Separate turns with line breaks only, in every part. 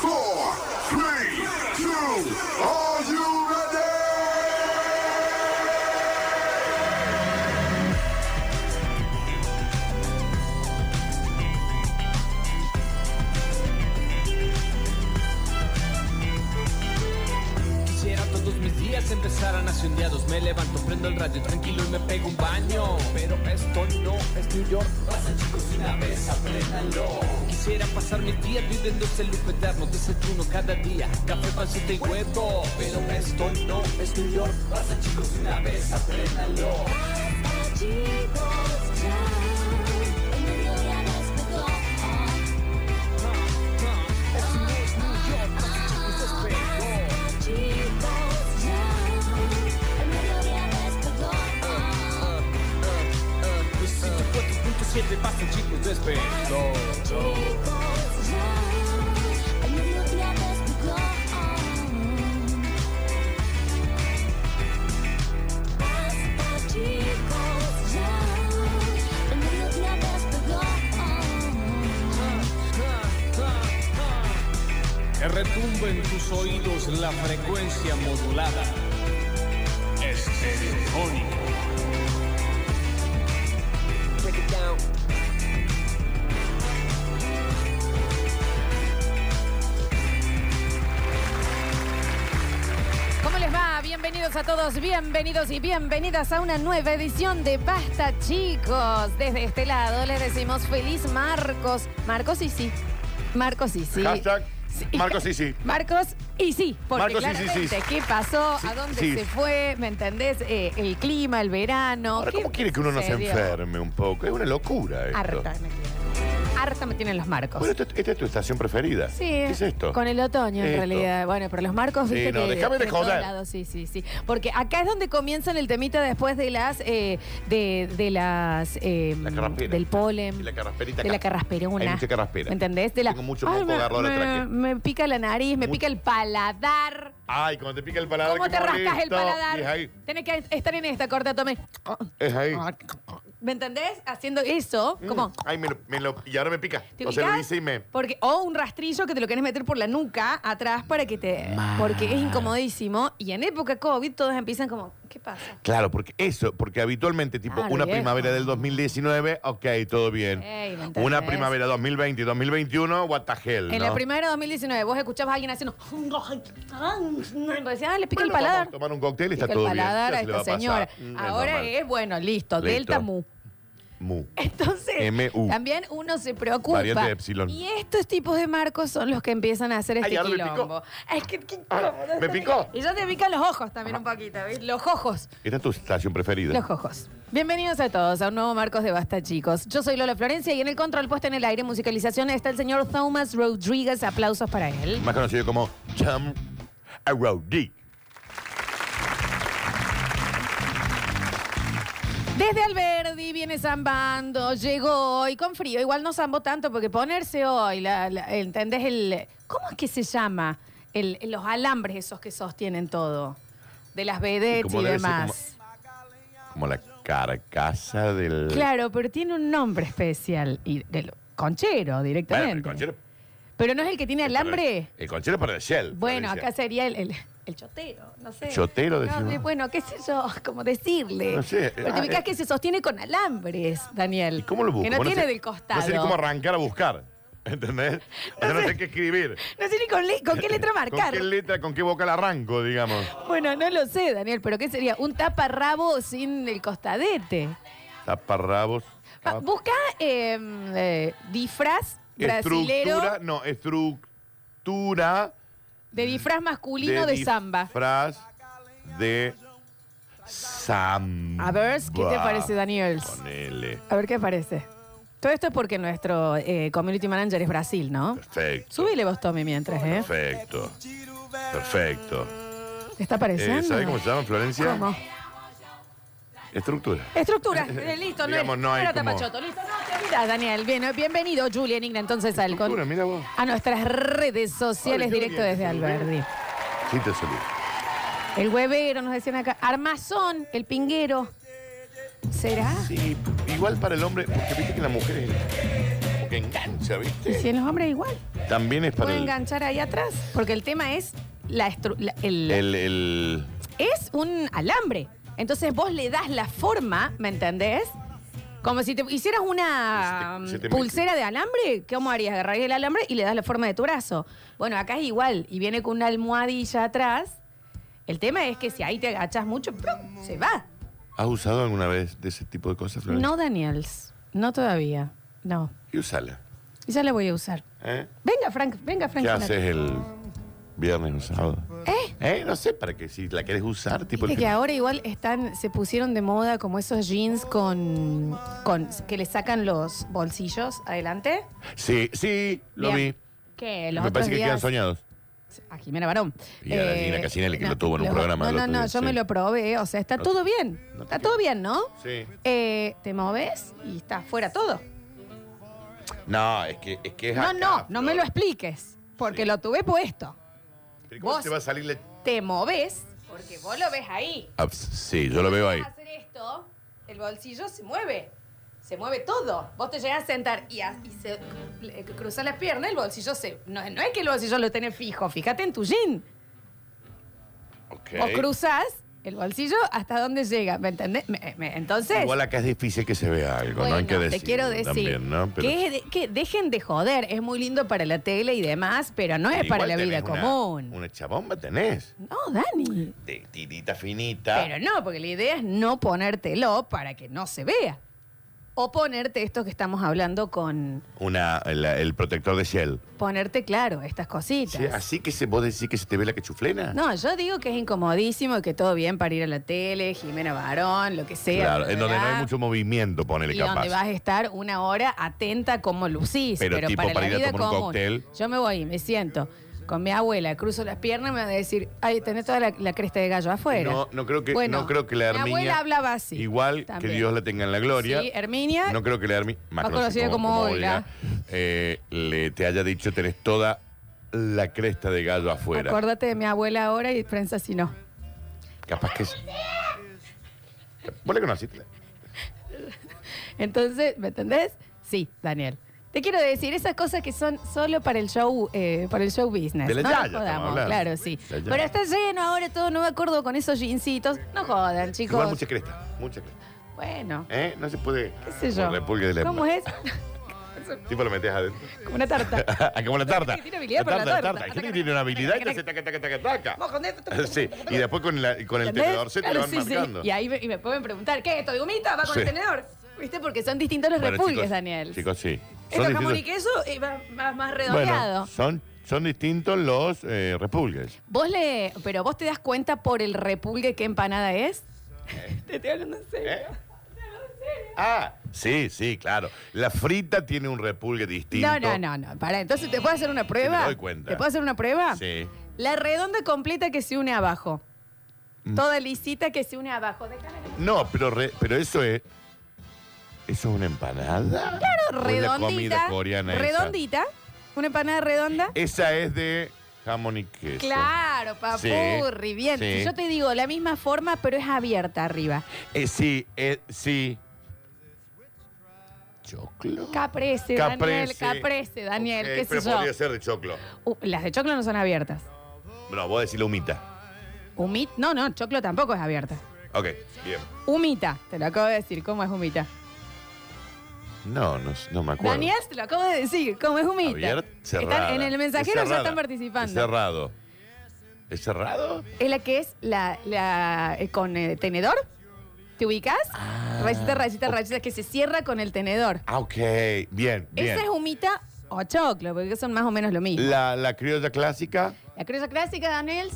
four, three, two. Are you ready?
Quisiera todos mis días empezaran hace un día dos Me levanto, prendo el radio tranquilo y me pego un baño Pero esto no es New York Pasa chicos una vez, apréndanlo Quisiera pasar mis días viviendo ese lujo eterno Desayuno cada día, café, pancita y huevo Pero esto no es New York Pasa chicos una vez, apréndanlo
Chicos, ya, el mediodía despertó. Chicos, ya, el mediodía despertó.
siete pasa chicos, despejo
Chicos, ya, el mediodía despertó. Basta, chicos, ya, el mediodía despertó.
Que retumbe en tus oídos la frecuencia modulada. Estereofónica.
¿Cómo les va? Bienvenidos a todos, bienvenidos y bienvenidas a una nueva edición de Basta, chicos. Desde este lado les decimos feliz Marcos. Marcos y sí. Marcos y sí.
Hashtag
Sí.
Marcos y sí.
Marcos y sí, porque
Marcos y sí,
claramente,
sí.
¿qué pasó? ¿A
Sí,
dónde
sí.
se fue? ¿Me entendés? Eh, el clima, el verano.
Ahora,
¿Qué
¿cómo quiere que uno no se
sucedió?
enferme un poco? Es una locura esto.
Harta me tienen. Harta me tienen los Marcos.
Bueno, esto- esta es tu estación preferida.
Sí,
¿Qué es esto?
Con el otoño, en
Esto.
realidad. Bueno, pero los marcos,
Sí,
viste
no,
que...
déjame de
todos
joder.
lados, Sí, sí, sí. Porque acá es donde comienzan el temita después de las... eh, de, de las... eh,
La carraspera.
del polen.
De la carrasperita
Em, De
acá.
la carrasperona.
Hay mucha carraspera.
¿Me entendés? De la,
Tengo mucho
Ay,
moco
me,
agarrado a la
me-
tráquea.
me pica la nariz, me
Mucho.
pica el paladar.
Ay, cuando te pica el paladar.
¿Cómo
qué
te rascas el
molesto.
paladar?
Y Es ahí.
Tienes que estar en esta corta, tome. Oh,
Es ahí.
¿Me entendés? Haciendo eso,
Mm.
como...
Ay, me lo, me lo- y ahora me pica.
¿Te
O sea, lo
ubicás?
hice y me.
Porque, o un rastrillo que te lo querés meter por la nuca atrás para que te. Porque es incomodísimo. Y en época COVID todos empiezan como, ¿qué pasa?
Claro, porque eso, porque habitualmente, tipo,
Claro,
una
viejo.
primavera del 2019, ok, todo bien.
Ey, ¿me entendés?
una primavera 2020 y 2021, what the hell,
En
¿no?
la primera de 2019 vos escuchabas a alguien haciendo. Y decías, ah, le pica el paladar.
Vamos a tomar un cóctel y
Pica
está
el
todo
paladar a
bien. Ya
esta
se le va
señora.
a pasar. Mm,
Ahora
normal.
es, bueno, listo,
Listo.
Delta Mu.
Mu.
Entonces,
MU.
también uno se preocupa.
Variante Epsilon.
Y estos tipos de marcos son los que empiezan a hacer este
Ay, ahora me
quilombo. Ay, qué- qué
Ah,
incómodo
me
está.
picó.
Y ya te pican los ojos también un poquito, ¿ves? Los ojos.
Esta es tu estación preferida.
Los ojos. Bienvenidos a todos a un nuevo Marcos de Basta, chicos. Yo soy Lola Florencia y en el control puesto en el aire musicalización está el señor Thomas Rodríguez. Aplausos para él.
más conocido como Cham Arodi.
Desde Alberdi viene zambando, llegó hoy con frío. Igual no zambó tanto porque ponerse hoy, la- la- ¿entendés? El, ¿Cómo es que se llama? El- los alambres esos que sostienen todo. De las
Y
vedettes
como
y
debe ser
demás.
Como la carcasa del.
Claro, pero tiene un nombre especial. Y del conchero
Bueno,
directamente.
el conchero.
Pero no es el que tiene alambre.
El conchero para el shell.
Bueno,
Florencia.
acá sería el, el- el chotero, no sé.
El chotero,
No,
decimos.
de- bueno, qué sé yo, como decirle.
No sé.
Pero te
Ah,
ubicás
eh.
que se sostiene con alambres, Daniel.
¿Y cómo lo busco?
Que no
Bueno,
tiene
sé-
del costado.
No sé ni cómo arrancar a buscar. ¿Entendés? O sea, No, sé qué escribir.
No sé ni con, le- con qué letra marcar.
¿Con qué letra, con qué vocal arranco, digamos?
Bueno, no lo sé, Daniel, pero ¿qué sería? Un taparrabo sin el costadete.
Taparrabos.
Pa-
tap-
Busca eh, eh, disfraz
Estructura.
Ah, brasilero
No, estructura.
de disfraz masculino de, samba.
Disfraz de samba.
A ver, ¿qué te parece, Daniel?
Ponele.
A ver qué parece. Todo esto es porque nuestro eh, community manager es Brasil, ¿no?
Perfecto.
Súbele vos, Tommy, mientras, ¿eh?
Perfecto. Perfecto.
¿Te está
Eh,
apareciendo?
¿Sabes cómo se llama, Florencia?
¿Cómo?
Estructura.
Estructura, eh, listo, no,
Digamos,
es-
no hay
era
como-
tapachoto, listo, no te olvidás, Daniel. Bien, eh, bienvenido, Julia Igna, entonces al con-
Estructura, mira vos.
a nuestras redes sociales
Hola, Julia,
directo desde
¿qué tal?
Alberdi.
Sí, te saludo.
El huevero, nos decían acá, armazón, el pinguero, ¿Será?
Sí, igual para el hombre, porque viste que la mujer es como que engancha,
Y si
¿viste?
en los hombres igual.
También es para
Puede
el,
enganchar ahí atrás. Porque el tema es la, estru- la- el-
el, el-
es un alambre. Entonces vos le das la forma, ¿me entendés? Como si te hicieras una
Se te- se te
um, pulsera de alambre, ¿cómo harías? Agarrarías el alambre y le das la forma de tu brazo. Bueno, acá es igual, y viene con una almohadilla atrás. El tema es que si ahí te agachas mucho, ¡prum! se va.
¿Has usado alguna vez de ese tipo de cosas, Florencia?
No, Daniels, no todavía, no.
Y usala.
Ya la voy a usar.
¿eh?
Venga, Frank, venga, Frank.
¿Qué
con la-
haces el viernes o sábado? ¿Eh? No sé, para que si la querés usar, tipo...
Viste
el-
que ahora igual están, se pusieron de moda como esos jeans con, con que le sacan los bolsillos adelante.
Sí, sí, lo
Bien.
vi.
Que los
Me
otros
parece que
días-
quedan soñados.
A Jimena Barón. Eh,
Y a la Gina Casinelli, que lo tuvo en un programa
No,
el
no,
otro
no,
día,
yo
sí.
me lo probé. O sea, está
No te-
todo bien.
no te
está
quiero.
todo bien, ¿no?
Sí.
Eh, te moves y está fuera todo.
No, es que es, que es
No,
acá,
no, no
Flor.
me lo expliques. Porque
Sí.
lo tuve puesto.
Pero ¿Cómo
Vos-
te va a salir la...
Te moves porque vos lo ves ahí.
Ah, sí, yo lo veo ahí.
Vas a hacer esto, el bolsillo se mueve. Se mueve todo. Vos te llegas a sentar y, a- y se eh, cruzas las piernas, el bolsillo se. No, no es que el bolsillo lo tenés fijo, fíjate en tu jean.
Ok.
Vos cruzás el bolsillo hasta dónde llega, ¿me entendés? Me- me- entonces.
Igual acá es difícil que se vea algo,
bueno,
¿no? Hay que decir.
te quiero decir
También, ¿no? Pero-
que, de- que dejen de joder. Es muy lindo para la tele y demás, pero no es
Igual
para la
tenés
vida
una-
común.
Una chabomba tenés.
No, Dani.
De tirita finita.
Pero no, porque la idea es no ponértelo para que no se vea. O ponerte esto que estamos hablando con
Una, la- el protector de Shell.
ponerte claro estas cositas.
Sí, así que se, vos decís que se te ve la quechuflena.
No, yo digo que es incomodísimo y que todo bien para ir a la tele, Jimena Barón, lo que sea.
Claro,
bla,
en
bla,
donde no hay
bla.
mucho movimiento, ponele
y
capaz.
donde vas a estar una hora atenta como lucís. Pero,
Pero tipo
para,
para
la
ir a
vida
tomar un
común.
cóctel.
Yo me voy, me siento con mi abuela, cruzo las piernas y me va a decir, ay, tenés toda la, la cresta de gallo afuera.
No, no creo que,
Bueno,
no creo que la Herminia.
Mi abuela hablaba así.
Igual
también.
que Dios la tenga en la gloria.
Sí, Herminia.
No creo que la Herminia.
más conocida como Olga.
eh, le, te haya dicho, tenés toda la cresta de gallo afuera.
Acuérdate de mi abuela ahora y prensa si no.
Capaz que. sí. ¿Vos la conociste?
Entonces, ¿me entendés? Sí, Daniel. Te quiero decir, esas cosas que son solo para el show, eh, para el show business.
De la
no nos
yaya estamos
jodamos,
hablando.
claro, sí.
La yaya.
Pero este está lleno ahora todo, no me acuerdo con esos jeansitos. No jodan, chicos.
Igual mucha cresta, mucha cresta.
Bueno,
¿Eh? No se puede.
qué sé yo.
Como repulgue de la-
¿Cómo es?
Tipo lo metes adentro.
Como una tarta.
Ah, Como la tarta.
Tiene habilidad para la tarta.
Hay gente que tiene una habilidad y te hace taca, taca, taca, taca.
Vos con esto,
Sí, y después con, la- con el
¿Entendés?
tenedor se te
Claro,
van
sí, sí.
marcando.
Y ahí me, y me pueden preguntar, ¿qué? ¿Esto de gomita? ¿Va con
Sí.
el tenedor? ¿Viste? Porque son distintos los
Bueno,
repulgues,
chicos,
Daniel.
Chicos, sí.
Esto
Son
es jamón y
distintos-
queso y va, va más redondeado.
Bueno, son, son distintos los eh, repulgues.
Vos le. Pero vos te das cuenta por el repulgue qué empanada es. Te estoy hablando en serio.
¿Eh? Ah, sí, sí, claro. La frita tiene un repulgue distinto.
No, no, no, no. Pará, entonces te puedo hacer una prueba.
me doy cuenta.
¿Te puedo hacer una prueba?
Sí.
La redonda completa que se une abajo.
Mm.
Toda lisita que se une abajo. Déjame ver.
No, pero, re- pero eso es. ¿Eso es una empanada?
Claro,
¿O es
redondita.
la comida coreana esa?
redondita. Una empanada redonda.
Esa es de jamón y queso.
Claro, papurri,
Sí,
bien.
sí.
Si Yo te digo la misma forma, pero es abierta arriba.
Eh, sí, eh, sí. ¿Choclo?
Caprese, Daniel, caprese, Daniel,
Ok,
qué sé
pero
yo.
podría ser de choclo.
Uh, las de choclo no son abiertas.
No, vos decís la humita.
Humit, no, no, choclo tampoco es abierta.
Ok, bien.
Humita, te lo acabo de decir, ¿cómo es humita?
No, no, no me acuerdo.
Daniel, te lo acabo de decir, ¿cómo es humita?
Abierto, cerrada.
Están en el mensajero
Es
ya
cerrada.
están
Es
participando.
cerrado. ¿Es cerrado?
Es la que es la, la eh, con eh, tenedor. ¿Te ubicas? rayita, rayita, rayita, que se cierra con el tenedor.
Ah, ok. Bien, bien.
Esa es humita o choclo, porque son más o menos lo mismo. La,
la, la criolla clásica
criolla clásica, Daniel,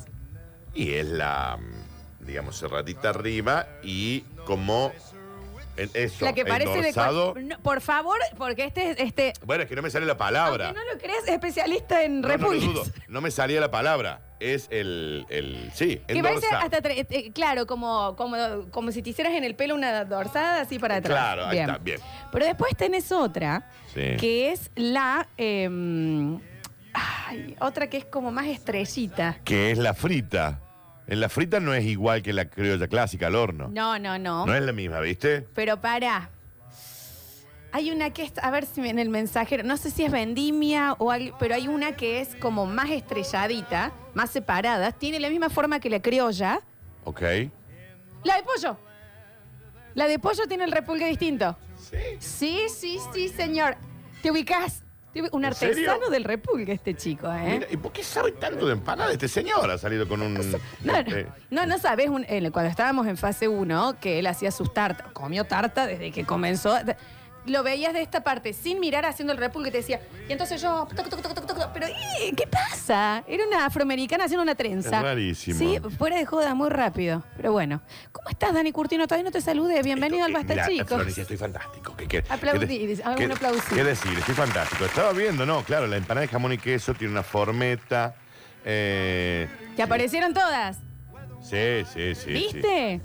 y es la, mm, digamos, cerradita arriba y como en eso,
la que parece de...
endorsado.
cua- No, por favor, porque este... este
Bueno, es que no me sale la
aunque
palabra.
no lo crees, especialista en
No, no lo
repulgues.
dudo. No me salía la palabra. Es el, el sí,
Que parece
endorsar.
hasta, tre- eh, claro, como, como, como si te hicieras en el pelo una dorsada así para atrás.
Claro, ahí está, bien.
Pero después tenés otra,
Sí.
que es la, em, eh, ay, otra que es como más estrellita.
Que es la frita. En la frita no es igual que la criolla clásica al horno.
No, no, no.
No es la misma, ¿viste?
Pero para. Hay una que es, a ver si en el mensajero, no sé si es vendimia o algo, pero hay una que es como más estrelladita, más separada, tiene la misma forma que la criolla.
Ok.
¿Eh? La de pollo. La de pollo tiene el repulgue distinto. Sí, sí, sí, señor. Te ubicás. Te ubi- Un
¿En
artesano
serio?
del repulgue este chico, ¿eh?
Mira, ¿Y por qué sabe tanto de empanada este señor? Ha salido con un...
No, no,
eh,
no, no sabes, un- eh, cuando estábamos en fase 1, que él hacía sus tartas, comió tarta desde que comenzó. Lo veías de esta parte, sin mirar, haciendo el repul que te decía. Y entonces yo, toc, toc, toc, toc, toc, toc, pero ¿y ¿qué pasa? Era una afroamericana haciendo una trenza.
Es rarísimo.
Sí, fuera de joda, muy rápido. Pero bueno. ¿Cómo estás, Dani Curtino? Todavía no te salude. Bienvenido al
esto-
Basta,
mira,
chicos.
Florencia, estoy fantástico. ¿Qué, qué,
Aplaudí,
qué de-
dice, haga
qué-
un aplausito.
¿Qué decir? Estoy fantástico. Estaba viendo, no, claro, la empanada de jamón y queso tiene una formeta. eh,
¿Te aparecieron todas?
sí, sí, sí. sí.
¿Viste?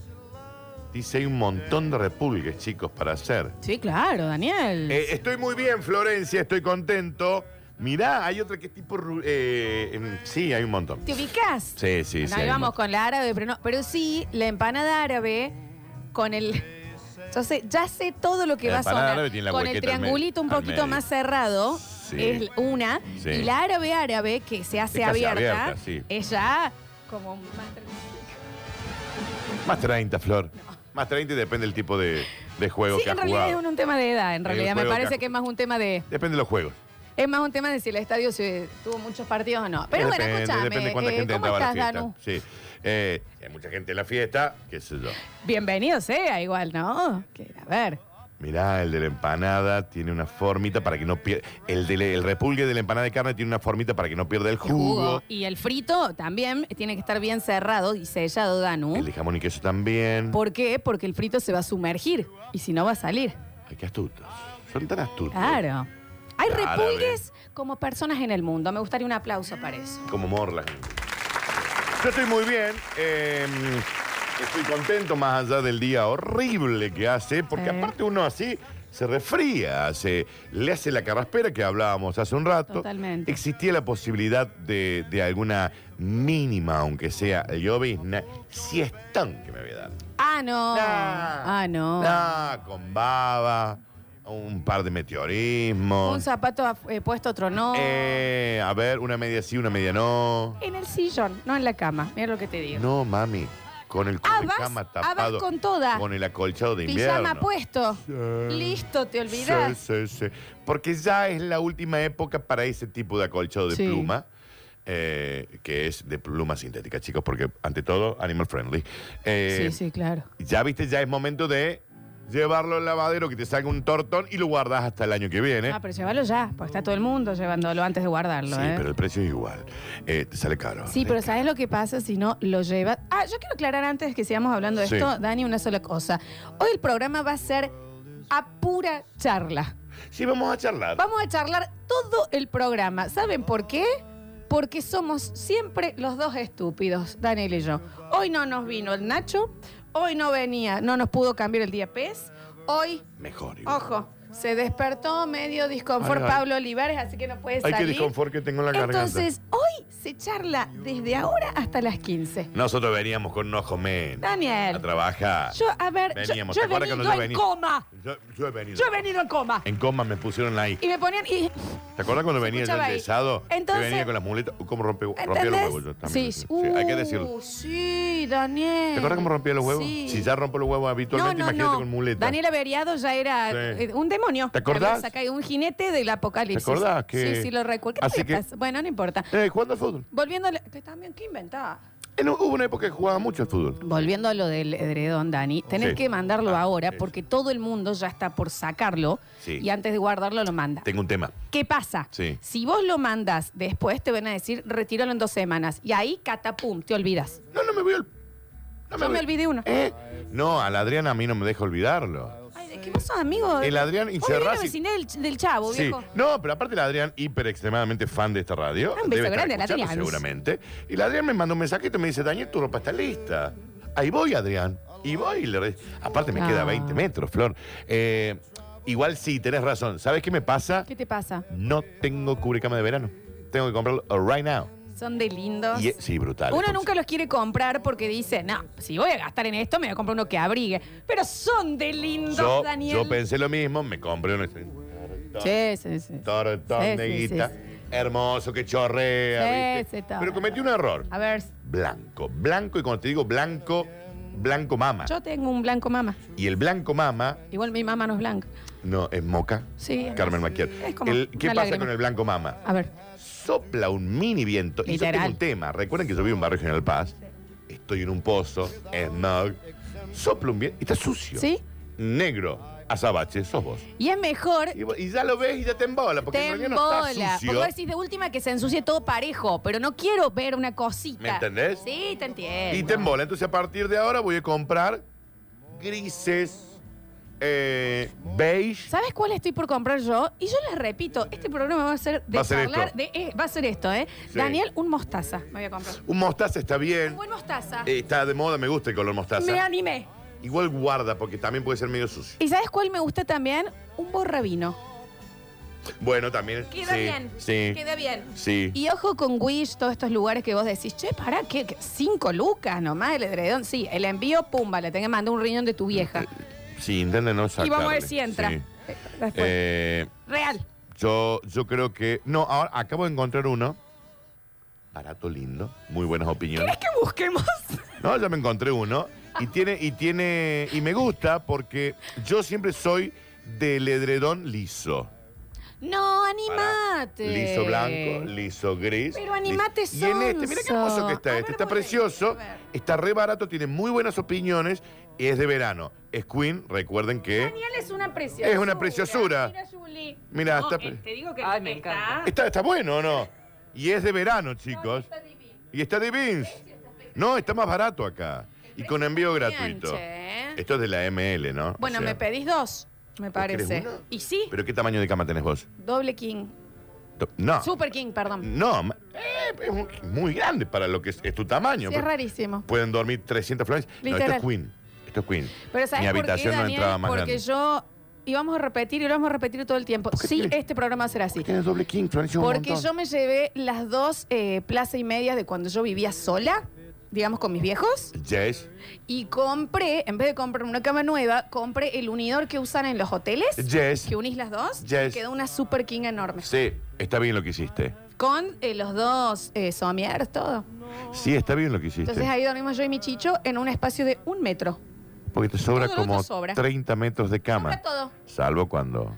Dice, hay un montón de repulgues, chicos, para hacer.
Sí, claro, Daniel.
Eh, estoy muy bien, Florencia, estoy contento. Mirá, hay otra que es tipo... ru- eh, em, sí, hay un montón.
¿Te ubicás?
Sí, sí, sí.
No
hay un
íbamos
montón.
con la árabe, pero no. Pero sí, la empanada árabe con el. Yo sé, ya sé todo lo que
La
va a
empanada
sonar.
árabe tiene la
con el
huequeta al
triangulito un
medio, al
poquito
medio.
más cerrado
Sí.
es una.
Sí.
Y la árabe árabe, que se hace
Es casi
abierta,
abierta, sí.
es ya como más.
Más 30, Flor. Más 30 y depende del tipo de, de juego
Sí,
que ha
en realidad es
jugado.
un, un tema de edad, en realidad. Me
juego que
parece
ha-
que es más un tema de.
Depende de los juegos.
Es más un tema de si el estadio se tuvo muchos partidos o no. Pero bueno,
depende,
escúchame.
depende de cuánta
eh,
gente
¿Cómo estás,
entraba a la fiesta.
Danu?
Sí. Eh, hay mucha gente en la fiesta, qué sé yo.
Bienvenido sea, igual, ¿no? Que, a ver.
Mirá, el de la empanada tiene una formita para que no pierda. El, de la- el repulgue de la empanada de carne tiene una formita para que no pierda el
el jugo.
jugo.
Y el frito también tiene que estar bien cerrado y sellado,
El
Danu.
de jamón y queso también.
¿Por qué? Porque el frito se va a sumergir y si no va a salir.
Ay, qué astutos. Son tan astutos.
Claro. Hay
Árabe.
repulgues como personas en el mundo. Me gustaría un aplauso para eso.
Como morlas. Yo estoy muy bien. eh, estoy contento más allá del día horrible que hace, porque
Sí.
aparte uno así se refría, se, le hace la carraspera que hablábamos hace un rato.
Totalmente.
Existía la posibilidad de, de alguna mínima, aunque sea llovizna, siestón que me voy a dar.
Ah, no. Ah, no.
Nah, con baba, un par de meteorismos.
Un zapato af- eh, puesto, otro no.
Eh, a ver, una media sí, una media no.
En el sillón, no en la cama. Mira lo que te digo.
No, mami. Con el
Ah, vas-
cama
ah, vas
tapado.
con toda.
Con el acolchado de invierno.
Pijama puesto. Listo, te olvidas.
Sí, sí, sí. Porque ya es la última época para ese tipo de acolchado de
Sí.
pluma. eh, que es de pluma sintética, chicos, porque ante todo, animal friendly. Eh,
sí, sí, claro.
Ya viste, ya es momento de llevarlo al lavadero, que te salga un tortón y lo guardas hasta el año que viene.
Ah, pero llévalo ya, porque está todo el mundo llevándolo antes de guardarlo.
¿eh? sí,
¿eh?
pero el precio es igual. Eh, te sale caro.
Sí, pero ¿sabes lo que pasa si no lo lleva? Ah, yo quiero aclarar antes que sigamos hablando de
Sí.
esto, Dani, una sola cosa. Hoy el programa va a ser a pura charla.
Sí, vamos a charlar.
Vamos a charlar todo el programa. ¿Saben por qué? Porque somos siempre los dos estúpidos, Daniel y yo. Hoy no nos vino el Nacho, hoy no venía, no nos pudo cambiar el día PES, hoy,
Mejor. igual.
ojo, se despertó medio disconfort
Ay, ay.
Pablo Olivares, así que no puede
Ay, qué
salir.
disconfort que tengo en la garganta.
Entonces, hoy se charla desde ahora hasta las 15.
Nosotros veníamos con un ojo menos.
Daniel.
A trabajar.
Yo, a ver, yo-
Veníamos,
yo,
¿te
he
acuerdas
venido
cuando yo
en
venía?
coma.
Yo, yo he venido.
Yo he venido en coma.
En coma me pusieron ahí.
Y me ponían. Y,
¿Te acuerdas cuando
Se
venía yo
escuchaba ahí.
enyesado? Que
Entonces-
venía con las muletas. Uh, ¿Cómo rompe, rompía los
¿Entendés?
huevos yo también?
sí,
hay que
Uh,
decirlo.
Sí, Daniel.
¿Te acuerdas cómo rompía los huevos?
Sí.
Si ya rompo los huevos habitualmente,
no, no,
imagínate
no.
con muletas.
Daniel Averiado ya era
Sí.
eh, un demonio.
¿Te acordás?
Había sacado un jinete del apocalipsis.
¿Te acordás que-
Sí, sí, lo recuerdo. ¿Qué
Así
te
que-
pasa? Bueno, no importa.
Eh, jugando al fútbol.
Volviendo a lo- que también, ¿qué inventaba?
En- hubo una época que jugaba mucho al fútbol.
Volviendo a lo del edredón, Dani, tenés
Sí.
que mandarlo
Ah,
ahora
sí.
porque todo el mundo ya está por sacarlo
Sí.
y antes de guardarlo lo manda.
Tengo un tema.
¿Qué pasa?
Sí.
Si vos lo mandas después, te van a decir, retíralo en dos semanas. Y ahí, catapum, te olvidas.
No, no me voy al. No
Yo me
voy-
olvidé uno.
¿Eh? No, al Adrián a mí no me deja olvidarlo.
Ay, ¿de qué vos sos amigo?
El Adrián y
Vos vivís en la
Cerrasi-
vecindad del, del chavo,
Sí.
viejo.
No, pero aparte el Adrián, hiper extremadamente fan de esta radio.
Ah, un beso
debe estar
grande al
escuchando
Adrián.
Seguramente. Y el Adrián me mandó un mensajito y me dice, Daniel, tu ropa está lista. Ahí voy, Adrián. Y voy. y le re- Aparte me
Ah.
queda 20 metros, Flor. Eh, igual sí, tenés razón. ¿Sabes qué me pasa?
¿Qué te pasa?
No tengo cubrecama de verano. Tengo que comprarlo right now.
Son de lindos.
Y, eh, sí, brutal.
Uno
Por
nunca los quiere comprar porque dice, no, si voy a gastar en esto, me voy a comprar uno que abrigue. Pero son de lindos,
yo,
Daniel.
yo pensé lo mismo, me compré un este
Sí, sí, sí.
tortón
Sí,
de
sí, sí,
guita,
sí.
hermoso, que chorrea,
Sí,
¿viste?
sí, todo.
Pero cometí un error.
A ver,
Blanco, blanco, y cuando te digo blanco, blanco mama.
yo tengo un blanco mamá.
Y el blanco mama,
Igual mi mamá no es blanca.
no, es moca,
Sí.
Carmen Maquiar.
Es como
El- ¿Qué
una
pasa
lágrima.
con el blanco mama?
A ver.
sopla un mini viento. Y yo
Literal.
tengo un tema. Recuerden que yo vivo en barrio General Paz. Estoy en un pozo, smog. Sopla un viento. y Está sucio.
¿Sí?
Negro. Azabache, sos vos.
Y es mejor
Y, vos- y ya lo ves y ya te embola. Porque
te
en realidad no
embola.
está
Porque vos
sucio.
decís de última que se ensucie todo parejo, pero no quiero ver una cosita.
¿Me entendés?
Sí, te entiendo.
Y te embola. Entonces, a partir de ahora voy a comprar grises, eh, beige.
¿Sabes cuál estoy por comprar yo? Y yo les repito, este programa va a ser de
Va a ser
charlar
esto.
de- eh, va a ser esto, ¿eh?
Sí.
Daniel, un mostaza. Me voy a comprar.
Un mostaza está bien.
Un buen mostaza.
Eh, Está de moda, me gusta el color mostaza.
Me animé.
Igual guarda, porque también puede ser medio sucio.
¿Y sabes cuál me gusta también? Un borrabino.
Bueno, también.
Queda
sí,
bien.
Sí.
Queda bien.
Sí.
Y ojo con Wish, todos estos lugares que vos decís, che, pará, ¿qué? qué? Cinco lucas nomás el edredón. Sí, el envío, pumba, le tenga que mandar un riñón de tu
Eh,
vieja.
Sí, inténtenos
Y vamos a ver si entra. Eh, Después. Real.
Eh, yo, yo creo que. No, ahora acabo de encontrar uno. Barato, lindo. Muy buenas opiniones.
¿Crees que busquemos?
No, ya me encontré uno. Y tiene, y tiene. Y me gusta porque yo siempre soy del edredón liso.
No,
Pará.
animate.
Liso blanco, liso gris.
Pero animate
liso- Y en este, mira qué hermoso
sonso.
que
A
está
ver,
este. Está
volvé,
precioso,
a ver.
está re barato, tiene muy buenas opiniones y es de verano. Es Queen, recuerden que.
Daniel es una preciosura.
Es una preciosura.
Mira, Julie.
Mira,
No,
está
eh,
pre-
Te digo que
Ay, me
está-
encanta.
Está, está bueno, ¿o no? Y es de verano, chicos. Y está de Vins. No, está más barato acá. Y con envío
Bien,
gratuito.
che.
Esto es de la ML, ¿no? O
¿eh? Bueno,
sea,
me pedís dos, me parece.
querés uno?
Y sí,
¿Pero qué tamaño de cama tenés vos?
doble king.
To- No.
Super king, perdón.
No, ma- eh, es un- muy grande para lo que es, es tu tamaño.
Sí, es
Pero
rarísimo.
Pueden dormir 300 flores. No, esto
Literal.
es Queen. Esto es Queen.
Pero ¿sabes
Mi
por qué,
habitación no
Daniel?
entraba más
Porque
grande.
yo... Y vamos a repetir, y lo vamos a repetir todo el tiempo.
qué
Sí,
tienes-
este programa será así.
Tienes doble king, Florencia, un
Porque
montón.
yo me llevé las dos eh, plaza y media de cuando yo vivía sola, digamos con mis viejos,
Yes.
y compré, en vez de comprar una cama nueva, compré el unidor que usan en los hoteles,
Yes.
que unís las dos,
Yes.
y quedó una super king enorme.
Sí, está bien lo que hiciste.
Con eh, los dos eh, somier, todo.
Sí, está bien lo que hiciste.
Entonces ah, ahí dormimos yo y mi chicho en un espacio de un metro.
Porque te sobra
Todo lo
como
otro sobra.
30 metros de cama.
Sobra todo.
Salvo cuando.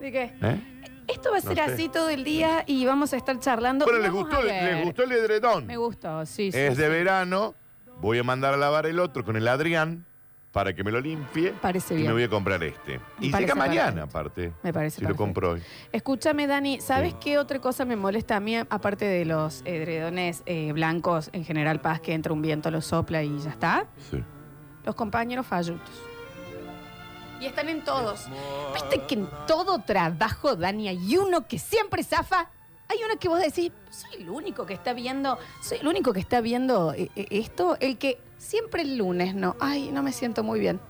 ¿De qué?
¿eh?
Esto va a
No
ser
sé.
así todo el día y vamos a estar charlando.
Bueno,
y
les
vamos
gustó,
a ver.
les gustó el edredón.
Me gustó, sí, sí.
Es de verano. Voy a mandar a lavar el otro con el Adrián para que me lo limpie.
Parece
Y
bien.
me voy a comprar este.
Me
Y
parece
llega mañana,
perfecto.
aparte.
Me parece
Si lo
perfecto.
compro hoy.
Escúchame, Dani, ¿sabes qué otra cosa me molesta a mí, aparte de los edredones eh, blancos, en general paz, que entra un viento, lo sopla y ya está?
Sí.
Los compañeros fallutos. Y están en todos. ¿Viste que en todo trabajo, Dani, hay uno que siempre zafa? Hay uno que vos decís, soy el único que está viendo, soy el único que está viendo eh, eh, esto, el que siempre el lunes, no, ay, no me siento muy bien.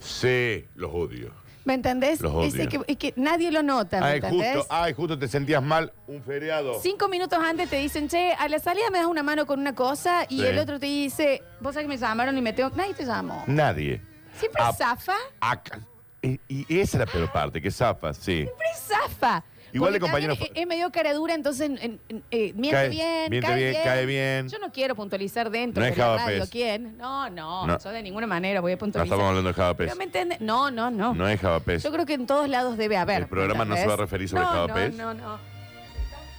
Sí, los odio.
¿Me entendés?
Los odio.
Ese que, es que nadie lo nota, ¿me
Ay,
entendés?
Ah, justo, ay, justo te sentías mal un feriado.
Cinco minutos antes te dicen, che, a la salida me das una mano con una cosa y
Sí.
el otro te dice, vos sabés que me llamaron y me tengo... Nadie te llamó.
Nadie.
Siempre
Ah.
zafa,
Acá. Y, y esa es la peor parte, que zapas, sí.
siempre zafa.
Igual de
Porque
compañero
también
fue-
Es, es medio cara dura, entonces en- en- eh, miente
Cae-
bien,
miente
cae
bien,
bien,
cae bien.
Yo no quiero puntualizar dentro
No es
de la
Java
radio,
Fest.
¿quién? No, no,
No.
yo de ninguna manera voy a
No
puntualizar.
estamos hablando de Javapes.
Pero me entiende- No, no, no.
No es Javapes.
Yo creo que en todos lados debe haber.
El programa no se va a referir sobre
no,
Java
no,
Fest.
No, no, no.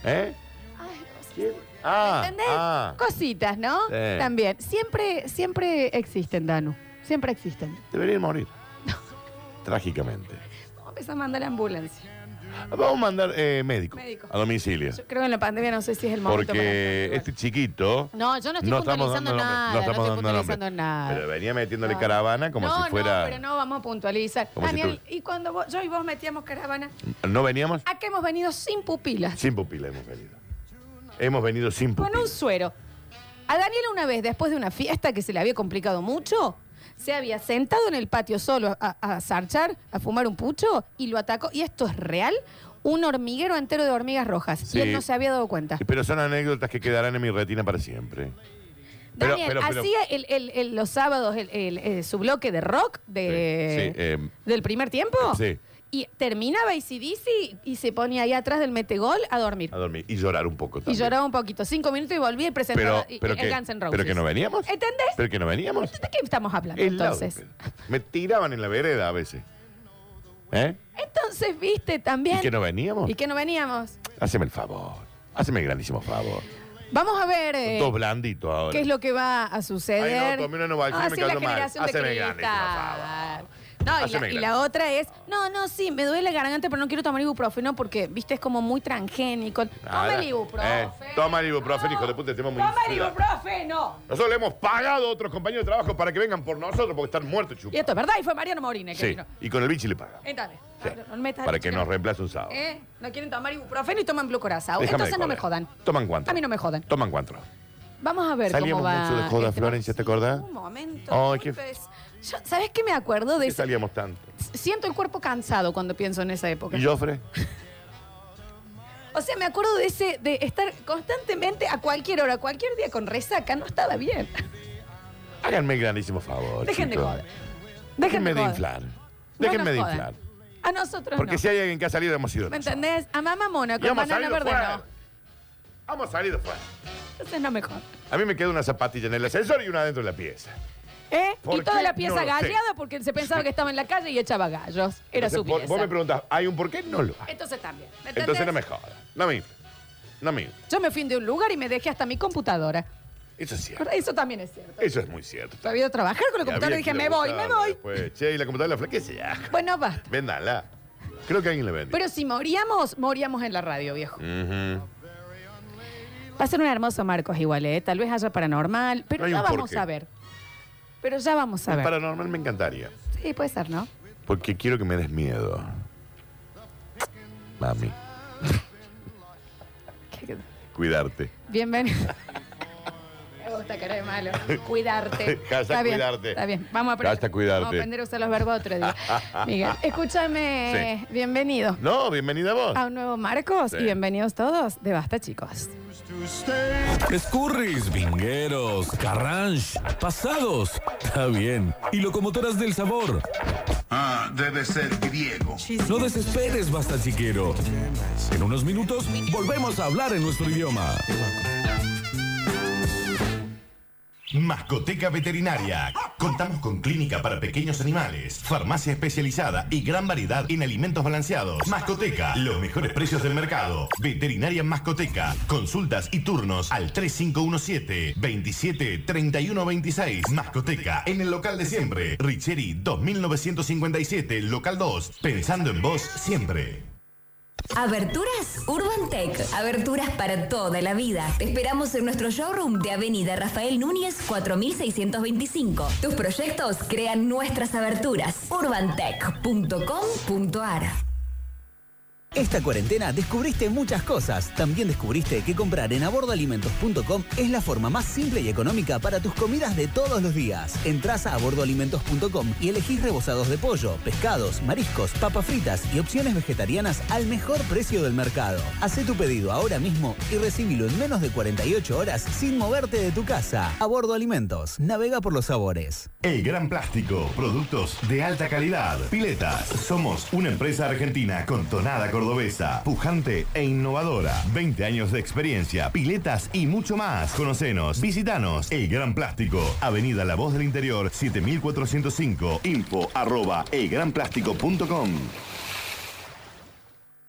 ¿Eh?
Ay, no sé.
Ah,
¿Entendés?
ah.
Cositas, ¿no?
Sí.
También. Siempre, siempre existen, Danu. Siempre existen.
Deberían morir. Trágicamente.
Vamos a empezar a mandar la ambulancia.
Vamos a mandar eh, médico,
Médico.
a domicilio.
Yo creo que en la pandemia no sé si es el momento.
Porque
para-
este chiquito.
No, yo no estoy
no estamos
puntualizando
dando nombre,
nada.
no estamos
estoy
dando nombre.
puntualizando nada.
Pero venía metiéndole
No.
caravana como
Ah. no,
si fuera.
No, pero no vamos a puntualizar.
Como si
Daniel, ¿y cuando vos- yo y vos metíamos caravana?
no. veníamos?
Acá hemos venido sin pupilas,
Sin pupila hemos venido. Hemos venido sin
con
pupila.
un suero. A Daniel una vez, después de una fiesta que se le había complicado mucho, se había sentado en el patio solo a, a zarchar, a fumar un pucho y lo atacó. Y esto es real, un hormiguero entero de hormigas rojas.
Sí.
Y él no se había dado cuenta.
Pero son anécdotas que quedarán en mi retina para siempre. Pero-
Daniel,
pero- pero-
hacía el- el- el- los sábados el- el- eh, su bloque de rock de,
Sí, sí, eh,
del primer tiempo.
Sí.
Y terminaba ICDC y se ponía ahí atrás del metegol a dormir.
A dormir y llorar un poco
Y
también.
lloraba un poquito. Cinco minutos y volvía y presentaba
pero,
y-
pero
y-
que,
el Guns N' Roses.
pero que no veníamos.
¿Entendés?
Pero que no veníamos.
¿De qué estamos hablando
El lado
entonces?
de Pedro. Me tiraban en la vereda a veces. ¿Eh?
Entonces, viste, también.
¿Y que no veníamos?
¿Y que no veníamos?
Haceme el favor. Haceme el grandísimo favor.
Vamos a ver eh,
Todo blandito ahora.
qué es lo que va a suceder.
Ay, no, tomé una Novalgina y
Ah,
me
sí, la
cayó mal.
generación de
Haceme
cristal.
grande,
No, y la,
Haceme
y la
grande.
otra es, no, no, sí, me duele la garganta, pero no quiero tomar ibuprofeno porque, viste, es como muy transgénico. Toma
Nada.
el ibuprofeno.
Eh, toma el ibuprofeno, hijo de puta, este tema muy
Toma el
insula.
ibuprofeno.
Nosotros le hemos pagado a otros compañeros de trabajo para que vengan por nosotros porque están muertos,
Y
chupa.
esto es verdad, y fue Mariano Morine que
Sí,
vino.
y con el bichi le paga.
Entonces,
Sí.
no, no me estás
Para que
diciendo-
nos reemplace un sábado.
¿Eh? No quieren tomar ibuprofeno y toman glucorazao.
Déjame de
Entonces no me
joder.
jodan.
Toman cuánto.
A mí no me jodan.
Toman cuánto.
Vamos a ver
Salíamos
cómo va.
mucho de joda,
este-
Florencia, ¿te acordás?
Un momento.
Ay, qué-
disculpes. Yo, ¿Sabes qué me acuerdo de
¿Qué
eso?
salíamos tanto?
Siento el cuerpo cansado cuando pienso en esa época.
¿Y Jofre?
O sea, me acuerdo de ese, de estar constantemente a cualquier hora, a cualquier día con resaca, no estaba bien.
Háganme el grandísimo favor.
Dejen de
chicos.
joder.
Déjenme de
joder.
inflar.
No
Déjenme
nos
de
jodan.
inflar.
A nosotros
Porque
no.
si hay alguien que ha salido, hemos sido
¿Me
nosotros.
entendés? A mamá mona
Y
con
hemos
banana
salido
verde
fuera.
no.
Hemos salido fuera.
Entonces no mejor.
A mí me queda una zapatilla en el ascensor y una dentro de la pieza.
¿Eh?
¿Por
Y toda
qué?
la pieza
No lo sé.
galleada porque se pensaba que estaba en la calle y echaba gallos. Era
Entonces,
su
vos-
pieza.
Vos me preguntás, ¿hay un por qué? No lo hay.
Entonces también. ¿me entendés?
Entonces no me jodas. No me infla. No me infla.
Yo me fui de un lugar y me dejé hasta mi computadora.
Eso es cierto.
¿Verdad? Eso también es cierto.
Eso es muy cierto.
Yo había ido a trabajar con la computadora y
había
dije,
que
me voy, me
buscarla
voy.
después. che, y la computadora la flaquece ya.
Bueno, basta.
Véndala. Creo que alguien la vende.
Pero si moríamos, moríamos en la radio, viejo.
Ujú.
Va a ser un hermoso Marcos igual, ¿eh? Tal vez haya paranormal, pero
No hay
ya
un por
vamos
qué.
a ver. Pero ya vamos a
El
ver.
paranormal me encantaría.
Sí, puede ser, ¿no?
Porque quiero que me des miedo. Mami,
Que-
cuidarte.
Bienvenido. Me gusta cara de malo. Cuidarte.
Hashtag cuidarte.
Bien, está bien. Vamos a aprender.
Hashtag cuidarte.
Vamos a aprender a usar los verbos otro día. Miguel, escúchame. Bienvenido
No, bienvenida vos.
a un nuevo Marcos
Sí.
y bienvenidos todos de Basta, chicos.
Escurris, vingueros, carranche, pasados, está bien, y locomotoras del sabor.
Ah, debe ser griego.
No desesperes, basta chiquero. En unos minutos volvemos a hablar en nuestro idioma.
Mascoteca Veterinaria. Contamos con clínica para pequeños animales, farmacia especializada y gran variedad en alimentos balanceados. Mascoteca, los mejores precios del mercado. Veterinaria Mascoteca. Consultas y turnos al 3517-273126. Mascoteca, en el local de siempre. Richeri 2957, local 2. Pensando en vos siempre.
Aberturas Urban Tech. Aberturas para toda la vida. Te esperamos en nuestro showroom de Avenida Rafael Núñez 4625. Tus proyectos crean nuestras aberturas. urbantech.com.ar
Esta cuarentena descubriste muchas cosas. También descubriste que comprar en abordoalimentos.com es la forma más simple y económica para tus comidas de todos los días. Entrás a abordoalimentos.com y elegís rebozados de pollo, pescados, mariscos, papas fritas y opciones vegetarianas al mejor precio del mercado. Hacé tu pedido ahora mismo y recibilo en menos de 48 horas sin moverte de tu casa. Abordo Alimentos. Navega por los sabores.
El Gran Plástico, productos de alta calidad, piletas. Somos una empresa argentina con tonada cordobesa, pujante e innovadora. 20 años de experiencia, piletas y mucho más. Conocenos, visitanos. El Gran Plástico, Avenida La Voz del Interior, 7405. Info arroba elgranplástico.com.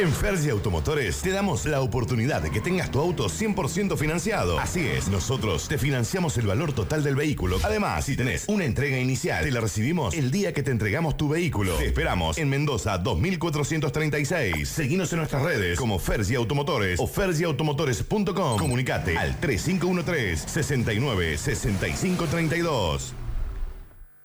En Fergie Automotores te damos la oportunidad de que tengas tu auto 100% financiado. Así es, nosotros te financiamos el valor total del vehículo. Además, si tenés una entrega inicial, te la recibimos el día que te entregamos tu vehículo. Te esperamos en Mendoza 2436. Seguinos en nuestras redes como Fergie Automotores o fergieautomotores.com. Comunicate al 3513 69 65 32.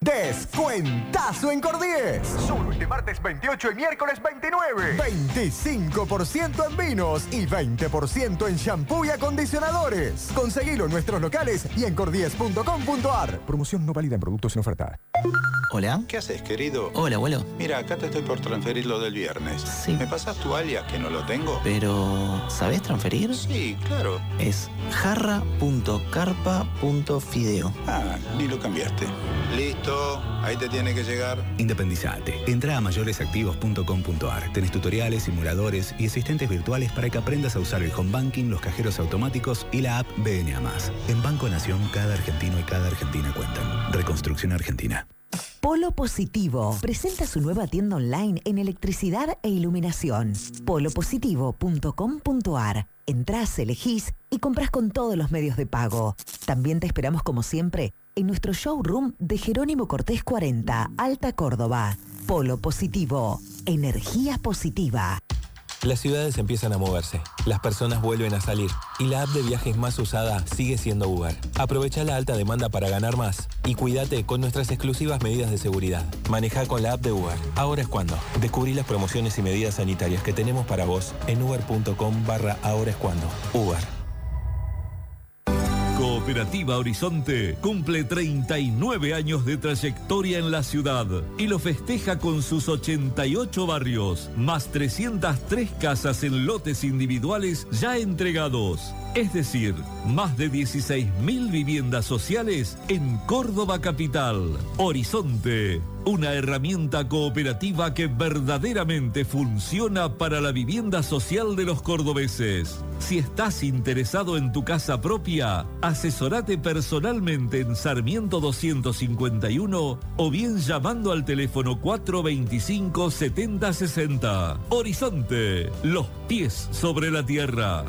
Descuentazo en Cordies. Solo este martes 28 y miércoles 29. 25% en vinos y 20% en shampoo y acondicionadores. Conseguilo en nuestros locales y en cordies.com.ar. Promoción no válida en productos en oferta.
Hola. ¿Qué haces, querido?
Hola, abuelo.
Mira, acá te estoy por transferir lo del viernes. Sí. ¿Me pasas tu alias que no lo tengo?
Pero, ¿sabes transferir?
Sí, claro.
Es jarra.carpa.fideo.
Ah, ni lo cambiaste. Listo, ahí te tiene que llegar.
Independizate. Entra a mayoresactivos.com.ar. Tenés tutoriales, simuladores y asistentes virtuales para que aprendas a usar el home banking, los cajeros automáticos y la app BNA+. En Banco Nación, cada argentino y cada argentina cuentan. Reconstrucción Argentina.
Polo Positivo presenta su nueva tienda online en electricidad e iluminación. polopositivo.com.ar. Entrás, elegís y compras con todos los medios de pago. También te esperamos como siempre en nuestro showroom de Jerónimo Cortés 40, Alta Córdoba. Polo Positivo, energía positiva.
Las ciudades empiezan a moverse, las personas vuelven a salir y la app de viajes más usada sigue siendo Uber. Aprovecha la alta demanda para ganar más y cuídate con nuestras exclusivas medidas de seguridad. Maneja con la app de Uber. Ahora es cuando. Descubrí las promociones y medidas sanitarias que tenemos para vos en uber.com barra ahora es cuando. Uber.
Cooperativa Horizonte cumple 39 años de trayectoria en la ciudad y lo festeja con sus 88 barrios, más 303 casas en lotes individuales ya entregados. Es decir, más de 16.000 viviendas sociales en Córdoba Capital. Horizonte, una herramienta cooperativa que verdaderamente funciona para la vivienda social de los cordobeses. Si estás interesado en tu casa propia, asesorate personalmente en Sarmiento 251 o bien llamando al teléfono 425-7060. Horizonte, los pies sobre la tierra.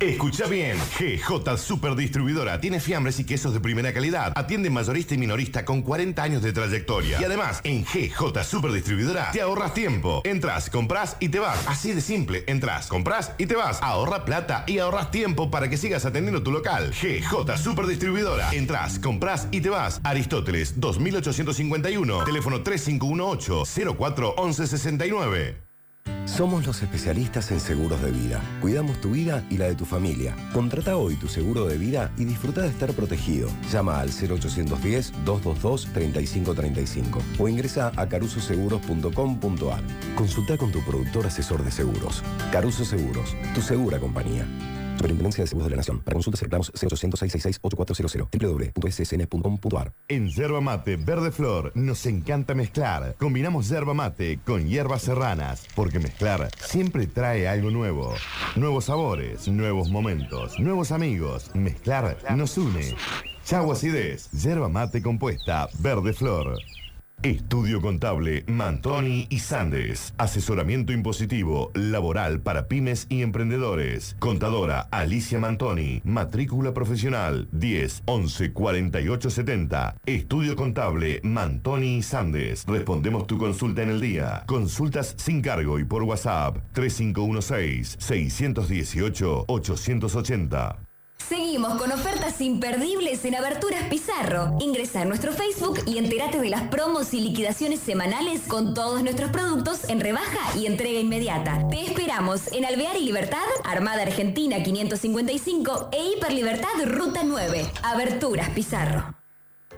Escucha bien, GJ Superdistribuidora tiene fiambres y quesos de primera calidad. Atiende mayorista y minorista con 40 años de trayectoria. Y además, en GJ Superdistribuidora te ahorras tiempo. Entras, compras y te vas. Así de simple, entras, compras y te vas. Ahorra plata y ahorras tiempo para que sigas atendiendo tu local. GJ Superdistribuidora. Entras, compras y te vas. Aristóteles 2851, teléfono 3518 04 1169.
Somos los especialistas en seguros de vida. Cuidamos tu vida y la de tu familia. Contrata hoy tu seguro de vida y disfruta de estar protegido. Llama al 0810-222-3535 o ingresa a carusoseguros.com.ar. Consulta con tu productor asesor de seguros. Caruso Seguros, tu segura compañía. Superintendencia de Seguros de la Nación. Para consultas reclamos 0800 666 8400 www.ssn.com.ar
En Yerba Mate Verde Flor nos encanta mezclar. Combinamos yerba mate con hierbas serranas, porque mezclar siempre trae algo nuevo. Nuevos sabores, nuevos momentos, nuevos amigos. Mezclar nos une. Chau acidez, yerba mate compuesta, Verde Flor. Estudio Contable Mantoni y Sandes. Asesoramiento impositivo laboral para pymes y emprendedores. Contadora Alicia Mantoni. Matrícula profesional 10 11 48 70. Estudio Contable Mantoni y Sandes. Respondemos tu consulta en el día. Consultas sin cargo y por WhatsApp 3516 618 880.
Seguimos con ofertas imperdibles en Aberturas Pizarro. Ingresa a nuestro Facebook y entérate de las promos y liquidaciones semanales con todos nuestros productos en rebaja y entrega inmediata. Te esperamos en Alvear y Libertad, Armada Argentina 555 e Hiperlibertad Ruta 9. Aberturas Pizarro.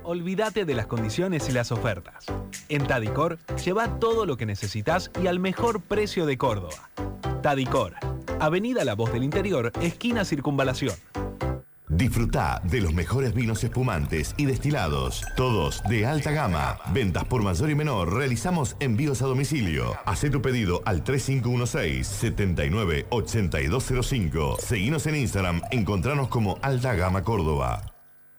Olvídate de las condiciones y las ofertas. En Tadicor, lleva todo lo que necesitas y al mejor precio de Córdoba. Tadicor, Avenida La Voz del Interior, esquina Circunvalación.
Disfruta de los mejores vinos espumantes y destilados, todos de alta gama. Ventas por mayor y menor, realizamos envíos a domicilio. Hacé tu pedido al 3516-798205. Seguinos en Instagram, encontranos como Alta Gama Córdoba.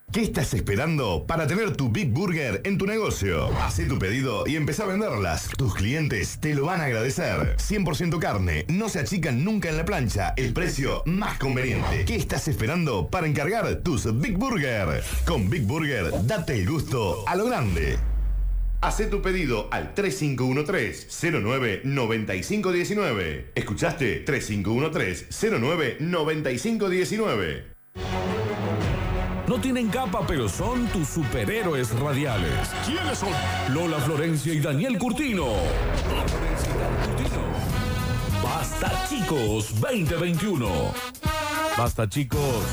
¿Qué estás esperando para tener tu Big Burger en tu negocio? Hacé tu pedido y empezá a venderlas. Tus clientes te lo van a agradecer. 100% carne, no se achican nunca en la plancha. El precio más conveniente. ¿Qué estás esperando para encargar tus Big Burger? Con Big Burger, date el gusto a lo grande. Hacé tu pedido al 3513-099519. ¿Escuchaste? 3513-099519.
No tienen capa, pero son tus superhéroes radiales. ¿Quiénes son? Lola Florencia y Daniel Curtino. Basta chicos 2021. Basta chicos.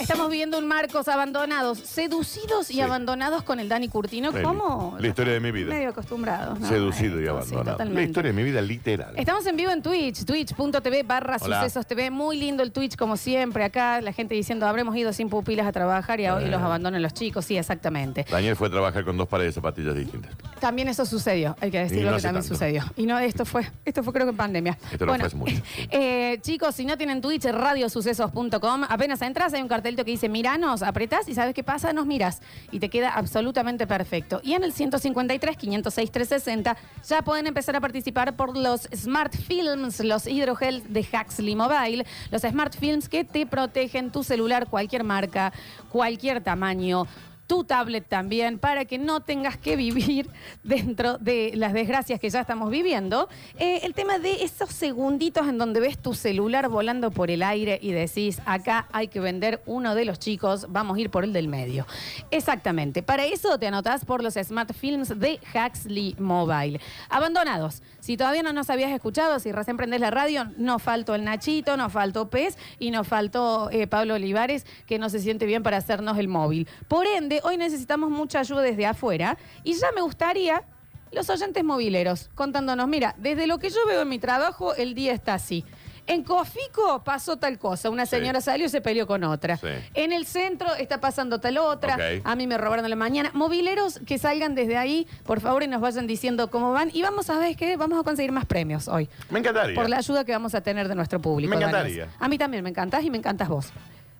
Estamos viviendo un Marcos abandonados, seducidos y abandonados con el Dani Curtino.
Bueno,
¿Cómo?
La historia de mi vida.
Medio acostumbrados. ¿no?
Seducido
Esto,
y
sí,
abandonado. la
totalmente.
historia de mi vida literal.
Estamos en vivo en Twitch, twitch.tv barra
Hola.
sucesos TV. Muy lindo el Twitch, como siempre. Acá la gente diciendo, habremos ido sin pupilas a trabajar y, hoy
Eh.
los abandonan los chicos. Sí, exactamente.
Daniel fue a trabajar con dos pares de zapatillas distintas.
También eso sucedió, hay que
Y
decirlo
no
que
hace
también
tanto.
sucedió. Y no, esto fue, esto fue creo que en pandemia.
Esto no fue hace mucho.
eh, chicos, si no tienen Twitch, radiosucesos.com, apenas entras, hay un cartelito que dice miranos, apretás y sabes qué pasa, nos mirás. Y te queda absolutamente perfecto. Y en el 153, 506, 360, ya pueden empezar a participar por los Smart Films, los hidrogel de Huxley Mobile, los Smart Films que te protegen tu celular, cualquier marca, cualquier tamaño tu tablet también para que no tengas que vivir dentro de las desgracias que ya estamos viviendo. Eh, el tema de esos segunditos en donde ves tu celular volando por el aire y decís, acá hay que vender uno de los chicos, vamos a ir por el del medio. Exactamente, para eso te anotás por los Smart Films de Huxley Mobile. Abandonados, si todavía no nos habías escuchado, si recién prendés la radio, no faltó el Nachito, no faltó Pez y nos faltó eh, Pablo Olivares, que no se siente bien para hacernos el móvil. Por ende, hoy necesitamos mucha ayuda desde afuera y ya me gustaría los oyentes mobileros contándonos, mira, desde lo que yo veo en mi trabajo, el día está así. En Cofico pasó tal cosa, una señora salió y se peleó con otra. En el centro está pasando tal otra,
Ok.
a mí me robaron a la mañana. Mobileros que salgan desde ahí, por favor, y nos vayan diciendo cómo van. Y vamos a ver qué, vamos a conseguir más premios hoy.
Me encantaría.
Por la ayuda que vamos a tener de nuestro público.
Me
Daniel.
encantaría.
A mí también me encantás y me encantas vos.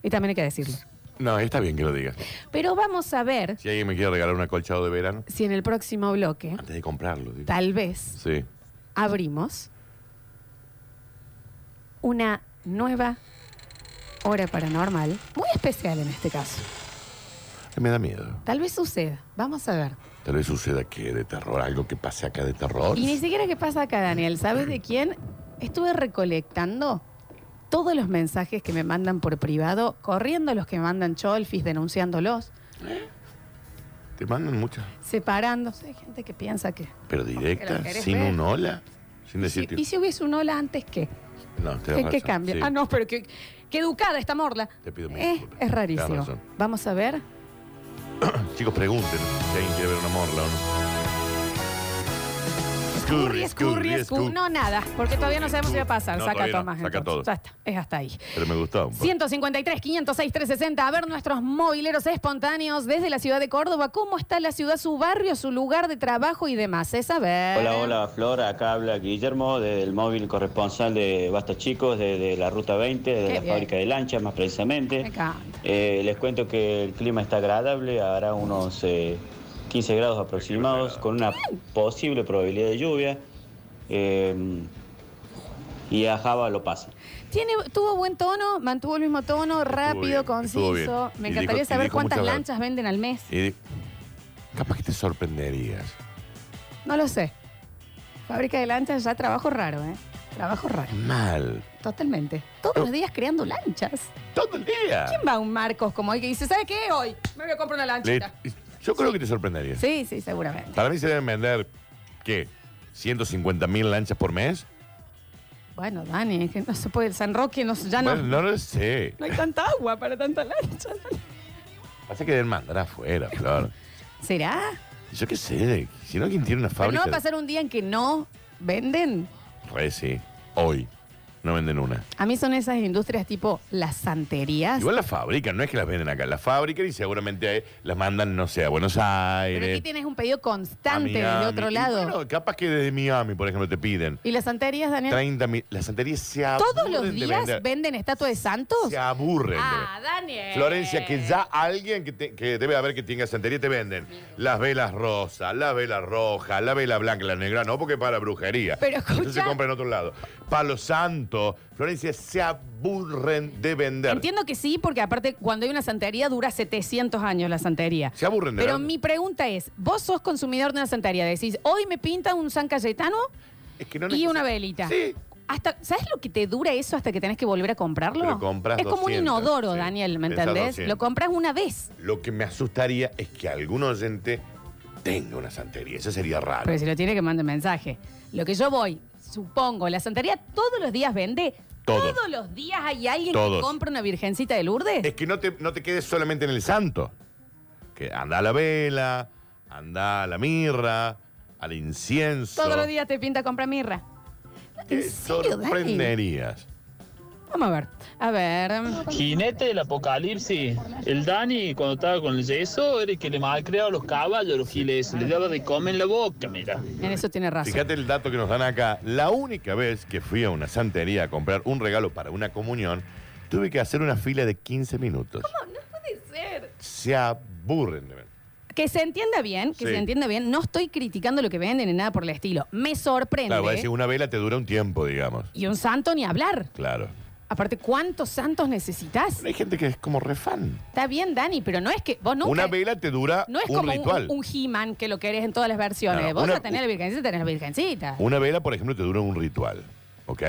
Y también hay que decirlo.
No, está bien que lo digas.
Pero vamos a ver
Si alguien me quiere regalar un acolchado de verano,
si en el próximo bloque,
antes de comprarlo. digo.
tal vez,
Sí.
abrimos una nueva hora paranormal, muy especial en este caso.
Me da miedo.
Tal vez suceda, vamos a ver.
Tal vez suceda que de terror, algo que pase acá de terror.
Y ni siquiera qué pasa acá, Daniel. ¿Sabes de quién? Estuve recolectando todos los mensajes que me mandan por privado, corriendo los que mandan cholfis, denunciándolos,
Te mandan muchas,
separándose. Hay gente que piensa que...
pero
la
directas,
querés
sin
ver.
un hola, sin decirte.
¿Y si hubiese un hola antes qué?
No, te
¿Qué, qué cambia? Ah, no, pero qué, qué educada esta morla.
Te pido mil
Eh,
disculpas.
es rarísimo.
Tenés razón.
Vamos a ver.
Chicos, pregunten si alguien quiere ver una morla o no.
Escurri, escurri, escurri. No, nada, porque todavía no sabemos si va a pasar.
No,
Saca
todavía
todo
no.
más.
Saca
entonces.
todo.
Ya está, es hasta ahí.
Pero me gustó. un poco.
153, 506, 360. A ver nuestros mobileros espontáneos desde la ciudad de Córdoba. ¿Cómo está la ciudad, su barrio, su lugar de trabajo y demás? Es a ver.
Hola, hola, Flor. Acá habla Guillermo del móvil corresponsal de Bastos Chicos, de, de la Ruta 20, de
Qué
la
bien.
fábrica de lanchas, más
Me
precisamente.
encanta.
Eh, les cuento que el clima está agradable, hará unos eh, 15 grados aproximados, con una posible probabilidad de lluvia. eh, y a Java lo pasa.
Tiene, tuvo buen tono, mantuvo el mismo tono, rápido,
bien, estuvo bien.
conciso. Me
Y
encantaría
dijo- y
saber
dijo
cuántas
mucha verdad.
lanchas venden al mes.
Y di- capaz que te sorprenderías.
No lo sé. Fábrica de lanchas ya trabajo raro, ¿eh? Trabajo raro.
Mal.
Totalmente. Todos los días creando lanchas.
Todo el día.
¿Quién va a un Marcos como hoy que dice, ¿sabe qué? Hoy me voy a comprar una
Le-
lanchita.
yo creo que te sorprendería.
Sí, sí, seguramente.
Para mí se deben vender, ¿qué? ¿150 mil lanchas por mes?
Bueno, Dani, que no se puede el San Roque, no, se- ya no.
Bueno, no lo sé.
No hay tanta agua para tanta lancha.
Pasa que deben mandar afuera, Flor.
¿Será?
Yo qué sé. Si no, quien tiene una
Pero no
fábrica.
va a pasar un día en que no venden.
Re sí. Hoy. No venden una.
A mí son esas industrias tipo las santerías.
Igual las fabrican, no es que las venden acá, las fabrican y seguramente las mandan, no sé, a Buenos
Pero aquí
Aires.
tienes un pedido
a
constante
Miami.
desde otro
Y
lado.
bueno, capaz que desde Miami, por ejemplo, te piden
¿Y las santerías, Daniel?
30 mil. Las santerías se aburren.
¿Todos los
de
días
vender.
venden estatuas de santos?
Se aburren. de
Ah, Daniel.
vender. Florencia, que ya alguien que, te- que debe haber que tenga santería te venden las velas rosas, la vela roja, la vela blanca, la negra, no, porque para brujería.
Pero
Entonces se
escucha-
compra en otro lado. Palo santo. Florencia, se aburren de vender.
Entiendo que sí, porque aparte cuando hay una santería dura 700 años la santería.
Se aburren de
Pero
vender.
mi pregunta es, vos sos consumidor de una santería, decís, hoy me pinta un San Cayetano
Es que no
y
neces-
una velita.
Sí.
Hasta, ¿Sabes lo que te dura eso hasta que tenés que volver a comprarlo?
Pero compras
es como
200,
un inodoro, Daniel, ¿me
Pensás
entendés?
200.
Lo compras una vez.
Lo que me asustaría es que algún oyente tenga una santería. Eso sería raro.
Pero si lo tiene que mandar mensaje. Lo que yo voy, supongo, la santería todos los días vende.
Todos.
Todos los días hay alguien
Todos.
que compra una virgencita de Lourdes.
Es que no te, no te quedes solamente en el santo. Que anda a la vela, anda a la mirra, al incienso.
Todos los días te pinta comprar mirra.
Te sorprenderías.
Vamos a ver. A ver.
Jinete del apocalipsis. El Dani, cuando estaba con el yeso, era el que le malcriaba a los caballos, a los giles. Le daba de comer en la boca, mira.
En eso tiene razón.
Fíjate el dato que nos dan acá. La única vez que fui a una santería a comprar un regalo para una comunión, tuve que hacer una fila de 15 minutos.
No puede ser.
Se aburren de ver.
Que se entienda bien, que
Sí.
se entienda bien. No estoy criticando lo que venden ni nada por el estilo. Me sorprende.
Claro, voy a decir, una vela te dura un tiempo, digamos.
Y un santo ni hablar.
Claro.
Aparte, ¿cuántos santos necesitas?
Hay gente que es como refan.
Está bien, Dani, pero no es que vos nunca...
Una vela te dura
No es
un
como
ritual.
un, un He-Man que lo querés en todas las versiones.
No, no,
Vos
una-
a tener la virgencita, tenés la virgencita.
Una vela, por ejemplo, te dura un ritual. ¿Ok?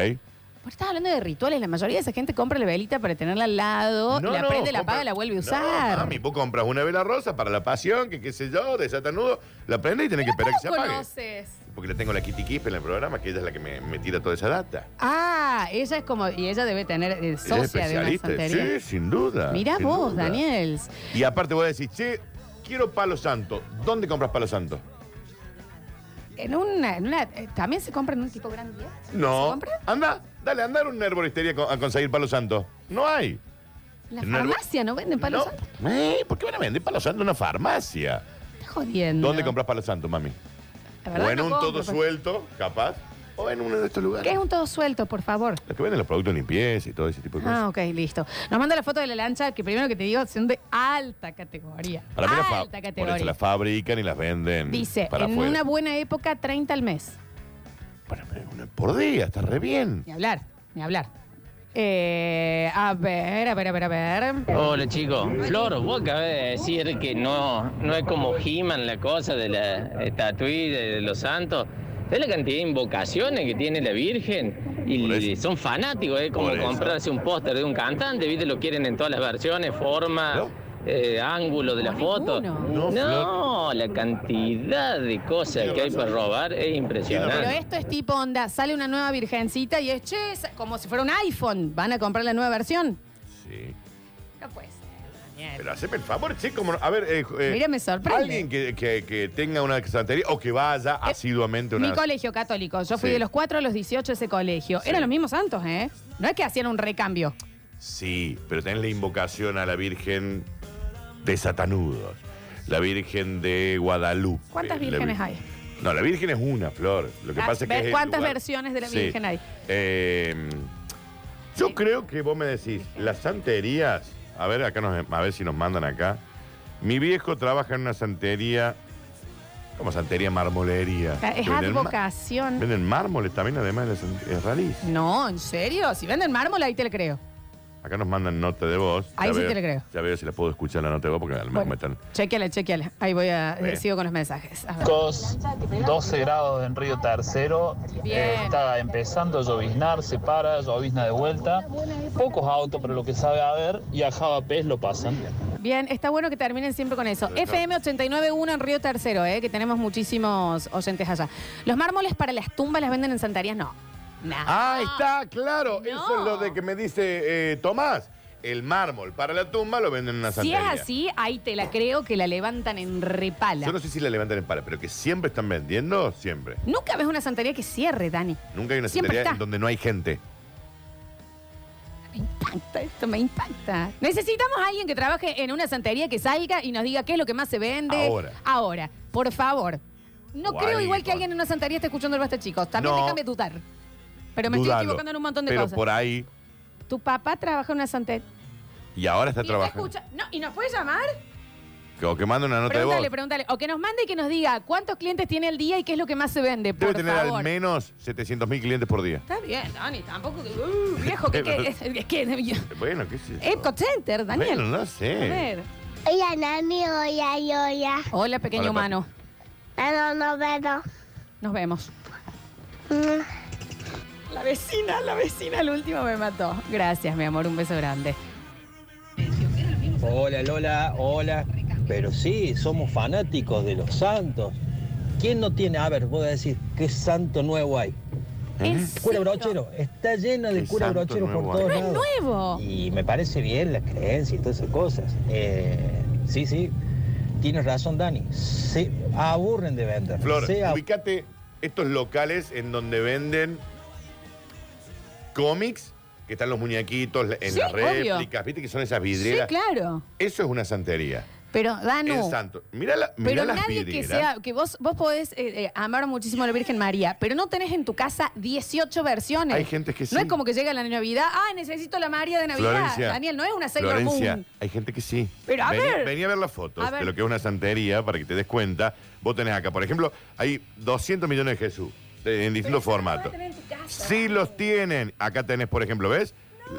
Vos estás hablando de rituales. La mayoría de esa gente compra la velita para tenerla al lado,
No,
la
no,
prende, la
compra-
apaga, la vuelve a
No,
usar.
mami, vos Ah, compras una vela rosa para la pasión, que qué sé yo, desatanudo, la prende y tenés que esperar que se apague.
conoces?
Porque le tengo la Kitty Kispe en el programa, que ella es la que me, me tira toda esa data.
Ah, ella es como... Y ella debe tener eh,
Ella es
socia de una
especialista.
santería.
Sí, sin duda.
Mirá
sin
vos,
duda.
Daniel.
Y aparte voy a decir, che, quiero palo santo. ¿Dónde compras palo santo?
En una, en una- eh, ¿También se compra en un tipo grande?
No. Anda, dale, anda a una herboristería co- a conseguir palo santo. No hay.
En la
En una-
farmacia no venden palos
No.
santos.
Eh, ¿Por qué van a vender palo santo en una farmacia?
Estás jodiendo.
¿Dónde compras palo santo, mami?
La verdad
O en
no
un
compro,
todo
pues.
suelto, capaz, o en uno de estos lugares.
¿Qué es un todo suelto, por favor?
Los que venden los productos de limpieza y todo ese tipo de cosas.
Ah, ok, listo. Nos manda la foto de la lancha, que primero que te digo, son de alta categoría.
Para mí la fa-
alta
por eso
categoría.
las fabrican y las venden
Dice,
Mm, para
en
afuera.
una buena época, 30 al mes.
Por día, está re bien.
Ni hablar, ni hablar. Eh, a ver, a ver, a ver, a ver.
Hola chicos, Flor, vos acabas de decir que no, no es como He-Man la cosa de la estatua de los santos. ¿Sabés la cantidad de invocaciones que tiene la Virgen? Y son fanáticos, es como comprarse un póster de un cantante, ¿viste? Lo quieren en todas las versiones, forma, eh, ángulo de la foto. No, la cantidad de cosas que hay para robar es
Pero
impresionante.
esto es tipo onda, sale una nueva virgencita y es che, es como si fuera un iPhone. ¿Van a comprar la nueva versión?
Sí.
No pues.
Pero haceme el favor, sí, como. no- A ver, eh, eh,
Mira, me sorprende. Eh,
Alguien que, que- que tenga una santería o que vaya asiduamente a una.
Mi colegio católico. Yo fui
Sí.
de los 4 a los 18 a ese colegio. Eran los mismos santos, ¿eh? No es que hacían un recambio.
Sí, pero tenés la invocación a la Virgen de Satanudos, la Virgen de Guadalupe.
¿Cuántas
la
vírgenes
vir-
hay?
No, la Virgen es una, Flor. Eh, Lo que
Ah,
pasa es que.
¿ves
es el
¿Cuántas
lugar-
versiones de la
Sí.
Virgen hay?
Eh, yo creo que vos me decís, las santerías. A ver, acá nos, a ver si nos mandan acá. Mi viejo trabaja en una santería. Como santería marmolería.
Ah, Es
Que venden ma-
advocación.
Venden mármoles también, además de las san- es rarís.
No, ¿en serio? Si venden mármol, ahí te lo creo.
Acá nos mandan nota de voz.
Ahí
Ya
sí
veo-
te la creo.
Ya veo si la puedo escuchar la nota de voz porque al menos me están.
Chequeala, chequeala. Ahí voy a...
Bien.
Sigo con los mensajes. Ah, A ver.
Chicos, 12 grados en Río Tercero.
Bien.
Eh, está empezando a lloviznar, se para, llovizna de vuelta. Pocos autos, pero lo que sabe haber, y a Javapés lo pasan.
Bien, está bueno que terminen siempre con eso. FM 89.1 en Río Tercero, ¿eh? que tenemos muchísimos oyentes allá. ¿Los mármoles para las tumbas las venden en santarías? No.
Ah, está, claro. Eso es lo de que me dice eh, Tomás. el mármol para la tumba lo venden en una
Si es
santería.
así, ahí te la creo que la levantan en repala.
Yo no sé si la levantan en pala, pero que siempre están vendiendo, siempre.
Nunca ves una santería que cierre, Dani.
Nunca hay una
Siempre
santería
está.
en donde no hay gente.
Impacta, esto me impacta. Necesitamos a alguien que trabaje en una santería que salga y nos diga qué es lo que más se vende.
Ahora.
Ahora, por favor. No
O
creo igual
alguien
que alguien en una santería esté escuchando el basta, chicos. También
No.
déjame dudar. Pero me
Dudalo.
estoy equivocando en un montón de
Pero
cosas.
por ahí,
Tu papá trabaja en una santería.
y ahora está
Y está
trabajando.
escucha- No, ¿Y nos puede llamar?
Que- O que manda una nota de voz.
Pregúntale, pregúntale. O que nos mande y que nos diga cuántos clientes tiene el día y qué es lo que más se vende.
Debe
Por
tener
favor.
al menos 700 mil clientes por día.
Está bien, Dani, tampoco. Uh, viejo, que, que, es, es que
Bueno, qué sé yo.
Epcot Eh, Center, Daniel.
Bueno, no sé.
A ver.
Hola, Nani, hola, hola.
Hola, pequeño
Hola, papi.
humano.
Bueno, nos vemos.
Nos vemos.
Mm.
La vecina, la vecina, el último me mató. Gracias, mi amor, un beso grande.
Hola Lola, hola. Pero sí, somos fanáticos de los santos. ¿Quién no tiene? A ver, voy a decir, ¿qué santo nuevo hay? Cura brochero, está llena de
¿Qué
cura
santo
brochero por
nuevo
todos
hay?
lados.
No es
nuevo.
Y me parece bien las creencias y todas esas cosas. Eh, sí, sí, tienes razón, Dani. Se aburren de vender.
Flor,
Se ab-
ubicate estos locales en donde venden cómics, que están los muñequitos la- en
Sí,
las
obvio.
réplicas, viste que son esas
Sí,
vidrieras.
claro.
Eso es una santería.
Pero, Danu.
Es santo. Mira, la, mirá
Pero
las
nadie que
vidrieras.
sea, que vos, vos podés eh, eh, amar muchísimo a la Virgen María, pero no tenés en tu casa 18 versiones.
Hay gente que sí.
No es como que llega la Navidad, ah, necesito la María de Navidad.
Florencia,
Daniel, no es una Sailor
Florencia,
Moon.
hay gente que sí.
Pero a
vení,
ver.
Vení a ver las fotos
A ver.
de lo que es una santería para que te des cuenta. Vos tenés acá, por ejemplo, hay 200 millones de Jesús de- en distintos formatos. Sí los tienen. Acá tenés, por ejemplo, ¿ves?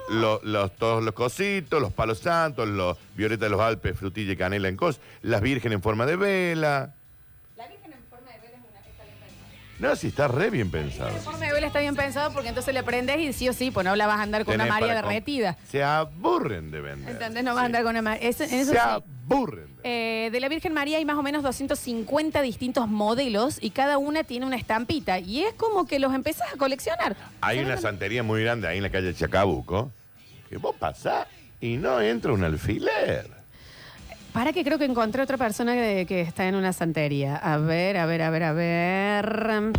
Lo- los, todos los cositos, los palos santos, los violeta de los Alpes, frutilla y canela en cos, las virgen en forma de vela. No, sí, está re bien pensado.
El forma de vela está bien pensado porque entonces le aprendes y sí o sí, pues no la vas a andar con una
Tenés
María
para comp-
derretida.
Se aburren de vender.
¿Entendés? No vas a andar con una María. Eso, en eso
Se
sí.
aburren.
Eh, de la Virgen María hay más o menos 250 distintos modelos y cada una tiene una estampita. Y es como que los empezás a coleccionar.
Hay una santería muy grande ahí en la calle Chacabuco que vos pasás y no entra un alfiler.
Para que creo que encontré otra persona que, que está en una santería. A ver, a ver, a ver, a ver.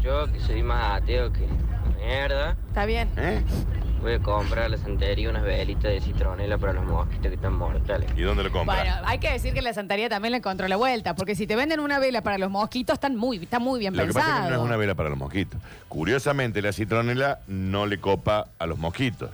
Yo que soy más ateo que la mierda,
Está bien.
¿Eh?
voy a comprar a la santería unas velitas de citronela para los mosquitos que están mortales.
¿Y dónde lo
Bueno, hay que decir que la santería también la encontró la vuelta, porque si te venden una vela para los mosquitos, están muy, está muy bien
Lo que pasa es que no
pensado.
es una vela para los mosquitos. Curiosamente, la citronela no le copa a los mosquitos.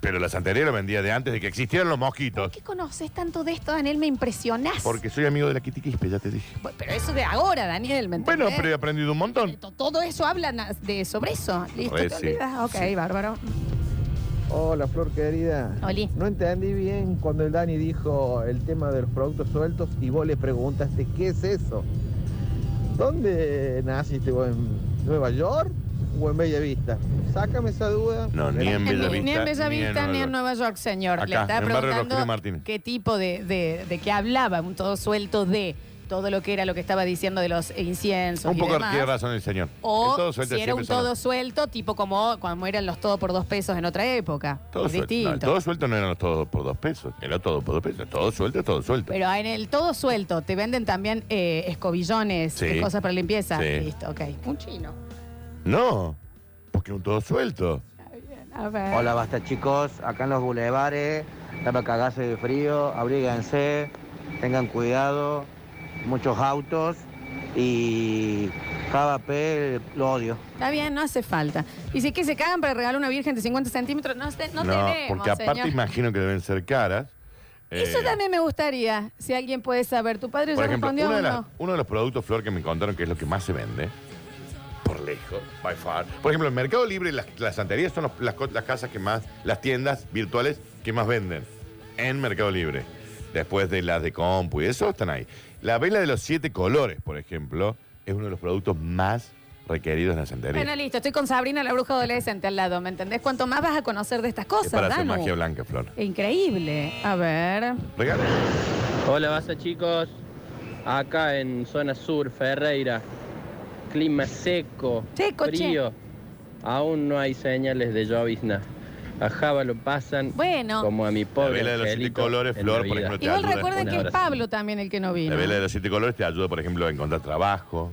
Pero la santería lo vendía de antes de que existieran los mosquitos.
¿Qué conoces tanto de esto, Daniel? Me impresionás.
Porque soy amigo de la Kitty Quispe, ya te dije.
Pero eso de ahora, Daniel, ¿me
Bueno,
entendés?
pero he aprendido un montón.
To- Todo eso habla na- de, sobre eso. Listo,
Re,
te
Pues sí.
olvidas. Ok,
Sí.
bárbaro.
Hola Flor querida.
Oli.
No entendí bien cuando el Dani dijo el tema de los productos sueltos y vos le preguntaste qué es eso. ¿Dónde naciste vos? ¿En Nueva York o en Bella Vista? Sácame esa duda.
No, ni en Bella Vista.
Ni en Bellavista, ni,
Nueva
en
York.
Nueva York, señor.
Acá,
Le estaba
en el barrio de los Quiles
preguntando
Martínez.
qué tipo de, de, de qué hablaba, un todo suelto de todo lo que era lo que estaba diciendo de los inciensos.
Un
y
poco
demás.
tiene razón el señor.
O
El todo suelto
si era un
siempre son-
todo suelto, tipo como cuando eran los todo por dos pesos en otra época.
todo
es
suelto. No, el
distinto.
todo suelto no eran los todos por dos pesos. Era todo por dos pesos. Todo suelto es todo suelto.
Pero en el todo suelto te venden también eh, escobillones,
Sí.
eh, cosas para limpieza.
Sí.
Listo, ok. Un chino.
No, porque un todo suelto.
A ver.
Hola, basta chicos, acá en los bulevares, está para cagarse de frío, abríguense, tengan cuidado, muchos autos y cada P lo odio.
Está bien, no hace falta. Y si que se cagan para regalar una virgen de 50 centímetros, no, te- no, tenemos,
porque aparte
señor.
imagino que deben ser caras.
Eso
Eh,
también me gustaría, si alguien puede saber. ¿Tu padre
Por
ya
ejemplo,
respondió
una
o
de las-
no?
uno de los productos, Flor, que me contaron que es lo que más se vende, por lejos, by far. Por ejemplo, en Mercado Libre, las, las santerías son los- las, co- las casas que más, las tiendas virtuales que más venden en Mercado Libre. Después de las de Compu y eso, están ahí. La vela de los siete colores, por ejemplo, es uno de los productos más requeridos en la santería.
Bueno, listo, estoy con Sabrina, la bruja adolescente al lado, ¿me entendés? Cuanto más vas a conocer de estas
es
cosas,
para hacer
Danu.
magia blanca, Flor.
Increíble. A ver.
Regalo.
Hola, basta chicos, acá en zona sur, Ferreira, clima seco,
Seco, che.
frío, aún no hay señales de llovizna.
A Java lo pasan
Bueno.
como a mi pobre.
vela de los siete
angelito
colores,
en la
Flor, por
vida.
ejemplo, te
Igual
ayuda.
recuerden
Un
que es
abrazo.
Pablo también el que no vino.
La vela de los siete colores te ayuda, por ejemplo, a encontrar trabajo,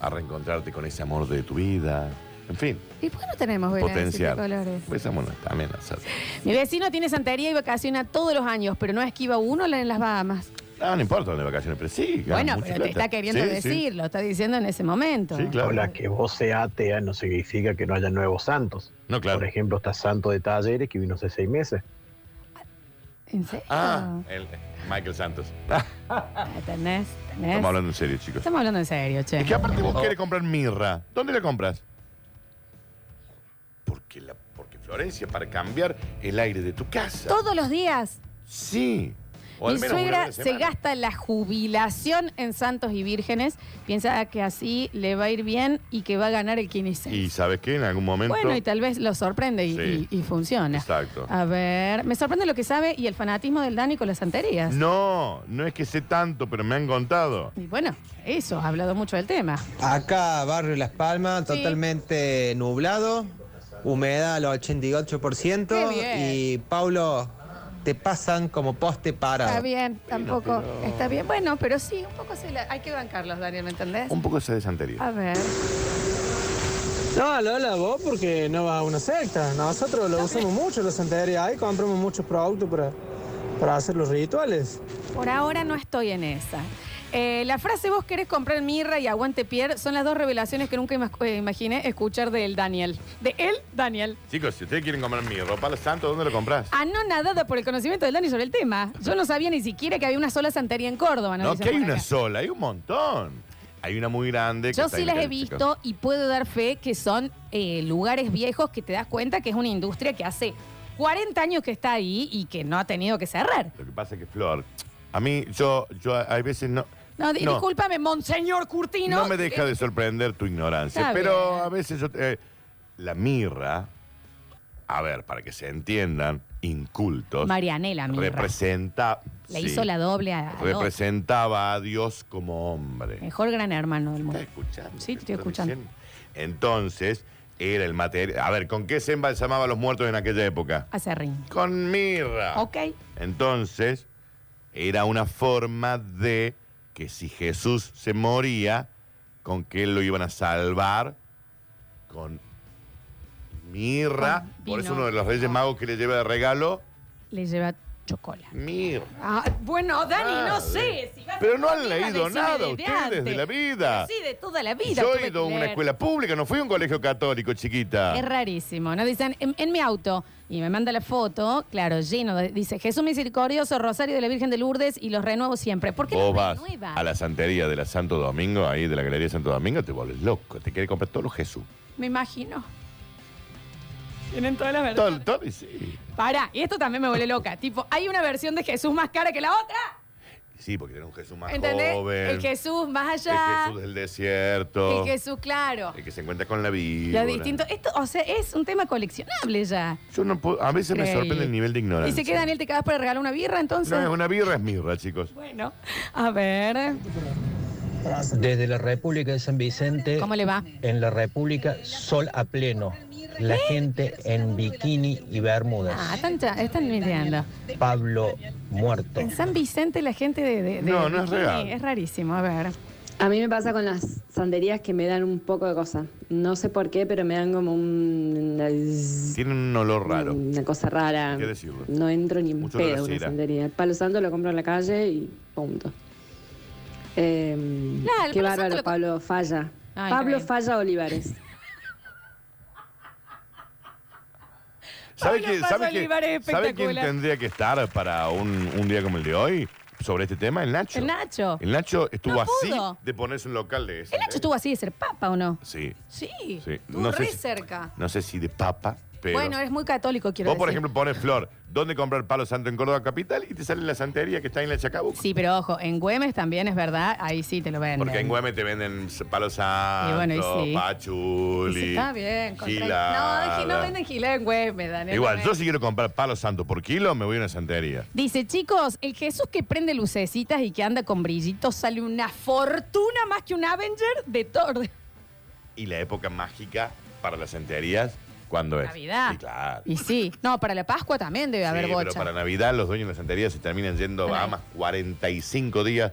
a reencontrarte con ese amor de tu vida. En fin,
¿Y por qué no tenemos vela
potenciar.
de siete colores?
Besámonos también. o sea,
Mi vecino tiene santería y vacaciona todos los años, pero no esquiva uno en las Bahamas.
Ah, No, no importa dónde vacaciones, pero sí. ganas
bueno,
mucha
pero te
plata.
está queriendo
Sí, sí.
decir, lo está diciendo en ese momento.
Ahora, que vos seas atea no significa que no haya nuevos santos.
No, claro.
Por ejemplo, está Santo de Talleres que vino hace seis meses.
¿En serio? Ah,
Ah, el- Michael Santos. Ah,
¿Tenés? ¿Tenés?
Estamos hablando en serio, chicos.
Estamos hablando en serio, che.
Es que aparte vos querés comprar mirra. ¿Dónde la compras? Porque, la, porque Florencia, para cambiar el aire de tu casa.
Todos los días.
Sí. O al
Mi
menos una
suegra
vez a la
se
semana.
gasta la jubilación en santos y vírgenes. Piensa que así le va a ir bien y que va a ganar el quinice.
Y sabes qué, en algún momento.
Bueno, y tal vez lo sorprende y,
Sí.
y- y funciona.
Exacto.
A ver, me sorprende lo que sabe y el fanatismo del Dani con las santerías.
No, no es que sé tanto, pero me han contado.
Y bueno, eso, ha hablado mucho del tema.
Acá, Barrio Las Palmas,
Sí.
totalmente nublado, humedad al 88%.
Qué bien.
Y Paulo, te pasan como poste
Está
parado.
bien, tampoco. Está bien, bueno, pero sí, un poco se la- hay que bancarlos, Daniel, ¿me entendés?
Un poco esa de santería.
A ver.
No, Lola, vos porque no vas a una secta. Nosotros lo usamos mucho los santería ahí, compramos muchos productos para, para hacer los rituales.
Por ahora no estoy en esa. Eh, la frase vos querés comprar mirra y aguante Pierre son las dos revelaciones que nunca ima- eh, imaginé escuchar del Daniel. De él, Daniel.
Chicos, si ustedes quieren comprar mi ropa los santos, ¿dónde lo compras?
Anonadada por el conocimiento del Dani sobre el tema. Yo no sabía ni siquiera que había una sola santería en Córdoba. nos
No,
dicen
que hay
por
una
acá.
sola, hay un montón. Hay una muy grande. que
Yo
está
sí
en
las he
Cali,
visto
chicos.
y puedo dar fe que son eh, lugares viejos que te das cuenta que es una industria que hace 40 años que está ahí y que no ha tenido que cerrar.
Lo que pasa es que Flor, a mí, yo, yo hay veces no.
No, di- discúlpame, Monseñor Curtino.
No me deja de sorprender tu ignorancia,
eh, Está
pero
bien.
a veces yo... te- eh, la mirra, a ver, para que se entiendan, incultos,
Marianela, mirra.
representa...
Le
sí,
hizo la doble a. a dos.
Representaba a Dios como hombre.
Mejor gran hermano del mundo.
escuchando?
Sí, te estoy escuchando.
Entonces, era el material... A ver, ¿con qué se embalsamaba a los muertos en aquella época?
Acerrín.
Con mirra.
Ok.
Entonces, era una forma de que si Jesús se moría, con que lo iban a salvar con mirra.
Con
Por eso
vino.
uno de los reyes magos que le lleva de regalo,
Le lleva chocolate.
mirra.
Ah, bueno, Dani, no sé. Si vas a
Pero no han
conmigo,
leído
decime
nada
desde
ustedes de la
antes.
vida.
Sí, de toda la vida.
Yo
tuve
he ido
que
a una
leer.
escuela pública, no fui a un colegio católico, chiquita.
Es rarísimo. Nos dicen, en, en mi auto, y me manda la foto, claro, lleno, de- dice Jesús misericordioso, Rosario de la Virgen de Lourdes y los renuevo siempre. ¿Por qué
Vos
los
vas
renueva?
a la santería de la Santo Domingo, ahí de la Galería Santo Domingo, te vuelves loco. Te quiere comprar todos los Jesús.
Me imagino. Tienen todas las verdades.
Todo, todo, y sí.
Pará, y esto también me vuelve loca. Tipo, hay una versión de Jesús más cara que la otra.
Sí, porque era un Jesús más
¿Entendés?
joven.
El Jesús más
El
allá.
Jesús del desierto.
El Jesús, claro.
El que se encuentra con la vida.
Lo distinto. Esto, o sea, es un tema coleccionable ya.
Yo no puedo- a veces me
Increíble.
sorprende el nivel de
¿Y
ignorancia.
se qué, Daniel, te quedas para regalar una birra entonces?
No, es una birra es mirra, chicos.
Bueno, a ver.
Desde la República de San Vicente.
¿Cómo le va?
En la República, sol a pleno. La gente en bikini y bermudas.
Ah, están, ya- están mintiendo.
Pablo muerto.
En San Vicente la gente de... de- de-
No, no es
Sí,
real.
es rarísimo, a ver.
A mí me pasa con las sanderías que me dan un poco de cosa. No sé por qué, pero me dan como un- una,
Tiene un olor raro.
Mm, una cosa rara.
¿Qué decirlo?
No entro ni en
Mucho ah. olor a
pedo a una
cera.
sandería. El palo santo lo compro en la calle y punto. Eh,
Nah, el
qué
palo
bárbaro,
santo lo-
Pablo Falla.
Ay,
Pablo
qué bien.
Falla Olivares.
¿Sabe,
Pablo
qué-
Paso
sabe,
Olivares
qué-
es
sabe quién
espectacular.
tendría que estar para un, un día como el de hoy sobre este tema? El Nacho.
El Nacho.
El Nacho estuvo
No
así
pudo.
de ponerse un local de ese.
El Nacho estuvo así de ser papa, ¿o no?
Sí.
Sí.
Sí.
Estuvo
No sé
re
si-
cerca.
No sé si de papa, pero.
Bueno, es muy católico, quiero
Vos, por
decir.
ejemplo, pones flor, ¿dónde comprar palo santo en Córdoba Capital? Y te sale la santería que está en la Chacabuco.
Sí, pero ojo, en Güemes también es verdad, ahí sí te lo venden.
Porque en Güemes te venden palo santo,
Y bueno, y sí.
pachuli.
Está bien. contra-
gilada.
No, es que no venden gilada en Güemes, Daniel.
Igual,
No
yo si quiero comprar palo santo por kilo, me voy a una santería.
Dice, chicos, el Jesús que prende lucecitas y que anda con brillitos sale una fortuna más que un Avenger de Thor.
Y la época mágica para las santerías, ¿Cuándo es?
Navidad.
Pues, Sí, claro.
Y sí. No, para la Pascua también debe haber
Sí,
bocha.
pero para Navidad los dueños de la santería se terminan yendo a más 45 días,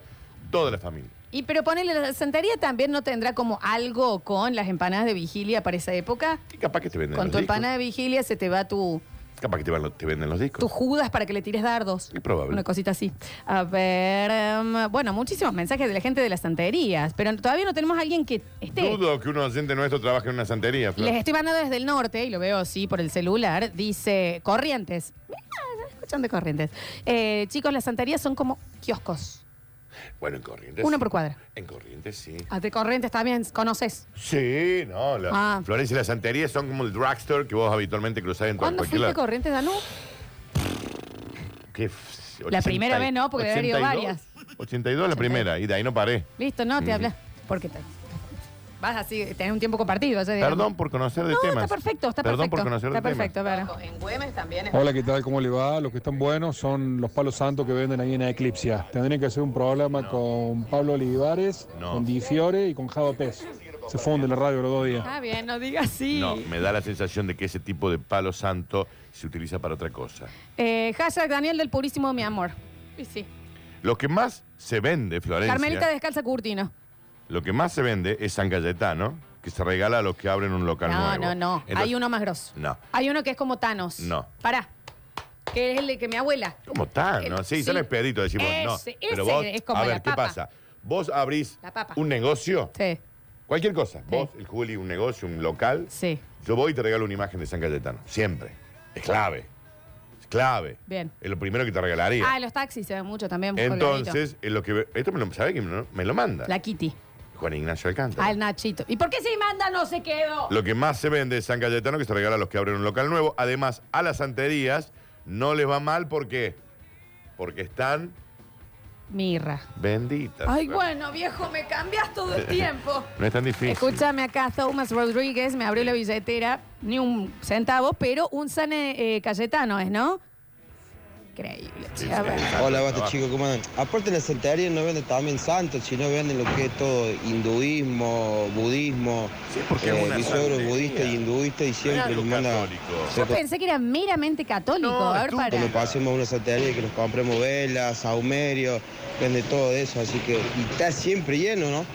toda la familia.
Y pero ponele, la santería también no tendrá como algo con las empanadas de vigilia para esa época.
Y capaz que te venden
Con
los
tu
discos.
empanada de vigilia se te va tu,
Capaz que te, van- te venden los discos.
tu Judas para que le tires dardos.
Es probable.
Una cosita así. A ver, em, bueno, muchísimos mensajes de la gente de las santerías, pero todavía no tenemos a alguien que esté.
Dudo que un oyente nuestro trabaje en una santería, Flor.
Les estoy mandando desde el norte, y lo veo así por el celular, dice Corrientes. Mirá, escuchan de Corrientes. Eh, chicos, las santerías son como kioscos.
Bueno, en Corrientes.
Uno
sí.
por cuadra.
En Corrientes, sí.
A Ah, de Corrientes también conoces.
Sí, no. La,
Ah.
Florencia y la santería son como el drugstore que vos habitualmente cruzás en
¿Cuándo
cualquier
fuiste a
lado.
Corrientes, Danú?
¿Qué f-
La primera
80
vez no, porque debe haber ido
82,
varias.
82 la primera, y de ahí no paré.
Listo, no, te
Mm.
hablas. Porque te- vas así, tenés un tiempo compartido. o sea, digamos.
Perdón por conocer de
no,
temas.
está perfecto, está
Perdón
perfecto.
por conocer de
está
temas.
perfecto, Vera. En Güemes también.
Hola, ¿qué tal? ¿Cómo le va? Los que están buenos son los palos santos que venden ahí en Eclipsia. Tendrían que hacer un programa con Pablo Olivares, con Di Fiore y con Java Pez. Se funde la radio los dos días.
Está bien, no digas así.
No, me da la sensación de que ese tipo de palo santo se utiliza para otra cosa.
Eh, hashtag Daniel del Purísimo, mi amor. Y sí.
Lo que más se vende, Florencia,
Carmelita descalza Curtino.
lo que más se vende es San Cayetano, que se regala a los que abren un local
No,
nuevo.
no, no.
Entonces-
Hay uno más grosso.
No,
Hay uno que es como Thanos.
no.
Pará. Que es el de que mi abuela.
¿Cómo están? No? Sí, son
Eh, sí.
expeditos, decimos, no.
Ese-
Pero
ese
vos,
es como
a
la
ver, ¿qué
papa.
pasa? Vos abrís
La papa.
un negocio,
Sí.
cualquier cosa. Vos, el Juli, un negocio, un local.
Sí.
Yo voy y te regalo una imagen de San Cayetano. Siempre. Es clave. Es clave.
Bien.
Es lo primero que te regalaría.
Ah, los taxis se ven mucho también. colgadito.
Entonces, en lo que esto me lo sabe que me lo, me lo manda.
La Kitty.
Juan Ignacio Alcántara.
Ah, el Nachito. ¿Y por qué si manda no se quedó?
Lo que más se vende es San Cayetano que se regala a los que abren un local nuevo. Además, a las santerías no les va mal porque porque están
Mirra.
benditas.
Ay, bueno, viejo, me cambias todo el tiempo.
No es tan difícil.
Escúchame acá, Thomas Rodríguez me abrió la billetera, ni un centavo, pero un San eh, Cayetano es, ¿no? Increíble. che, a ver.
Hola, basta chicos, ¿cómo andan? Aparte la santería no vende también santos, sino venden lo que es todo hinduismo, budismo. Sí,
porque es una
Mi suegro es
santería.
budista y hinduista y siempre
Algo
nos manda...
Yo pensé que era meramente católico. a ver, para.
Cuando pasemos a una santería que nos compremos velas, saumerio, vende todo eso, así que... Y está siempre lleno, ¿no?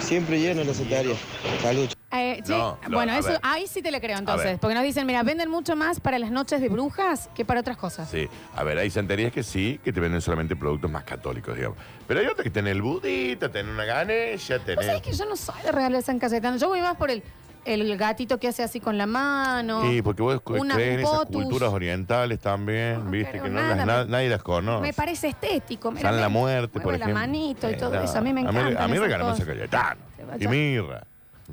Siempre lleno la santería. Salud.
Eh, che,
No, Flor,
bueno,
a
eso,
ver.
ahí sí te la creo entonces.
ver.
Porque nos dicen, mira, venden mucho más para las noches de brujas que para otras cosas.
Sí, a ver, hay santerías que sí, que te venden solamente productos más católicos, digamos. Pero hay otras que tienen el budita, tienen una ganesha,
¿Vos sabés
tienen...
que yo no soy de regalar San Cayetano? Yo voy más por el, el gatito que hace así con la mano.
Sí, porque vos cre-
Una
crees en esas
potus.
culturas orientales también, viste,
creo
que no
nada,
las- na- nadie las
Me
conoce.
parece estético. mira,
San
me-
la muerte, por
mueve la
ejemplo. Eh,
manito y todo eso, a mí me
A mí,
encantan esas
regalamos
cosas.
San Cayetano
Te vas
y
a-
mirra.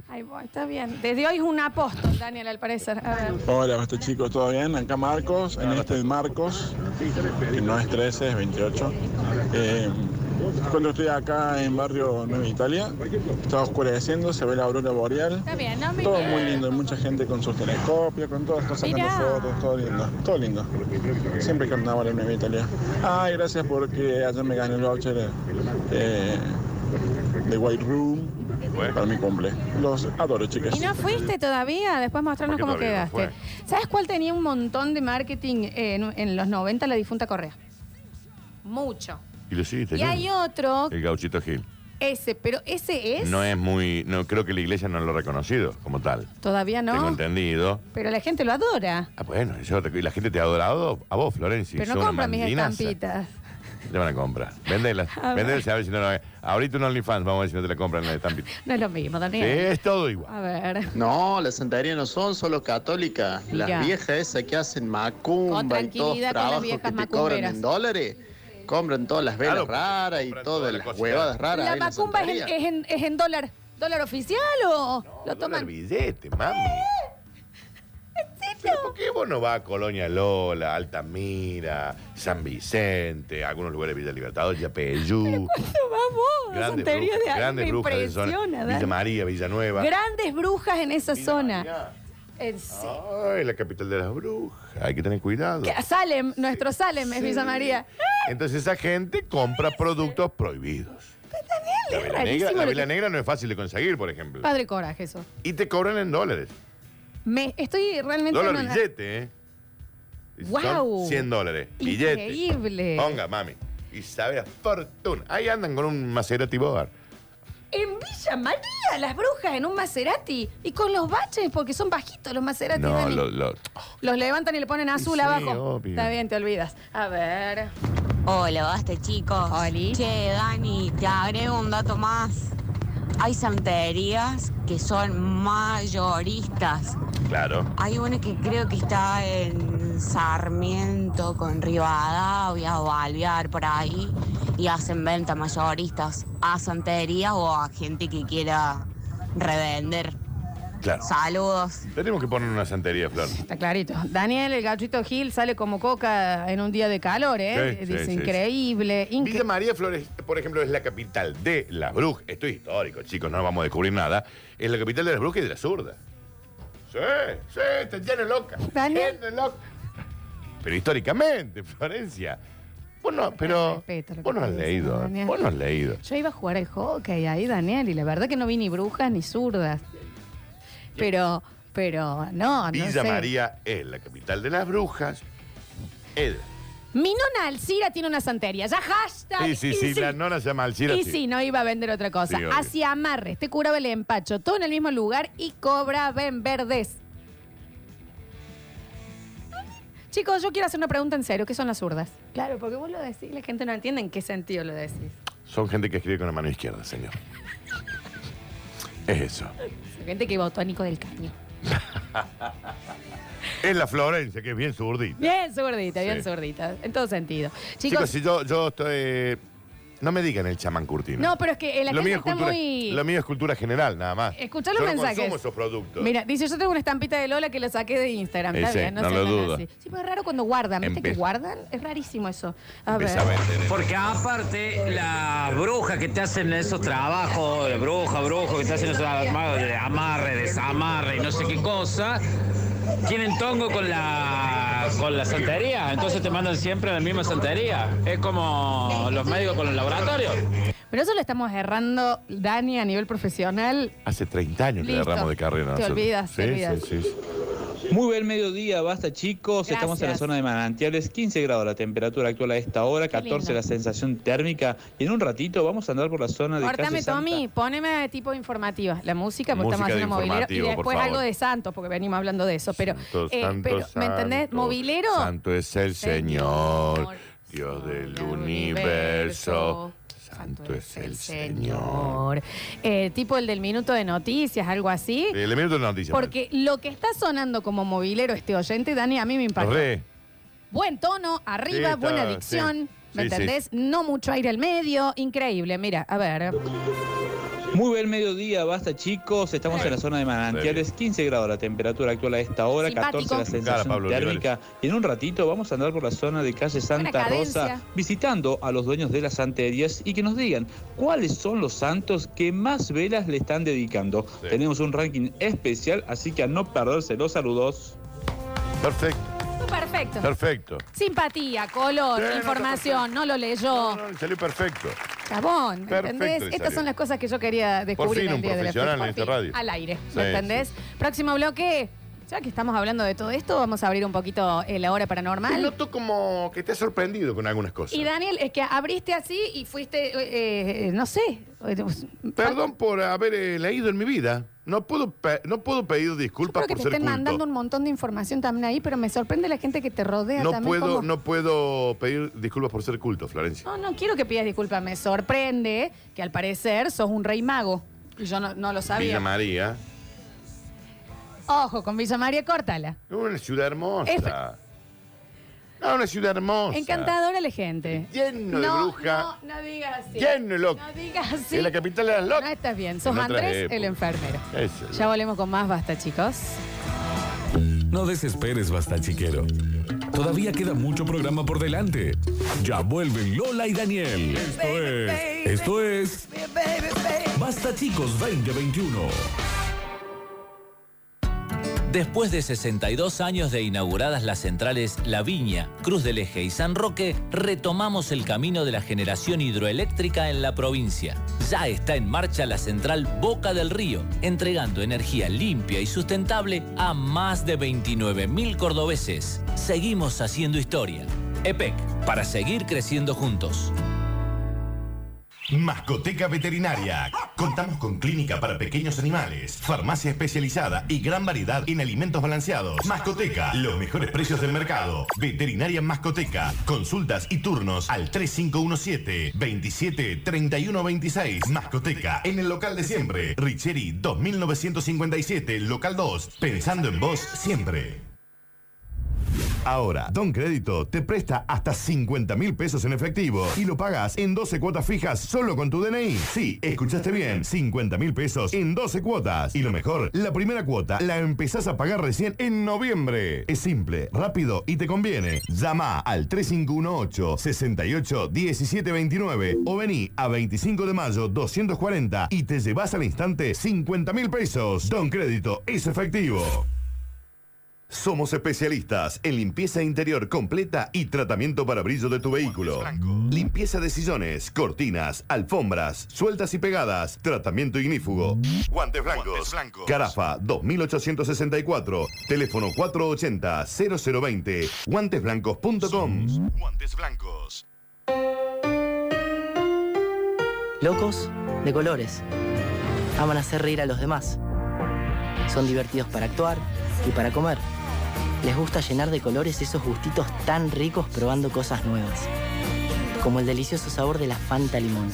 Ahí voy, está bien. Desde hoy es un apóstol, Daniel, al parecer. A ver.
Hola, estos chicos, ¿todo bien? Acá Marcos, en este Marcos, que no es 13, es 28. Eh, cuando estoy acá en barrio Nueva Italia, está oscureciendo, se ve la aurora boreal.
Está bien, no me
Todo muy lindo, hay mucha gente con sus telescopios, con todas cosas, sacando
Mirá.
fotos, todo lindo, todo lindo. Siempre carnaval en Nueva Italia. Ay, gracias porque ayer me gané el voucher eh, de White Room para mi cumple. Los adoro, chicas.
¿Y no fuiste todavía? Después mostrarnos
¿Por qué
cómo
todavía no
quedaste. ¿Sabes cuál tenía un montón de marketing eh, en, en los 90? La difunta Correa. Mucho.
Y lo sigue
Y hay
teniendo.
otro,
El gauchito Gil.
ese, pero ese es.
No es muy... No, creo que la iglesia no lo ha reconocido como tal.
Todavía
Tengo
no.
entendido.
Pero la gente lo adora.
Ah, bueno, eso te- y la gente te ha adorado a vos, Florencia.
pero
sos
no
una
compra mis
mandinaza.
estampitas.
Te van a comprar. Véndela.
A ver.
Véndela, a ver si no la... Ahorita un OnlyFans, vamos a ver si no te la compran en la estampita.
No es lo mismo,
Sí,
Daniel.
es todo igual.
A ver.
No, las santerías no son solo católicas. Las
Mirá.
viejas esas que hacen
Con
macumba y todos
tranquilidad con las
trabajos que
viejas
te cobran
macumberas.
en dólares, compran todas las velas
pues,
raras y todas las huevadas raras.
¿La
ahí en las
macumba es en,
santerías.
es en- es en dólar? ¿Dólar oficial o lo toman?
billete, mami. Pero ¿por qué vos no vas a Colonia Lola, Altamira, San Vicente, algunos lugares de Villa Libertador, Yapeyú?
Vamos,
Uh. Grandes
santería
brujas,
de ahí
grandes
me
brujas de esa zona.
impresiona,
Villa
Dani.
María, Villanueva.
Grandes brujas en esa zona. En sí.
Ay, la capital de las brujas. Hay que tener cuidado.
Que- Salem, nuestro Salem es Villa María.
Entonces esa gente compra productos prohibidos. La vela
rarísimo
negra, la
lo
vela
que-
negra no es fácil de conseguir, por ejemplo.
Padre Coraje, eso.
Y te cobran en dólares.
Me estoy realmente.
Dólar
no-
billete, ¿eh? Son
Guau.
100 dólares. Billete.
Increíble.
Ponga, mami. Y sabe a fortuna. Ahí andan con un Maserati Bogar.
En Villa María, las brujas en un Maserati. Y con los baches, porque son bajitos los Maserati.
No,
Dani.
lo, lo-
Los levantan y le ponen azul
sí,
abajo.
obvio.
Está bien, te olvidas. A ver.
Hola, basta chicos. Che, Dani, te agrego un dato más. Hay santerías que son mayoristas.
Claro.
Hay una que creo que está en Sarmiento con Rivadavia o Alvear por ahí y hacen ventas mayoristas a santerías o a gente que quiera revender.
Claro.
Saludos.
Tenemos que poner una santería, Flor.
Está clarito. Daniel, el gachito Gil sale como coca en un día de calor, ¿eh?
Sí, sí,
Dice,
sí, sí.
increíble. incre-
Villa María Flores, por ejemplo, es la capital de las brujas. Esto es histórico, chicos, no vamos a descubrir nada. Es la capital de las brujas y de la zurda. Sí, sí, te llena loca.
Daniel.
Llena loca. Pero históricamente, Florencia. Vos no, pero.
Respeto lo que
Vos no has
te dice,
leído.
Daniel.
Vos no has leído.
Yo iba a jugar al hockey ahí, Daniel, y la verdad que no vi ni brujas ni zurdas. Pero, pero, no, no
Villa
sé.
María es la capital de las brujas. Él.
Mi nona Alcira tiene una santería. Ya hashtag.
Sí, sí,
y
sí, la nona se llama Alcira.
Y
sí.
sí, no iba a vender otra cosa.
Sí, obvio.
Hacia amarres, te curaba el empacho, todo en el mismo lugar y cobraba en verdes. Chicos, yo quiero hacer una pregunta en serio. ¿Qué son las zurdas? Claro, porque vos lo decís, la gente no entiende en qué sentido lo decís.
Son gente que escribe con la mano izquierda, señor. es eso.
Gente que votó a Nico del Caño.
Es la Florencia, que es bien zurdita.
Bien zurdita, bien
Sí.
zurdita. En todo sentido.
Chicos,
Chicos,
si yo, yo estoy. eh, No me digan el chamán Curtino.
no, pero es que la
lo
gente
mío, es
está
cultura,
muy.
lo mío es cultura general, nada más.
Escuchá los
Ah, Yo
mensajes.
No consumo esos productos.
Mira, dice, yo tengo una estampita de Lola que la saqué de Instagram.
Eh,
Está
sí,
bien, no,
no
se
lo
hagan
dudo.
así. Sí, pero es raro cuando guardan. ¿Viste que
Empe-
guardan? Es rarísimo eso. A ver.
Empieza Porque aparte, las brujas que te hacen esos trabajos, la bruja, brujo, que te hacen esos armados de amarre, desamarre y no sé qué cosa, tienen tongo con la, con la santería. Entonces te mandan siempre a la misma santería. Es como los médicos con los laboratorios.
Pero eso lo estamos errando, Dani, a nivel profesional.
Hace 30 años que
Listo.
agarramos de carrera.
Te
nosotros.
olvidas, te
Sí,
olvidas.
sí, sí.
Muy buen mediodía, basta chicos. Estamos en la
Gracias.
zona de manantiales, 15 grados la temperatura actual a esta hora,
Qué lindo.
14 la sensación térmica. Y en un ratito vamos a andar por la zona de
Cortame,
calle Santa.
Tommy, poneme tipo informativa. La música, porque estamos
Música de
haciendo movilero. Y
informativo, por
después
favor.
algo de Santos, porque venimos hablando de eso. Pero,
Santo,
eh,
santo,
pero ¿me entendés?
santo,
Movilero.
Santo es el Señor, Dios del universo. Santo es el Señor.
eh, tipo el del minuto de noticias, algo así.
El minuto de noticias. ¿eh?
Porque lo que está sonando como movilero este oyente, Dani, a mí me impactó.
Re.
Buen tono, arriba,
Sí, está,
buena dicción.
sí.
¿Me
Sí, sí.
entendés? No mucho aire al medio. Increíble. Mira, a ver.
Muy buen mediodía, basta chicos. Estamos en la zona de manantiales, 15 grados la temperatura actual a esta hora, 14 la
Simpático.
sensación
Cara, Pablo
térmica. Y en un ratito vamos a andar por la zona de calle Santa
Buena
Rosa,
cadencia.
visitando a los dueños de las santerías y que nos digan cuáles son los santos que más velas le están dedicando. Tenemos un ranking especial, así que a no perderse los saludos.
Perfecto,
Perfecto.
perfecto.
Simpatía, color,
Sí, no, no,
información. No, lo leyó.
Salió perfecto.
Cabón, ¿me
Perfecto
entendés?
le
Estas
salió.
son las cosas que yo quería descubrir
fin,
el
un
día de la
profesional
fecha.
en
Por
esta
fin,
radio.
Al aire,
Sí,
¿me entendés? Próximo bloque. Ya que estamos hablando de todo esto, vamos a abrir un poquito eh, la hora
Te
paranormal.
noto como que te has sorprendido con algunas cosas.
Y Daniel, es que abriste así y fuiste, eh, eh, no sé.
Perdón por haber eh, leído en mi vida. No puedo, pe- no puedo pedir disculpas
Creo que
por
te
ser
estén mandando
culto.
un montón de información también ahí, pero me sorprende la gente que te rodea
No
también.
puedo,
cómo-
no puedo pedir disculpas por ser culto, Florencia.
no, no quiero que pidas disculpas. Me sorprende que al parecer sos un rey mago. Y yo no, no lo
Villa
sabía.
María.
Ojo, con Villa María, córtala.
Es Una ciudad hermosa.
Es-
No, una ciudad hermosa.
Encantadora la gente.
Lleno de
No,
bruja.
No, no digas así.
Lleno de loco.
No digas así.
En la capital de las locas.
No estás bien. Sos
En otras
Andrés, el
épocas.
enfermero.
Eso.
Ya volvemos con más basta, chicos.
No desesperes, basta chiquero. Todavía queda mucho programa por delante. Ya vuelven Lola y Daniel. Esto es. Esto es. Basta chicos 2021.
Después de 62 años de inauguradas las centrales La Viña, Cruz del Eje y San Roque, retomamos el camino de la generación hidroeléctrica en la provincia. Ya está en marcha la central Boca del Río, entregando energía limpia y sustentable a más de 29.000 cordobeses. Seguimos haciendo historia. E EPEC, para seguir creciendo juntos.
Mascoteca Veterinaria. Contamos con clínica para pequeños animales, farmacia especializada y gran variedad en alimentos balanceados. Mascoteca, los mejores precios del mercado. Veterinaria Mascoteca. Consultas y turnos al 3517-273126. Mascoteca, en el local de siempre. Richeri 2957, local 2. Pensando en vos siempre. Ahora, Don Crédito te presta hasta 50 mil pesos en efectivo y lo pagas en 12 cuotas fijas solo con tu DNI. Sí, escuchaste bien, 50 mil pesos en 12 cuotas. Y lo mejor, la primera cuota la empezás a pagar recién en noviembre. Es simple, rápido y te conviene. Llama al 3518-681729 o vení a 25 de mayo 240 y te llevas al instante 50 mil pesos. Don Crédito es efectivo. Somos especialistas en limpieza interior completa y tratamiento para brillo de tu vehículo. Limpieza de sillones, cortinas, alfombras, sueltas y pegadas, tratamiento ignífugo. Guantes blancos. Carafa 2864, teléfono 480-0020, guantesblancos.com. Guantes blancos.
Locos de colores. Aman hacer reír a los demás. Son divertidos para actuar y para comer. Les gusta llenar de colores esos gustitos tan ricos probando cosas nuevas. Como el delicioso sabor de la Fanta Limón.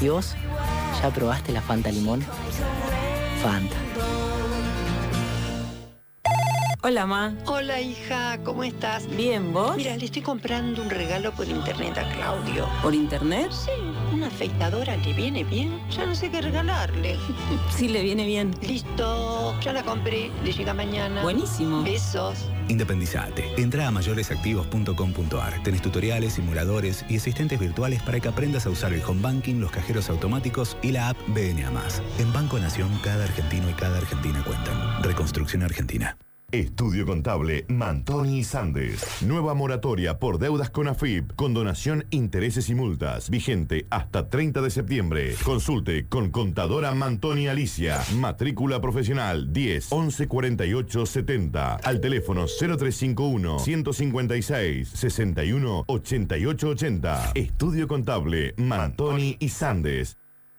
¿Y vos? ¿Ya probaste la Fanta Limón? Fanta.
Hola, ma. Hola, hija. ¿Cómo estás? Bien, ¿vos? Mira, le estoy comprando un regalo por internet a Claudio.
¿Por internet?
Sí, una afeitadora le viene bien. Ya no sé qué regalarle.
Sí, le viene bien.
Listo. Ya la compré. Le llega mañana.
Buenísimo.
Besos.
Independizate. Entra a mayoresactivos.com.ar. Tenés tutoriales, simuladores y asistentes virtuales para que aprendas a usar el home banking, los cajeros automáticos y la app BNA+. En Banco Nación, cada argentino y cada argentina cuentan. Reconstrucción Argentina.
Estudio Contable Mantoni Sandes. Nueva moratoria por deudas con AFIP, con donación, intereses y multas. Vigente hasta 30 de septiembre. Consulte con contadora Mantoni Alicia. Matrícula profesional 10 11 48 70. Al teléfono 0351 156 61 88 80. Estudio Contable Mantoni y Sandes.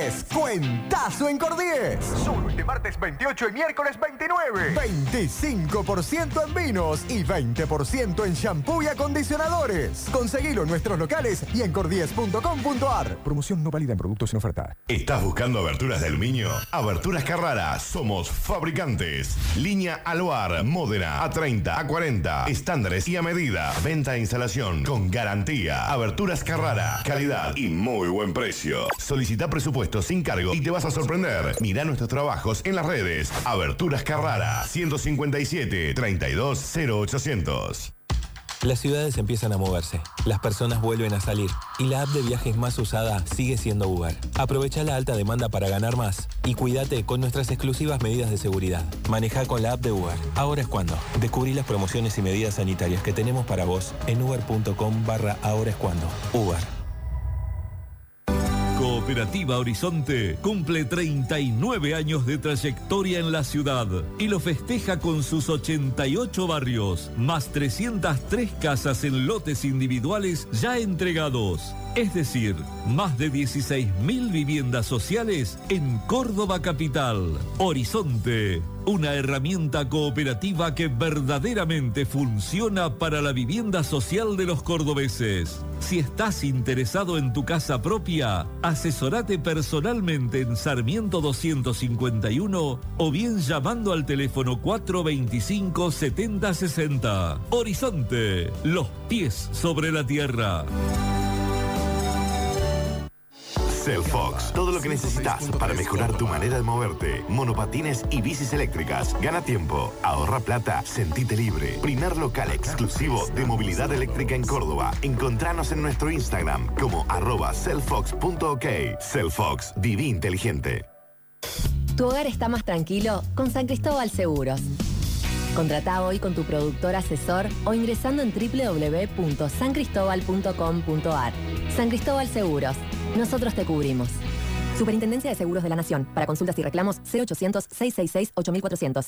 Descuentazo en Cordíez. Solo este martes 28 y miércoles 29. 25% en vinos y 20% en shampoo y acondicionadores. Conseguilo en nuestros locales y en cordies.com.ar.
Promoción no válida en productos en oferta.
¿Estás buscando aberturas de aluminio? Aberturas Carrara. Somos fabricantes. Línea Aluar, Módena, A30, A40. Estándares y a medida. Venta e instalación con garantía. Aberturas Carrara. Calidad y muy buen precio. Solicita presupuesto sin cargo y te vas a sorprender. Mira nuestros trabajos en las redes. Aberturas Carrara. 157 32 0800.
Las ciudades empiezan a moverse, las personas vuelven a salir y la app de viajes más usada sigue siendo Uber. Aprovecha la alta demanda para ganar más y cuídate con nuestras exclusivas medidas de seguridad. Maneja con la app de Uber. Ahora es cuando. Descubrí las promociones y medidas sanitarias que tenemos para vos en uber.com barra ahora es cuando. Uber.
Cooperativa Horizonte cumple 39 años de trayectoria en la ciudad y lo festeja con sus 88 barrios, más 303 casas en lotes individuales ya entregados. Es decir, más de 16.000 viviendas sociales en Córdoba Capital. Horizonte, una herramienta cooperativa que verdaderamente funciona para la vivienda social de los cordobeses. Si estás interesado en tu casa propia, asesorate personalmente en Sarmiento 251 o bien llamando al teléfono 425 7060. Horizonte, los pies sobre la tierra.
Cellfox, todo lo que necesitas para mejorar tu manera de moverte. Monopatines y bicis eléctricas. Gana tiempo, ahorra plata, sentite libre. Primer local exclusivo de movilidad eléctrica en Córdoba. Encontranos en nuestro Instagram como arroba cellfox.ok. Cellfox, viví inteligente.
Tu hogar está más tranquilo con San Cristóbal Seguros. Contrata hoy con tu productor asesor o ingresando en www.sancristobal.com.ar. San Cristóbal Seguros. Nosotros te cubrimos.
Superintendencia de Seguros de la Nación. Para consultas y reclamos, 0800-666-8400.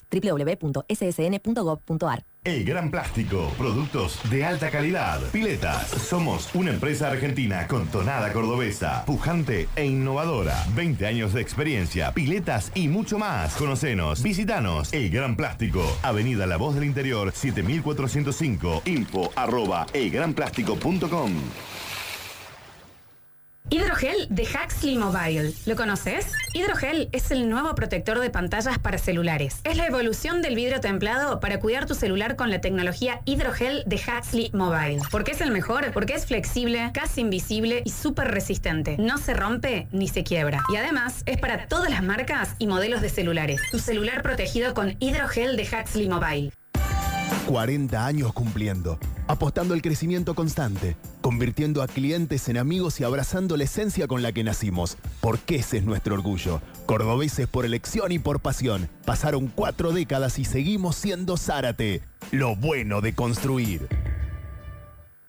www.ssn.gov.ar.
El Gran Plástico, productos de alta calidad, piletas. Somos una empresa argentina con tonada cordobesa, pujante e innovadora. 20 años de experiencia, piletas y mucho más. Conocenos, visitanos. El Gran Plástico, Avenida La Voz del Interior, 7405. Info arroba elgranplástico.com.
Hidrogel de Huxley Mobile. ¿Lo conoces? Hidrogel es el nuevo protector de pantallas para celulares. Es la evolución del vidrio templado para cuidar tu celular con la tecnología hidrogel de Huxley Mobile. ¿Por qué es el mejor? Porque es flexible, casi invisible y súper resistente. No se rompe ni se quiebra. Y además es para todas las marcas y modelos de celulares. Tu celular protegido con hidrogel de Huxley Mobile.
40 años cumpliendo, apostando al crecimiento constante, convirtiendo a clientes en amigos y abrazando la esencia con la que nacimos, porque ese es nuestro orgullo. Cordobeses por elección y por pasión. Pasaron cuatro décadas y seguimos siendo Zárate. Lo bueno de construir.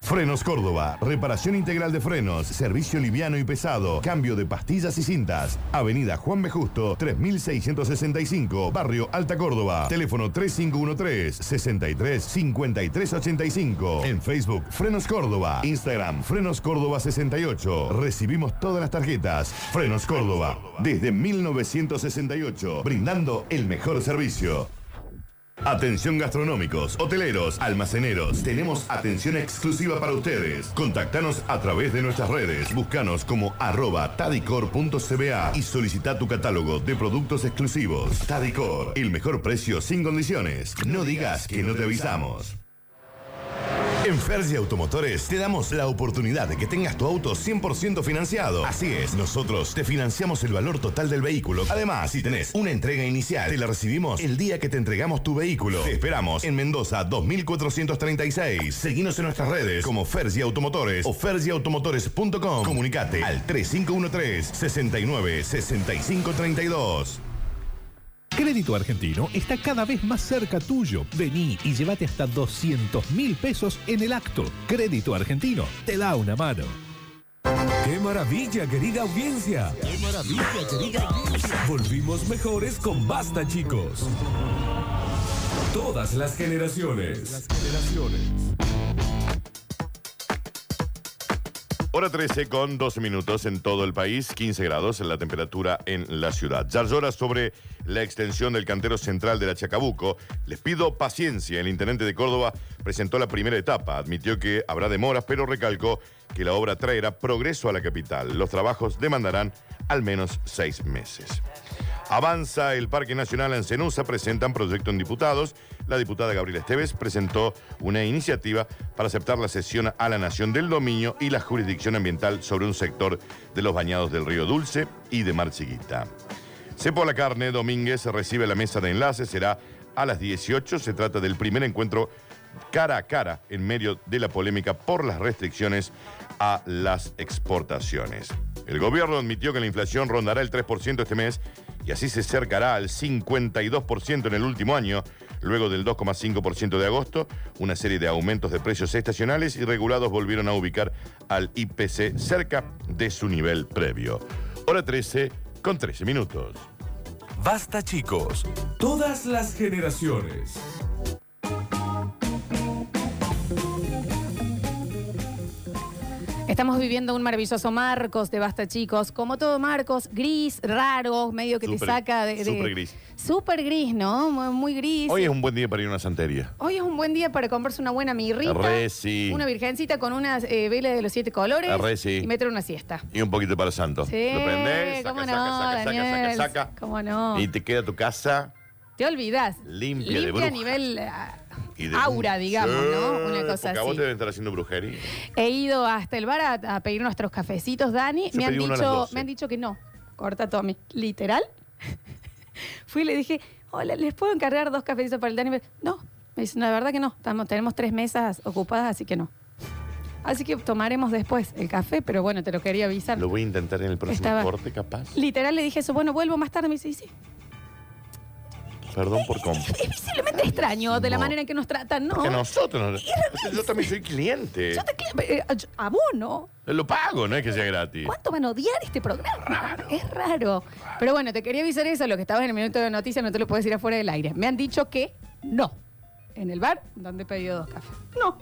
Frenos Córdoba, reparación integral de frenos, servicio liviano y pesado, cambio de pastillas y cintas. Avenida Juan B. Justo, 3665, Barrio Alta Córdoba. Teléfono 3513-635385. En Facebook, Frenos Córdoba. Instagram, Frenos Córdoba 68. Recibimos todas las tarjetas. Frenos Córdoba, desde 1968, brindando el mejor servicio. Atención gastronómicos, hoteleros, almaceneros. Tenemos atención exclusiva para ustedes. Contactanos a través de nuestras redes. Búscanos como arroba tadicor.cba y solicita tu catálogo de productos exclusivos. Tadicor, el mejor precio sin condiciones. No digas que no te avisamos. En Fergie Automotores te damos la oportunidad de que tengas tu auto 100% financiado. Así es, nosotros te financiamos el valor total del vehículo. Además, si tenés una entrega inicial, te la recibimos el día que te entregamos tu vehículo. Te esperamos en Mendoza 2436. Seguinos en nuestras redes como Fergie Automotores o fergieautomotores.com. Comunicate al 3513 69 65 32.
Crédito Argentino está cada vez más cerca tuyo. Vení y llévate hasta 200 mil pesos en el acto. Crédito Argentino te da una mano.
¡Qué maravilla, querida audiencia! ¡Qué maravilla, querida audiencia! Volvimos mejores con Basta, chicos. Todas las generaciones. Las generaciones.
Hora 13 con 12 minutos en todo el país, 15 grados en la temperatura en la ciudad. Ya llora sobre la extensión del cantero central de la Chacabuco. Les pido paciencia. El intendente de Córdoba presentó la primera etapa. Admitió que habrá demoras, pero recalcó que la obra traerá progreso a la capital. Los trabajos demandarán al menos seis meses. Avanza el Parque Nacional Ancenusa, presentan proyecto en diputados. La diputada Gabriela Esteves presentó una iniciativa para aceptar la cesión a la Nación del Dominio y la jurisdicción ambiental sobre un sector de los bañados del río Dulce y de Mar Chiquita. Cepo la carne, Domínguez recibe la mesa de enlace, será a las 18. Se trata del primer encuentro cara a cara en medio de la polémica por las restricciones a las exportaciones. El gobierno admitió que la inflación rondará el 3% este mes y así se acercará al 52% en el último año.
Luego del 2,5% de agosto, una serie de aumentos de precios estacionales y regulados volvieron a ubicar al IPC cerca de su nivel previo. Hora 13 con 13 minutos.
Basta chicos. Todas las generaciones.
Estamos viviendo un maravilloso Marcos de Basta Chicos. Como todo Marcos, gris, raro, medio que te
Súper-
saca de... de-
súper gris.
Súper gris, ¿no? Muy, muy gris.
Hoy es un buen día para ir a una santería.
Hoy es un buen día para comprarse una buena mirrita.
Re sí. Ah,
Una virgencita con una eh, vela de los siete colores.
Re sí.
Y meter una siesta.
Y un poquito para santo. Lo prendés, saca,
cómo
saca,
no,
saca, saca,
Daniel.
saca, saca.
Cómo no.
Y te queda tu casa
Te olvidas.
limpia, de
Limpia a
bruja.
nivel ah,
y de-
aura, digamos, ¿no?
Sí,
Una cosa
porque a vos
así.
deben estar haciendo brujería.
He ido hasta el bar a, a pedir nuestros cafecitos, Dani.
Yo
me han
pedí uno a las
dicho,
12.
me han dicho que no. Corta Tommy. Literal. Fui y le dije, hola, ¿les puedo encargar dos cafecitos para el Dani? Me- No. Me dice, no, la verdad que no. Estamos, tenemos tres mesas ocupadas, así que no. Así que tomaremos después el café, pero bueno, te lo quería avisar.
Lo voy a intentar en el próximo
Estaba-
corte, capaz.
Literal le dije eso, bueno, vuelvo más tarde. Me dice, sí, sí.
Perdón por compra.
Simplemente extraño de la manera en que nos tratan, ¿no?
Porque nosotros, no- yo también soy cliente.
Yo te eh, yo- abono.
Lo pago, no es que sea gratis.
¿Cuánto van a odiar este programa? Es raro. Pero bueno, te quería avisar eso, lo que estabas en el minuto de noticias, no te lo puedes ir afuera del aire. Me han dicho que no. En el bar, donde he pedido dos cafés. No.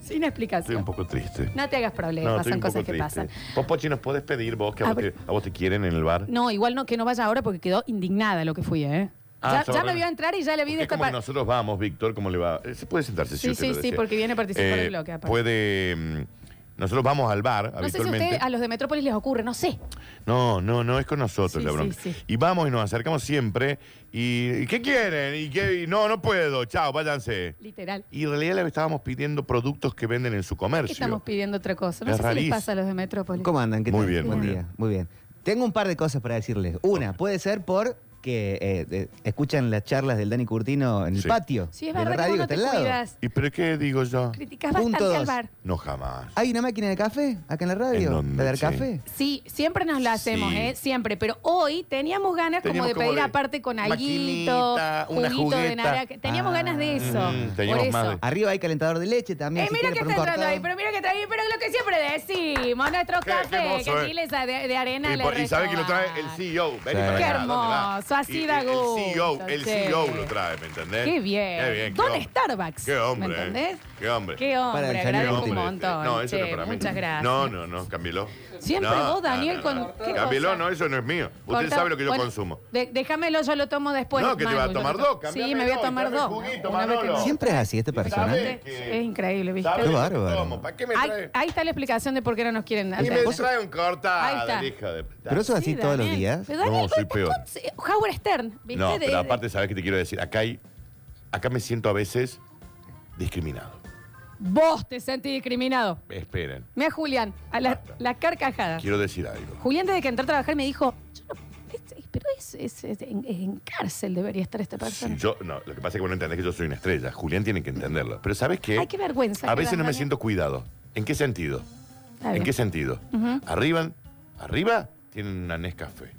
Sin
Estoy
explicación.
un poco triste.
No te hagas
No,
problemas,
estoy
son
un poco
cosas que
triste.
pasan.
Vos, Pochi, nos podés pedir vos que a,
A
vos te, a vos te quieren en el bar.
No, igual no, que no vaya ahora porque quedó indignada lo que fui, ¿eh?
Ah,
Ya- ya,
está
me
horrible.
vio entrar y ya le vi
Porque es como
destapar.
que nosotros vamos, Víctor, ¿cómo le va? Eh, Se puede sentarse,
Sí,
usted lo
sí, sí,
desea.
porque viene a participar del bloque, aparte.
Puede. mm, Nosotros vamos al bar
No sé si a
habitualmente.
usted, a los de Metrópolis les ocurre, no sé.
No, no, no es con nosotros
Sí,
la
sí,
bronca.
sí.
Y vamos y nos acercamos siempre. ¿Y ¿y qué quieren? ¿Y qué? y no, no puedo. Chao, váyanse.
Literal.
Y en realidad le estábamos pidiendo productos que venden en su
¿Qué
comercio.
estamos pidiendo otra cosa? No
Es
sé si les
rarísimo.
pasa a los de Metrópolis.
¿Cómo andan? ¿Qué
Muy
tal?
bien,
Buen
muy
día, Muy bien. Tengo un par de cosas para decirles. Una, puede ser por que eh, eh, escuchan las charlas del Dani Curtino en el patio.
Sí, es
de la
verdad que
radio
vos no te
está al lado.
cuidas.
¿Y pero qué digo yo?
Criticas
Punto
bastante al
dos.
bar.
No, jamás.
¿Hay una máquina de café Ah, acá en la
¿En
radio?
dónde,
¿La del
che?
café?
Sí, siempre nos la hacemos,
Sí.
¿eh? Siempre. Pero hoy teníamos ganas
Teníamos
como de
como
pedir
de
aparte con alguito,
Maquinita,
juguito de naranja. Teníamos
Ah.
ganas de eso.
Mm,
Por eso.
Arriba hay calentador de leche también.
Eh,
si
mira
quiere,
que
por
está
un
entrando
cordón.
ahí, pero mira que trae, pero es lo que siempre decimos, nuestros
Qué- qué
cafés,
hermoso, eh.
que chiles de, de arena
Y,
le
por- y sabe que lo
resto
trae el CEO. Vení
Sí.
para
Qué
acá, ¿dónde va?
hermoso, así
Y-
da
y-
gusto,
El CEO, el
che.
CEO lo trae, ¿me
va.
entendés?
Qué bien.
Qué bien.
Don
hombre.
Starbucks.
Qué hombre.
¿Me
eh.
entendés?
Qué hombre.
Qué hombre,
Para el
agradezco
Daniel.
un montón,
No, eso no
che,
es para mí.
muchas gracias.
No, no, no, cámbielo.
Siempre
No,
vos, Daniel,
no, no,
con-
no.
¿qué
Cámbielo,
cosa?
no, eso no es mío. Usted
Corta-
sabe lo que yo
bueno,
consumo.
de- déjamelo, yo lo tomo después.
No, que te va a
Manu, yo
tomar
lo-
dos,
Sí, me voy a tomar dos. Una vez que-
Siempre es así este personaje.
Es increíble, ¿viste?
Qué bárbaro.
Ahí, ahí está la explicación de por qué no nos quieren
Y
atender.
me trae un
Ahí
corta
está.
de hija de...
Pero eso es así
Sí,
todos los
Daniel.
días.
Pero Daniel,
No, soy
¿cómo-
peor.
cómo- Howard Stern, ¿viste?
No,
De-
pero
de-
aparte, ¿sabes qué te quiero decir? Acá hay... Acá me siento a veces discriminado.
Vos te sentís discriminado.
Esperen,
Mira, Julián, a la, la carcajada.
quiero decir algo.
Julián, desde que entró a trabajar, me dijo: Yo no, es- es- pero es, es- es- en, en cárcel debería estar esta persona.
Yo, no, lo que pasa es que vos no entendés que yo soy una estrella. Julián tiene que entenderlo. Pero ¿sabes qué?
Ay, qué vergüenza.
A
que
veces
das,
no me
Daniel.
siento cuidado. ¿En qué sentido?
Está
¿En
bien.
qué sentido?
Ujú.
Arriba, arriba tienen una Nescafé.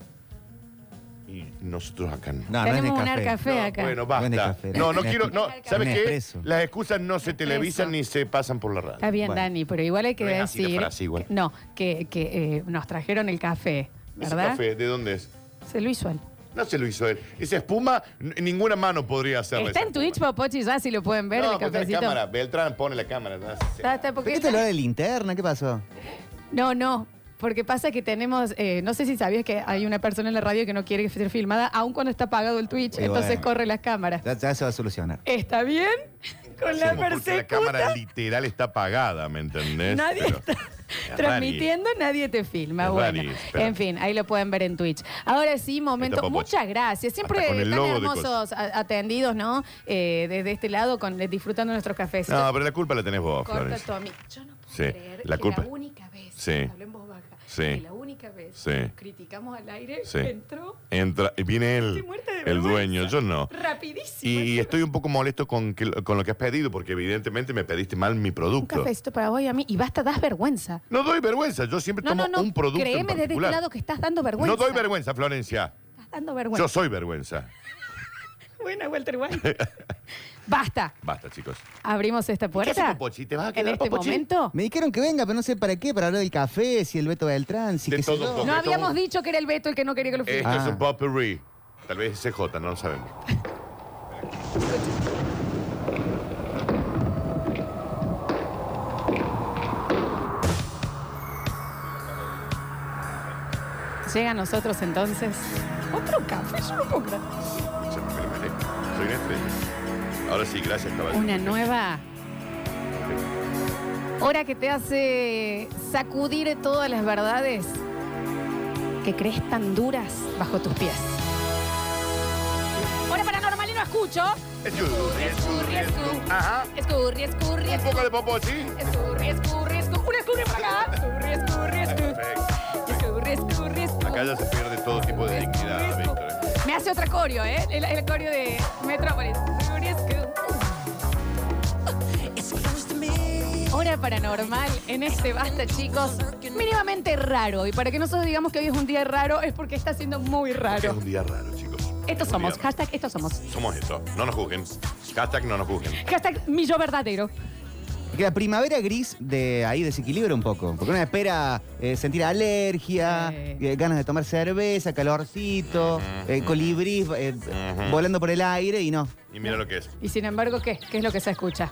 Y nosotros acá no.
No, no es
Tenemos un
Nescafé.
Nescafé acá.
Bueno,
No es
basta.
Nescafé,
No, no
Nes-
quiero. No,
Nescafé.
¿Sabes qué?
Nespresso.
Las excusas no se televisan ni se pasan por la radio.
Está bien, Dani, pero igual hay que
No es así la
decir.
frase igual.
que- no, que, que, eh, nos trajeron el café,
¿Ese
¿verdad?
café de dónde es?
Se lo hizo él.
No se lo hizo él. Esa espuma, n- ninguna mano podría hacerla.
Está
esa
en Twitch, Popochi, ya si lo pueden ver, el
No, ponte
cafecito.
la cámara. Beltrán pone la cámara. ¿no?
Está- está- porque
¿Pero esto
está-
lo de linterna? ¿Qué pasó?
No, no. Porque pasa que tenemos, eh, no sé si sabías que hay una persona en la radio que no quiere ser filmada, aun cuando está apagado el Twitch,
Y
entonces
bueno.
corre las cámaras.
Ya, ya se va a solucionar.
¿Está bien? Con la
Hacemos porque la cámara
persecuta,
literal está apagada, ¿me entendés?
Nadie
está es
transmitiendo, nadie te filma.
Es
bueno,
rari, pero-
en fin, ahí lo pueden ver en Twitch. Ahora sí,
Ahí está
momento.
Popochi.
Muchas gracias. Siempre
Hasta con el
tan
logo de
hermosos a- atendidos, ¿no? Eh, desde este lado, con, disfrutando nuestros cafés.
No, pero la culpa la tenés vos,
Corta,
Flores.
Tommy. Yo no puedo
Sí,
creer
la
que
culpa.
la única vez,
Sí.
hablo en voz baja,
Sí.
que la única vez
Sí.
que criticamos al aire,
Sí.
entró
Entra, viene él, el dueño, yo no.
rapidísimo.
Y, y estoy un poco molesto con, que- con lo que has pedido, porque evidentemente me pediste mal mi
Un
producto.
cafecito para vos y a mí. Y basta, das vergüenza.
No doy vergüenza, yo siempre
No,
tomo
no, no.
un producto. en
Créeme desde este
particular.
lado que estás dando vergüenza.
No doy vergüenza, Florencia.
Estás dando vergüenza.
Yo soy vergüenza.
Buena, Walter White. Basta.
Basta, chicos.
Abrimos esta puerta.
Popochi? ¿Te vas a
En
quedar,
este
Popochi?
momento.
Me dijeron que venga, pero no sé para qué, para hablar del café, si el Beto Beltrán, si qué sé yo.
No habíamos dicho que era el Beto el que no quería que lo
Esto
firme.
Este es un potpourri. Tal vez CJ, no lo sabemos.
Llega a nosotros entonces. Otro café, yo no puedo creer.
Ya me lo merezco. Soy una estrella. Ahora sí, gracias, caballero.
Una nueva hora que te hace sacudir todas las verdades que crees tan duras bajo tus pies. Hora paranormal y no escucho.
Escurri, escurri, escurri. Ajá.
Escurri, escurri,
Un poco de Popochi.
escurri, escurri, escurri, una escurri para acá. Escurri, escurri, escurri, escurri, escurri.
Acá ya se pierde todo tipo de dignidad, Víctor.
Me hace otra coreo, ¿eh? El, el coreo de Metrópolis. Escurri, escurri. Hora paranormal en este basta, chicos. Mínimamente raro. Y para que nosotros digamos que hoy es un día raro, es porque está siendo muy
Es
raro.
un día raro, chicos.
Estos
Un día
somos. Hashtag, estos somos.
Somos eso. No nos juzguen. Hashtag no nos juzguen.
Hashtag mi yo verdadero.
Que la primavera gris de ahí desequilibra un poco. Porque uno espera eh, sentir alergia, eh, ganas de tomar cerveza, calorcito, eh, colibrís eh, volando por el aire y no.
Y mira lo que es.
Y sin embargo, ¿qué? ¿Qué es lo que se escucha?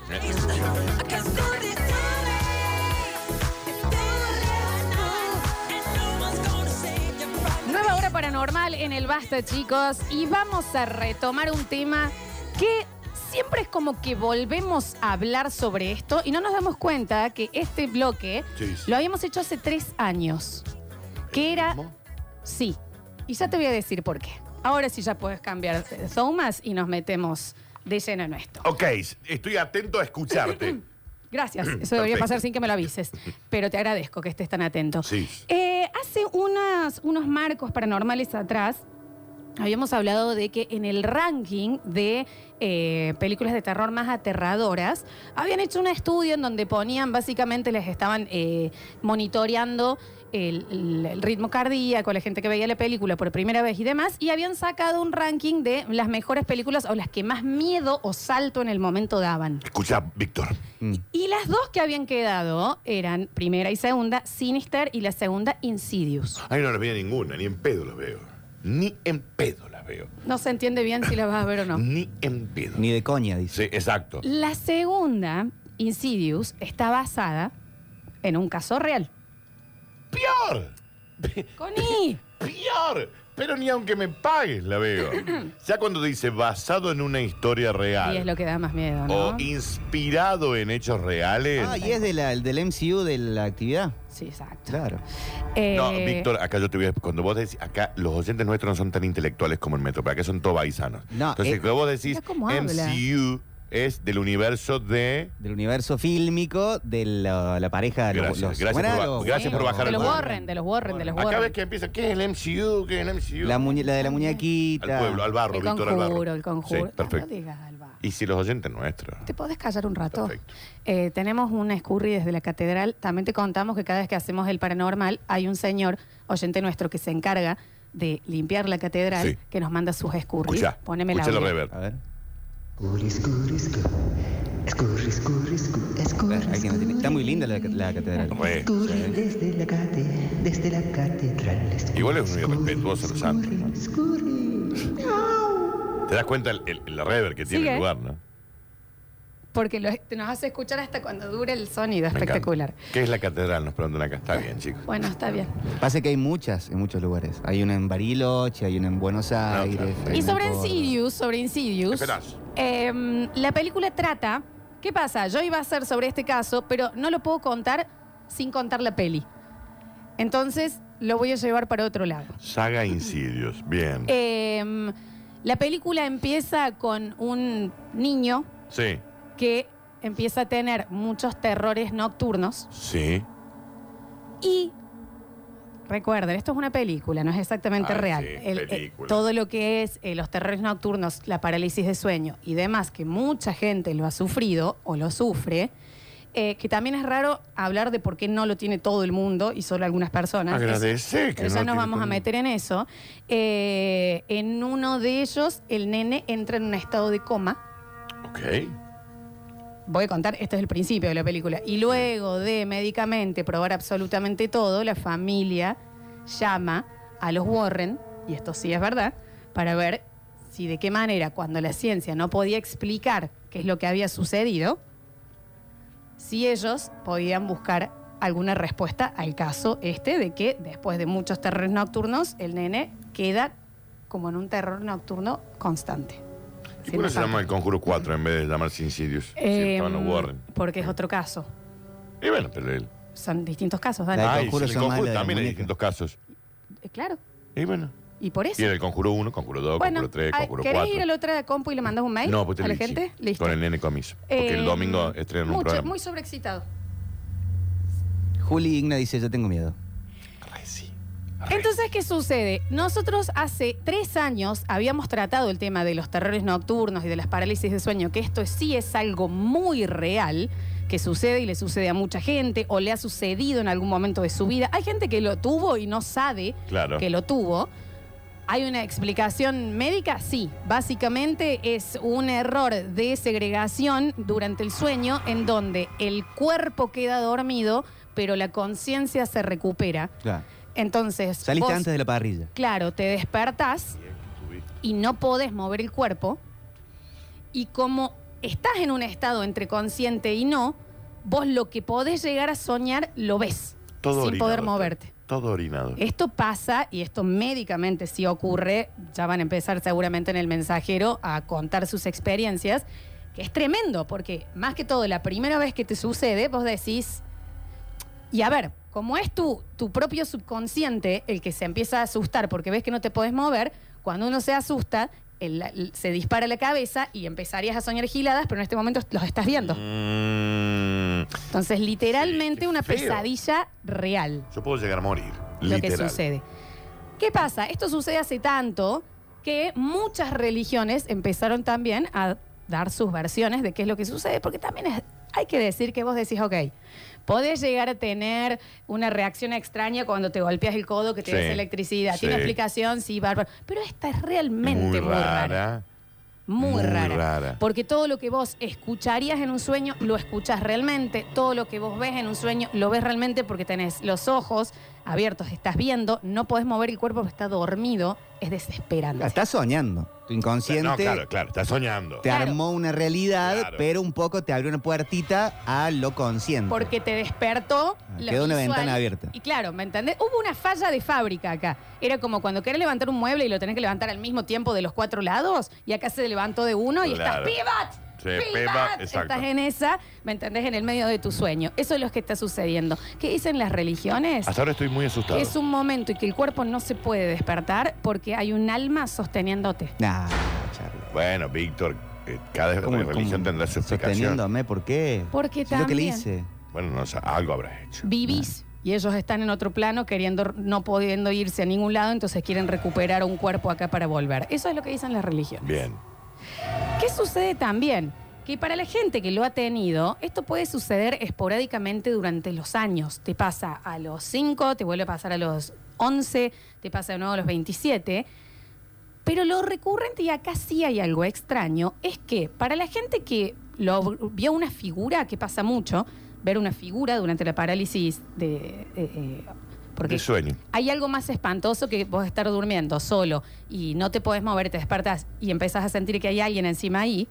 Nueva hora paranormal en el Basta, chicos. Y vamos a retomar un tema que siempre es como que volvemos a hablar sobre esto y no nos damos cuenta que este bloque
Sí.
lo habíamos hecho hace tres años. Que era. Sí. Y ya te voy a decir por qué. Ahora sí ya puedes cambiar de zonas y nos metemos de lleno en esto.
Ok, estoy atento a escucharte.
Gracias. Eso debería
Perfecto.
pasar sin que me lo avises. Pero te agradezco que estés tan atento.
Sí.
Eh, hace unas- unos marcos paranormales atrás, habíamos hablado de que en el ranking de eh, películas de terror más aterradoras, habían hecho un estudio en donde ponían, básicamente les estaban eh, monitoreando el, el- el ritmo cardíaco, la gente que veía la película por primera vez y demás, y habían sacado un ranking de las mejores películas o las que más miedo o salto en el momento daban.
Escucha, Víctor.
Y las dos que habían quedado eran primera y segunda, Sinister y la segunda, Insidious.
Ahí no los veo ninguna, ni en pedo los veo. Ni en pedo las veo.
No se entiende bien si las vas a ver o no.
Ni en pedo.
Ni de coña,
dice. Sí, exacto.
La segunda, Insidious, está basada en un caso real.
¡Pior!
¡Coni!
¡Pior! Pero ni aunque me pagues la veo. Ya cuando dice basado en una historia
Y es
real
lo que da más miedo,
o
¿no?
inspirado en hechos reales.
Ah, y es de la- del MCU de la actividad.
Sí, exacto.
Claro.
Eh,
No, Víctor, acá yo te voy a... Cuando vos decís... Acá los oyentes nuestros no son tan intelectuales como en Metro, pero acá son todos paisanos.
No,
Entonces,
eh,
cuando vos decís
mira cómo habla.
MCU es del universo de...
Del universo fílmico de la, la pareja. los-
Gracias,
los-
gracias
¿cómo era?
por ba-
Los-
gracias por bajar
de
el
los
pueblo.
Warren, de los Warren, de los
Acá
Warren.
ves que empieza, ¿qué es el MCU? ¿Qué es el MCU?
La, muñe- la de la muñequita.
Al pueblo, al barro,
El
Víctor, al
conjuro,
barro.
el conjuro.
Sí, perfecto.
No digas al
Y si los oyentes nuestros...
¿Te podés callar un rato? Eh, tenemos una escurri desde la catedral. También te contamos que cada vez que hacemos el paranormal hay un señor, oyente nuestro, que se encarga de limpiar la catedral,
Sí.
que nos manda sus escurris.
Escucha,
Poneme la
escucha el reverb.
A ver.
Alguien
la tiene- Está muy linda la, la catedral.
Corre desde la cate, desde la catedral.
Igual es muy respetuoso los santos. ¿no? Te das cuenta el, el- la rever que tiene
¿eh?
Sigue.
el lugar, ¿no?
Porque lo- te nos hace escuchar hasta cuando dure el sonido.
Me encanta.
Espectacular.
¿Qué es la catedral? Nos preguntan acá. Está bien, chicos.
Bueno, está bien.
Pasa que hay muchas en muchos lugares. Hay una en Bariloche, hay una en Buenos Aires. hay
Y
una
sobre
en Córdoba.
Insidious, sobre Insidious,
Esperás.
eh, la película trata. ¿Qué pasa? Yo iba a hacer sobre este caso, pero no lo puedo contar sin contar la peli. Entonces lo voy a llevar para otro lado.
Saga Insidios. Bien.
Eh, la película empieza con un niño
Sí,
que empieza a tener muchos terrores nocturnos
sí.
y recuerden, esto es una película, no es exactamente
Ah,
real.
sí,
El- eh,
película.
todo lo que es eh, los terrores nocturnos, la parálisis de sueño y demás que mucha gente lo ha sufrido o lo sufre, eh, que también es raro hablar de por qué no lo tiene todo el mundo y solo algunas personas.
Agradece que
Pero
no
ya
lo
nos
tiene
vamos
todo
a
el
meter en eso. Eh, en uno de ellos, el nene entra en un estado de coma.
Ok.
Voy a contar, este es el principio de la película. Y luego de médicamente probar absolutamente todo, la familia llama a los Warren, y esto sí es verdad, para ver si de qué manera, cuando la ciencia no podía explicar qué es lo que había sucedido, si ellos podían buscar alguna respuesta al caso este de que después de muchos terrores nocturnos, el nene queda como en un terror nocturno constante.
¿Y por qué se llama el Conjuro 4 en vez de llamarse Insidious?
Eh,
si estaban los Warren.
Porque es otro caso.
Y bueno, pero él.
Son distintos casos, Dani.
Ah, y si el Conjuro también hay distintos casos.
Eh, Claro.
Y bueno.
Y por eso.
Y era el Conjuro 1, Conjuro 2,
bueno,
Conjuro 3,
ah,
Conjuro
¿querés
4.
ir a la otra compu y le mandas un mail
No, porque
a la
te
gente? Listo.
Con el nene comiso. Porque
Eh,
el domingo estrenan un
mucho,
programa.
Muy sobreexcitado.
Juli Igna dice, yo tengo miedo.
Entonces, ¿qué sucede? Nosotros hace tres años habíamos tratado el tema de los terrores nocturnos y de las parálisis de sueño, que esto sí es algo muy real, que sucede y le sucede a mucha gente o le ha sucedido en algún momento de su vida. Hay gente que lo tuvo y no sabe
Claro.
que lo tuvo. ¿Hay una explicación médica? Sí. Básicamente es un error de segregación durante el sueño en donde el cuerpo queda dormido, pero la conciencia se recupera.
Claro.
Entonces,
Saliste
vos,
antes de la parrilla.
claro, te despertás y no podés mover el cuerpo. Y como estás en un estado entre consciente y no, vos lo que podés llegar a soñar lo ves
Todo
sin
orinado,
poder
está.
moverte.
Todo orinado.
Esto pasa y esto médicamente sí ocurre. Ya van a empezar seguramente en el mensajero a contar sus experiencias, que es tremendo, porque más que todo, la primera vez que te sucede, vos decís, y a ver, como es tu, tu propio subconsciente el que se empieza a asustar porque ves que no te podés mover, cuando uno se asusta, el- el- se dispara la cabeza y empezarías a soñar giladas, pero en este momento los estás viendo. Entonces, literalmente una
feo.
pesadilla real
Yo puedo llegar a morir.
lo
literal.
que sucede. ¿Qué pasa? Esto sucede hace tanto que muchas religiones empezaron también a dar sus versiones de qué es lo que sucede, porque también es- hay que decir que vos decís, ok, podés llegar a tener una reacción extraña cuando te golpeas el codo, que te
Sí.
des electricidad,
Sí.
tiene explicación, sí, bárbaro, pero esta es realmente
Muy
muy rara.
rara.
Muy,
Muy
rara.
rara.
Porque todo lo que vos escucharías en un sueño, lo escuchas realmente. Todo lo que vos ves en un sueño, lo ves realmente porque tenés los ojos abiertos, estás viendo, no podés mover el cuerpo porque está dormido. Es desesperante.
Ah, Estás soñando. Tu inconsciente
No, claro, claro. Estás soñando.
te armó una realidad,
Claro.
pero un poco te abrió una puertita a lo consciente.
Porque te despertó. lo
Ah, quedó una
visual.
ventana abierta.
Y claro, ¿me entendés? Hubo una falla de fábrica acá. Era como cuando querés levantar un mueble y lo tenés que levantar al mismo tiempo de los cuatro lados, y acá se levantó de uno y
Claro.
estás ¡Pivot!
Sí,
Pivot,
Peba, exacto.
Estás en esa, ¿me entendés? En el medio de tu sueño. Eso es lo que está sucediendo. ¿Qué dicen las religiones?
Hasta ahora estoy muy asustado.
Que es un momento y que el cuerpo no se puede despertar porque hay un alma sosteniéndote.
Nah,
Bueno, Víctor, eh, cada religión tendrá su explicación.
Sosteniéndome, ¿por qué?
Porque
Si es lo que le
también-
hice.
Bueno, no, o sea, algo habrá hecho.
vivís y ellos están en otro plano queriendo no pudiendo irse a ningún lado, entonces quieren recuperar un cuerpo acá para volver. Eso es lo que dicen las religiones.
Bien.
¿Qué sucede también? Que para la gente que lo ha tenido, esto puede suceder esporádicamente durante los años. Te pasa a los 5, te vuelve a pasar a los 11, te pasa de nuevo a los 27. Pero lo recurrente, y acá sí hay algo extraño, es que para la gente que lo vio una figura, que pasa mucho, ver una figura durante la parálisis de... eh, eh, porque
De sueño.
hay algo más espantoso que vos estar durmiendo solo y no te podés mover, te despertás y empezás a sentir que hay alguien encima ahí.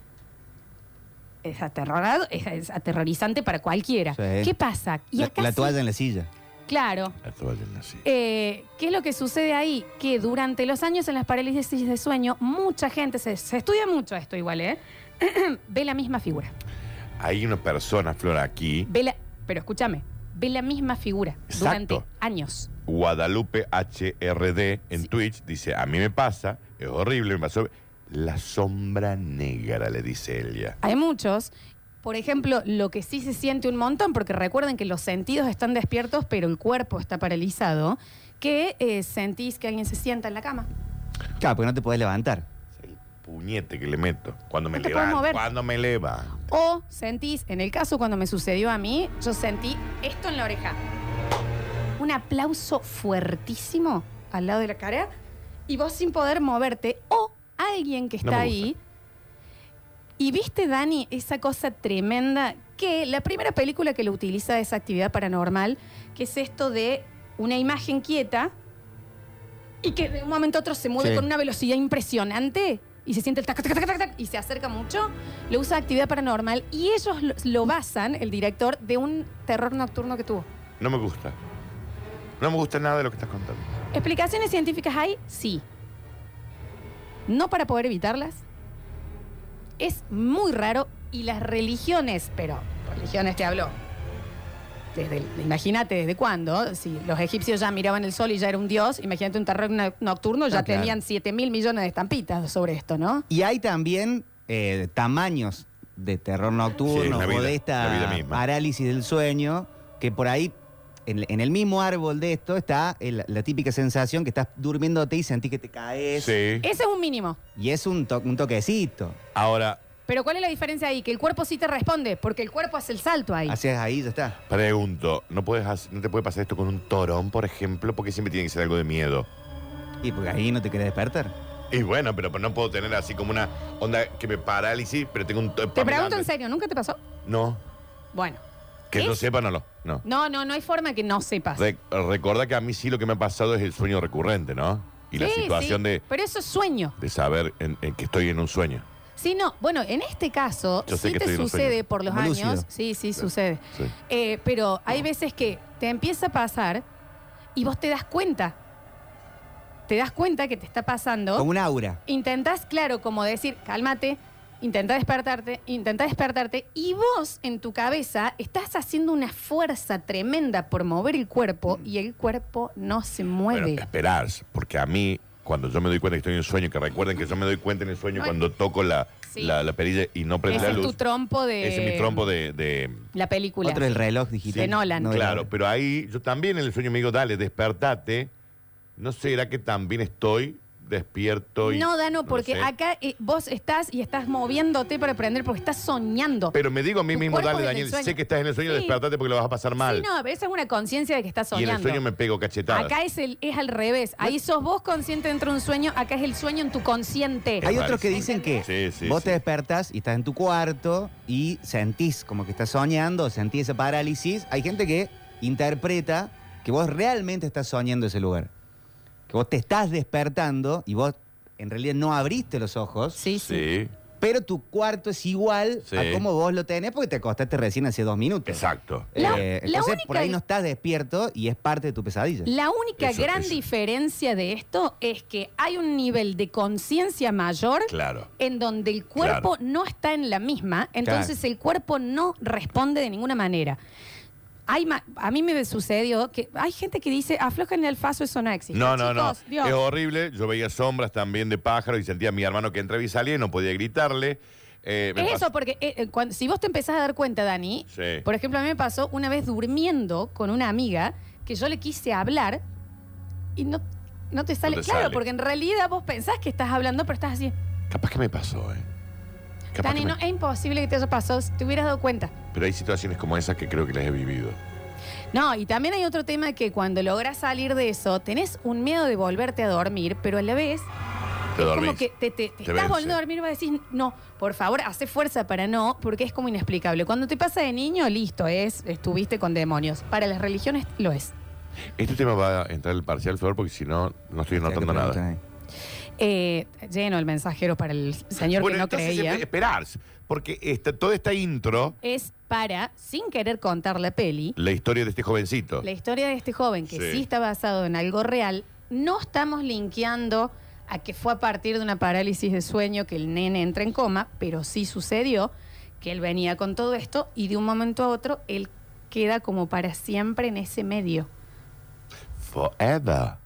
Es aterrorado, es, es aterrorizante para cualquiera.
Sí.
¿Qué pasa? Y
La,
acá
la
sí,
toalla en la silla.
Claro. Eh, ¿Qué es lo que sucede ahí? Que durante los años en las parálisis de sueño, mucha gente, se, se estudia mucho esto igual, ¿eh? ve la misma figura.
Hay una persona, Flor, aquí,
Ve la- pero escúchame, ve la misma figura durante
Exacto.
años.
Guadalupe HRD en Twitch, dice, a mí me pasa, es horrible, me pasó. La sombra negra, le dice Elia.
Hay muchos. Por ejemplo, lo que sí se siente un montón, porque recuerden que los sentidos están despiertos, pero el cuerpo está paralizado, que eh, sentís que alguien se sienta en la cama.
Claro, porque no te podés levantar.
puñete que le meto cuando me
No te
levanto,
puedes mover.
Cuando me eleva.
O sentís, en el caso cuando me sucedió a mí, yo sentí esto en la oreja. Un aplauso fuertísimo al lado de la cara y vos sin poder moverte o alguien que
No
está
me gusta.
ahí. Y viste, Dani, esa cosa tremenda que la primera película que lo utiliza esa actividad paranormal, que es esto de una imagen quieta y que de un momento a otro se mueve
Sí.
con una velocidad impresionante y se siente el tac, tac, tac, tac, tac, y se acerca mucho, lo usa actividad paranormal y ellos lo, lo basan, el director, de un terror nocturno que tuvo.
No me gusta. No me gusta nada de lo que estás contando.
¿Explicaciones científicas hay? Sí. No para poder evitarlas. Es muy raro y las religiones, pero religiones te habló. Desde el- imagínate desde cuándo, si los egipcios ya miraban el sol y ya era un dios, imagínate un terror no- nocturno, ya
Ah, claro.
tenían 7 mil millones de estampitas sobre esto, ¿no?
Y hay también eh, tamaños de terror
Sí,
nocturno
la vida,
o de
la
esta
vida misma.
parálisis del sueño, que por ahí, en, en el mismo árbol de esto, está el- la típica sensación que estás durmiéndote y sentís que te caes.
Ese es un mínimo.
Y es un, to- un toquecito.
Ahora,
Pero ¿cuál es la diferencia ahí? Que el cuerpo sí te responde, porque el cuerpo hace el salto ahí.
haces ahí, ya está.
Pregunto, ¿no, puedes hac- ¿no te puede pasar esto con un torón, por ejemplo? Porque siempre tiene que ser algo de miedo.
Y porque ahí no te querés despertar.
Y bueno, pero no puedo tener así como una onda que me parálisis, pero tengo un...
Te pregunto en serio, ¿nunca te pasó?
No,
Bueno,
que yo sepa, no lo... No.
no, no, no hay forma que no sepas.
Re- recuerda que a mí sí lo que me ha pasado es el sueño recurrente, ¿no? Y la
Sí,
situación
sí,
de,
Pero eso es sueño.
de saber en- en que estoy en un sueño.
Sí, no. Bueno, en este caso,
Yo sé
sí
que
te
estoy en un
sucede
sueño.
por los
Muy
años.
lúcido.
Sí, sí, sucede.
Sí.
Eh, pero hay veces que te empieza a pasar y vos te das cuenta. Te das cuenta que te está pasando.
Como un aura.
Intentás, claro, como decir, cálmate, intenta despertarte, intenta despertarte, y vos en tu cabeza estás haciendo una fuerza tremenda por mover el cuerpo y el cuerpo no se mueve.
Esperar, porque a mí, cuando yo me doy cuenta que estoy en un sueño, que recuerden que yo me doy cuenta en el sueño
No,
cuando toco la,
Sí.
la, la perilla y no prende
Ese
la
es tu
luz.
trompo de.
Ese es mi trompo de- de
La película.
digital.
De Nolan.
claro, pero ahí yo también en el sueño me digo, dale, despertate. ¿No será que también estoy despierto? Y,
No, Dano, porque
sé?
acá eh, vos estás y estás moviéndote para aprender porque estás soñando.
Pero me digo a mí
Tu
mismo,
cuerpo
dale,
desde
Daniel,
el sueño.
sé que estás en el sueño,
Sí.
despertate porque lo vas a pasar mal.
Sí, no, a veces es una conciencia de que estás
y
soñando.
en el sueño me pego cachetadas.
Acá es, el, es al revés. Ahí sos vos consciente dentro de un sueño, acá es el sueño en tu consciente.
Hay otros que dicen que vos te despertás y estás en tu cuarto y sentís como que estás soñando, sentís esa parálisis. Hay gente que interpreta que vos realmente estás soñando ese lugar. Que vos te estás despertando y vos en realidad no abriste los ojos.
Sí,
sí.
Pero tu cuarto es igual
Sí.
a como vos lo tenés porque te acostaste recién hace dos minutos. Eh,
Exacto.
La- la
entonces por ahí
única-
no estás despierto y es parte de tu pesadilla.
La única
Eso,
gran
eso.
diferencia de esto es que hay un nivel de conciencia mayor
Claro.
en donde el cuerpo no está en la misma, entonces
Claro.
el cuerpo no responde de ninguna manera. Hay ma- a mí me sucedió que hay gente que dice aflojen el faso, eso no existe.
No, no, no.
Chicos, Dios.
Es horrible. Yo veía sombras también de pájaros y sentía a mi hermano que entraba y salía y no podía gritarle. Eh, me
Es
pasó-
eso, porque eh, eh, cuando- si vos te empezás a dar cuenta, Dani,
Sí.
por ejemplo, a mí me pasó una vez durmiendo con una amiga que yo le quise hablar y no, no te sale.
te
claro,
sale.
porque en realidad vos pensás que estás hablando, pero estás así.
Capaz que me pasó, ¿eh? Capaz
Dani,
que me-
no, es imposible que te haya pasado si te hubieras dado cuenta.
Pero hay situaciones como esas que creo que las he vivido.
No, y también hay otro tema que cuando logras salir de eso, tenés un miedo de volverte a dormir, pero a la vez
Te
es como
dormís.
que te, te- te
Te
estás
vence.
volviendo a dormir y vas a decir, no, por favor, hace fuerza para no, porque es como inexplicable. Cuando te pasa de niño, listo, es, estuviste con demonios. Para las religiones lo es.
Este tema va a entrar el parcial, por favor, porque si no, no estoy anotando nada.
Eh, lleno el mensajero para el señor
Bueno,
que no
entonces,
creía.
espe- esperar, porque esta, toda esta intro,
Es para, sin querer contar la peli,
la historia de este jovencito.
La historia de este joven, que
Sí.
sí, está basado en algo real, no estamos linkeando a que fue a partir de una parálisis de sueño que el nene entra en coma, pero sí sucedió que él venía con todo esto y de un momento a otro él queda como para siempre en ese medio.
Forever.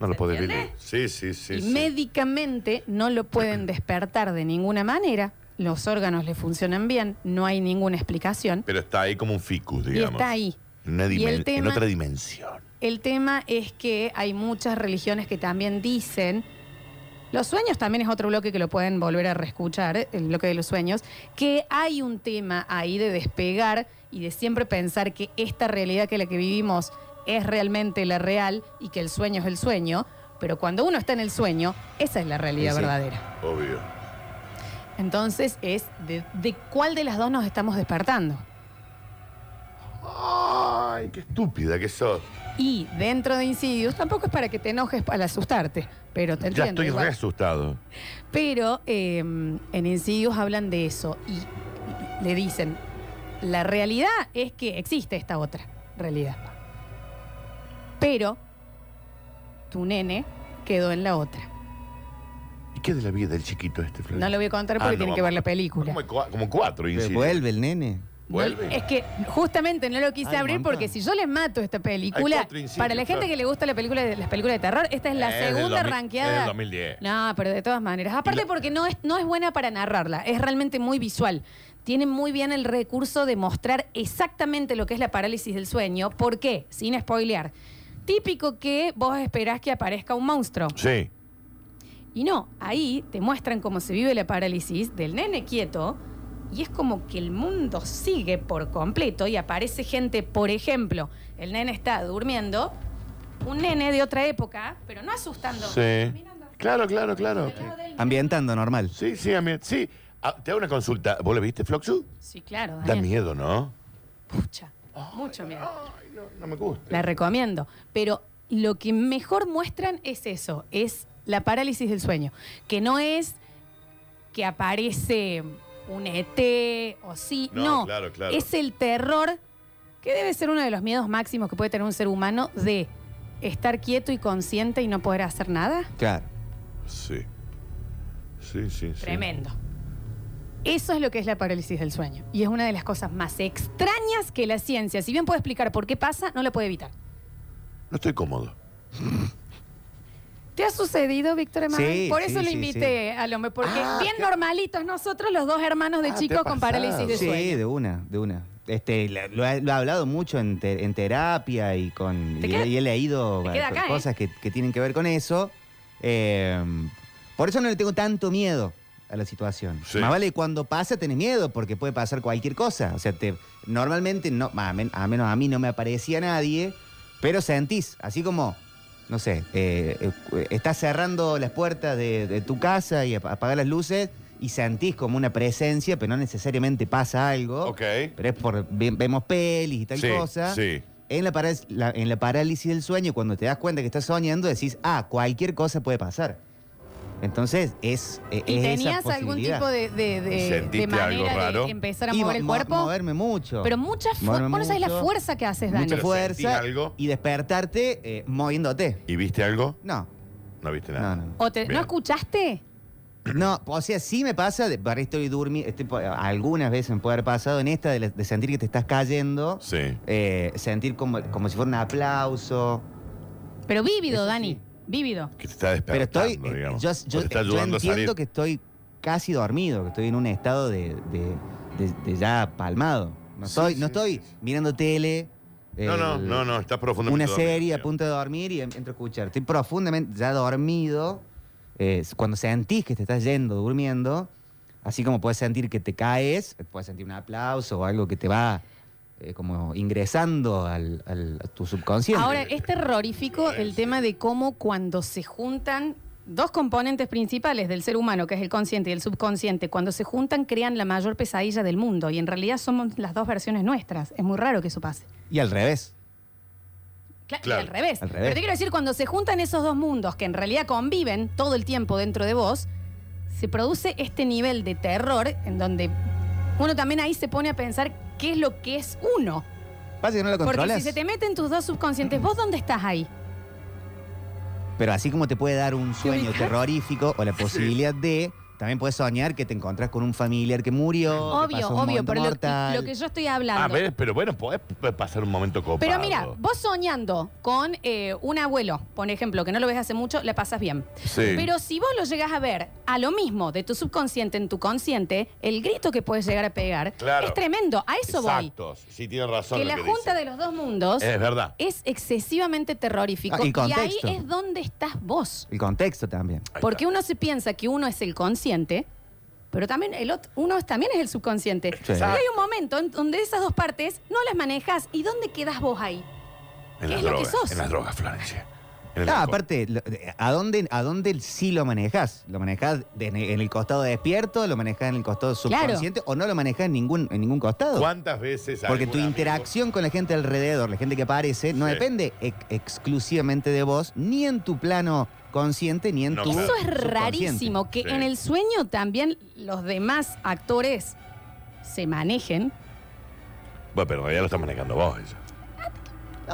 No lo podés vivir. Sí, sí, sí.
y
sí.
médicamente no lo pueden despertar de ninguna manera, los órganos le funcionan bien, no hay ninguna explicación
Pero está ahí como un ficus,
y
digamos.
está ahí.
En, una
Y
dimen-
el
en
tema-
otra dimensión.
El tema es que hay muchas religiones que también dicen Los sueños también es otro bloque que lo pueden volver a reescuchar, el bloque de los sueños, que hay un tema ahí de despegar y de siempre pensar que esta realidad que la que vivimos es realmente la real y que el sueño es el sueño, pero cuando uno está en el sueño, esa es la realidad
Sí, sí.
verdadera.
Obvio.
Entonces es de, de cuál de las dos nos estamos despertando.
Ay, qué estúpida que sos.
Y dentro de Insidious tampoco es para que te enojes al asustarte, pero te
Ya
entiendo.
estoy
igual.
re asustado.
Pero eh, en Insidious hablan de eso y le dicen, la realidad es que existe esta otra realidad. Pero tu nene quedó en la otra.
¿Y qué de la vida del chiquito este, Florencia?
No lo voy a contar porque
Ah, no,
tiene que ver la
vamos.
película.
Como, cua- como cuatro,
Pero
insisto.
vuelve el nene.
Vuelve.
Es que justamente no lo quise
Hay un
abrir
montón.
porque si yo les mato esta
Hay
película,
cuatro incisos,
para la gente
claro.
que le gusta la película de, las películas de terror, esta es la
Es del
segunda
2000
ranqueada.
es del 2010.
No, pero de todas maneras. Aparte porque no es, no es buena para narrarla, es realmente muy visual. Tiene muy bien el recurso de mostrar exactamente lo que es la parálisis del sueño. ¿Por qué? Sin spoilear. Típico que vos esperás que aparezca un monstruo.
Sí.
Y no, ahí te muestran cómo se vive la parálisis del nene quieto y es como que el mundo sigue por completo y aparece gente, por ejemplo, el nene está durmiendo, un nene de otra época, pero no asustando.
Sí. Claro, claro, claro.
Ambientando normal.
Sí, sí, ambi- sí. Ah, te hago una consulta. ¿Vos le viste, Floxu?
Sí, claro.
Da
Daniel.
miedo, ¿no?
Mucho miedo.
No me gusta.
La recomiendo. Pero lo que mejor muestran es eso, es la parálisis del sueño. Que no es que aparece un ET o sí,
No,
no.
claro, claro.
Es el terror que debe ser uno de los miedos máximos que puede tener un ser humano de estar quieto y consciente y no poder hacer nada.
Claro.
Sí. Sí, sí, sí.
Tremendo. Eso es lo que es la parálisis del sueño. Y es una de las cosas más extrañas que la ciencia, si bien puede explicar por qué pasa, no la puede evitar.
No estoy cómodo.
¿Te ha sucedido, Víctor Emanuel?
Sí,
Por
sí,
eso lo
sí,
invité al hombre, porque bien normalitos nosotros, los dos hermanos de
Ah,
chicos
¿te ha
con parálisis de
sí,
sueño.
de una, de una. Este, la- lo, ha- lo ha hablado mucho en, te- en terapia y con
Te
y,
queda-
y he leído
te queda acá, ¿eh?
cosas que, que tienen que ver con eso. Eh, por eso no le tengo tanto miedo a la situación. Más vale cuando pasa tenés miedo porque puede pasar cualquier cosa. O sea, te, normalmente no, a, men- a menos a mí no me aparecía nadie, pero sentís, así como no sé, eh, eh, cu- estás cerrando las puertas de, de tu casa y ap- apagás las luces y sentís como una presencia, pero no necesariamente pasa algo. Pero es por, ve- vemos pelis y tal
Sí,
cosa.
sí.
En la, parálisis, la- en la parálisis del sueño, cuando te das cuenta que estás soñando, decís, ah, cualquier cosa puede pasar. Entonces, es, eh,
¿Y
es esa
tenías algún
posibilidad.
tipo de, de- de-
¿Y
de
sentiste algo
manera
raro?
de empezar a
Y
mover
mo-
el
mo-
cuerpo?
moverme mucho.
Pero mucha fuerza.
Moverme
Vos no sabés la
mucho.
fuerza que haces, Dani.
Mucha fuerza y despertarte eh, moviéndote.
¿Y viste algo?
No.
No viste nada.
No,
¿O te- ¿No escuchaste?
No, o sea, sí me pasa, de, por ahí estoy durmiendo, algunas veces me puede haber pasado en esta de, la- de sentir que te estás cayendo,
Sí.
eh, sentir como, como si fuera un aplauso.
Pero vívido, Dani. Vívido.
Que te está
Pero
despertando,
estoy, eh,
digamos.
yo,
O te
yo-
está
yo
ayudando a salir.
entiendo que estoy casi dormido, que estoy en un estado de, de- de- de ya palmado. No
Sí,
estoy, no
sí,
estoy mirando tele.
No, no, no, no, estás profundamente
Una
dormido,
serie a punto de dormir y em- entro a escuchar. Estoy profundamente ya dormido. Eh, cuando sentís que te estás yendo durmiendo, así como puedes sentir que te caes, puedes sentir un aplauso o algo que te va eh, como ingresando al, al- a tu subconsciente.
Ahora, es terrorífico el tema de cómo cuando se juntan dos componentes principales del ser humano, que es el consciente y el subconsciente, cuando se juntan crean la mayor pesadilla del mundo y en realidad somos las dos versiones nuestras. Es muy raro que eso pase.
y al revés.
Claro, y
Claro,
al revés.
al revés.
Pero te quiero decir, cuando se juntan esos dos mundos que en realidad conviven todo el tiempo dentro de vos, se produce este nivel de terror en donde uno también ahí se pone a pensar qué es lo que es uno.
Pasa que no lo
Porque si
controlas.
se te meten tus dos subconscientes, ¿vos dónde estás ahí?
Pero así como te puede dar un sueño terrorífico o la posibilidad de, También puedes soñar que te encontrás con un familiar que murió. que
Obvio,
pasó Oh, un
obvio,
momento
pero lo,
mortal.
lo que yo estoy hablando.
A
Ah,
ver, Ah, pero bueno, podés p- pasar un momento copado.
Pero mira, vos soñando con eh, un abuelo, por ejemplo, que no lo ves hace mucho, le pasas bien.
Sí.
Pero si vos lo llegas a ver a lo mismo de tu subconsciente en tu consciente, el grito que puedes llegar a pegar
Claro.
es tremendo. A eso
Exactos. Sí, tienes razón.
voy. Que
lo
la
que
junta de los dos mundos
Es verdad.
es excesivamente terrorífico.
Ah, y
y ahí
contexto.
es donde estás vos.
El contexto también.
Porque uno se piensa que uno es el consciente, pero también el otro, uno es- también es el subconsciente.
Sí.
Y hay un momento en donde esas dos partes no las manejas. ¿Y dónde quedas vos ahí? ¿Qué
En las
es lo que
drogas.
sos?
En las drogas, Florencia. En el
Ah,
alcohol.
aparte, lo- de- ¿a dónde, ¿a dónde sí lo manejas? ¿Lo manejas en el costado despierto? ¿Lo manejas en el costado
Claro.
subconsciente? ¿O no lo manejas en ningún, en ningún costado?
¿Cuántas veces
Porque tu
algún amigo-
interacción con la gente alrededor, la gente que aparece, no
Sí.
depende ex- exclusivamente de vos, ni en tu plano consciente, ni en tu.
Eso es
subconsciente.
rarísimo, que en el sueño también los demás actores se manejen.
Bueno, pero en realidad lo estás manejando vos, eso.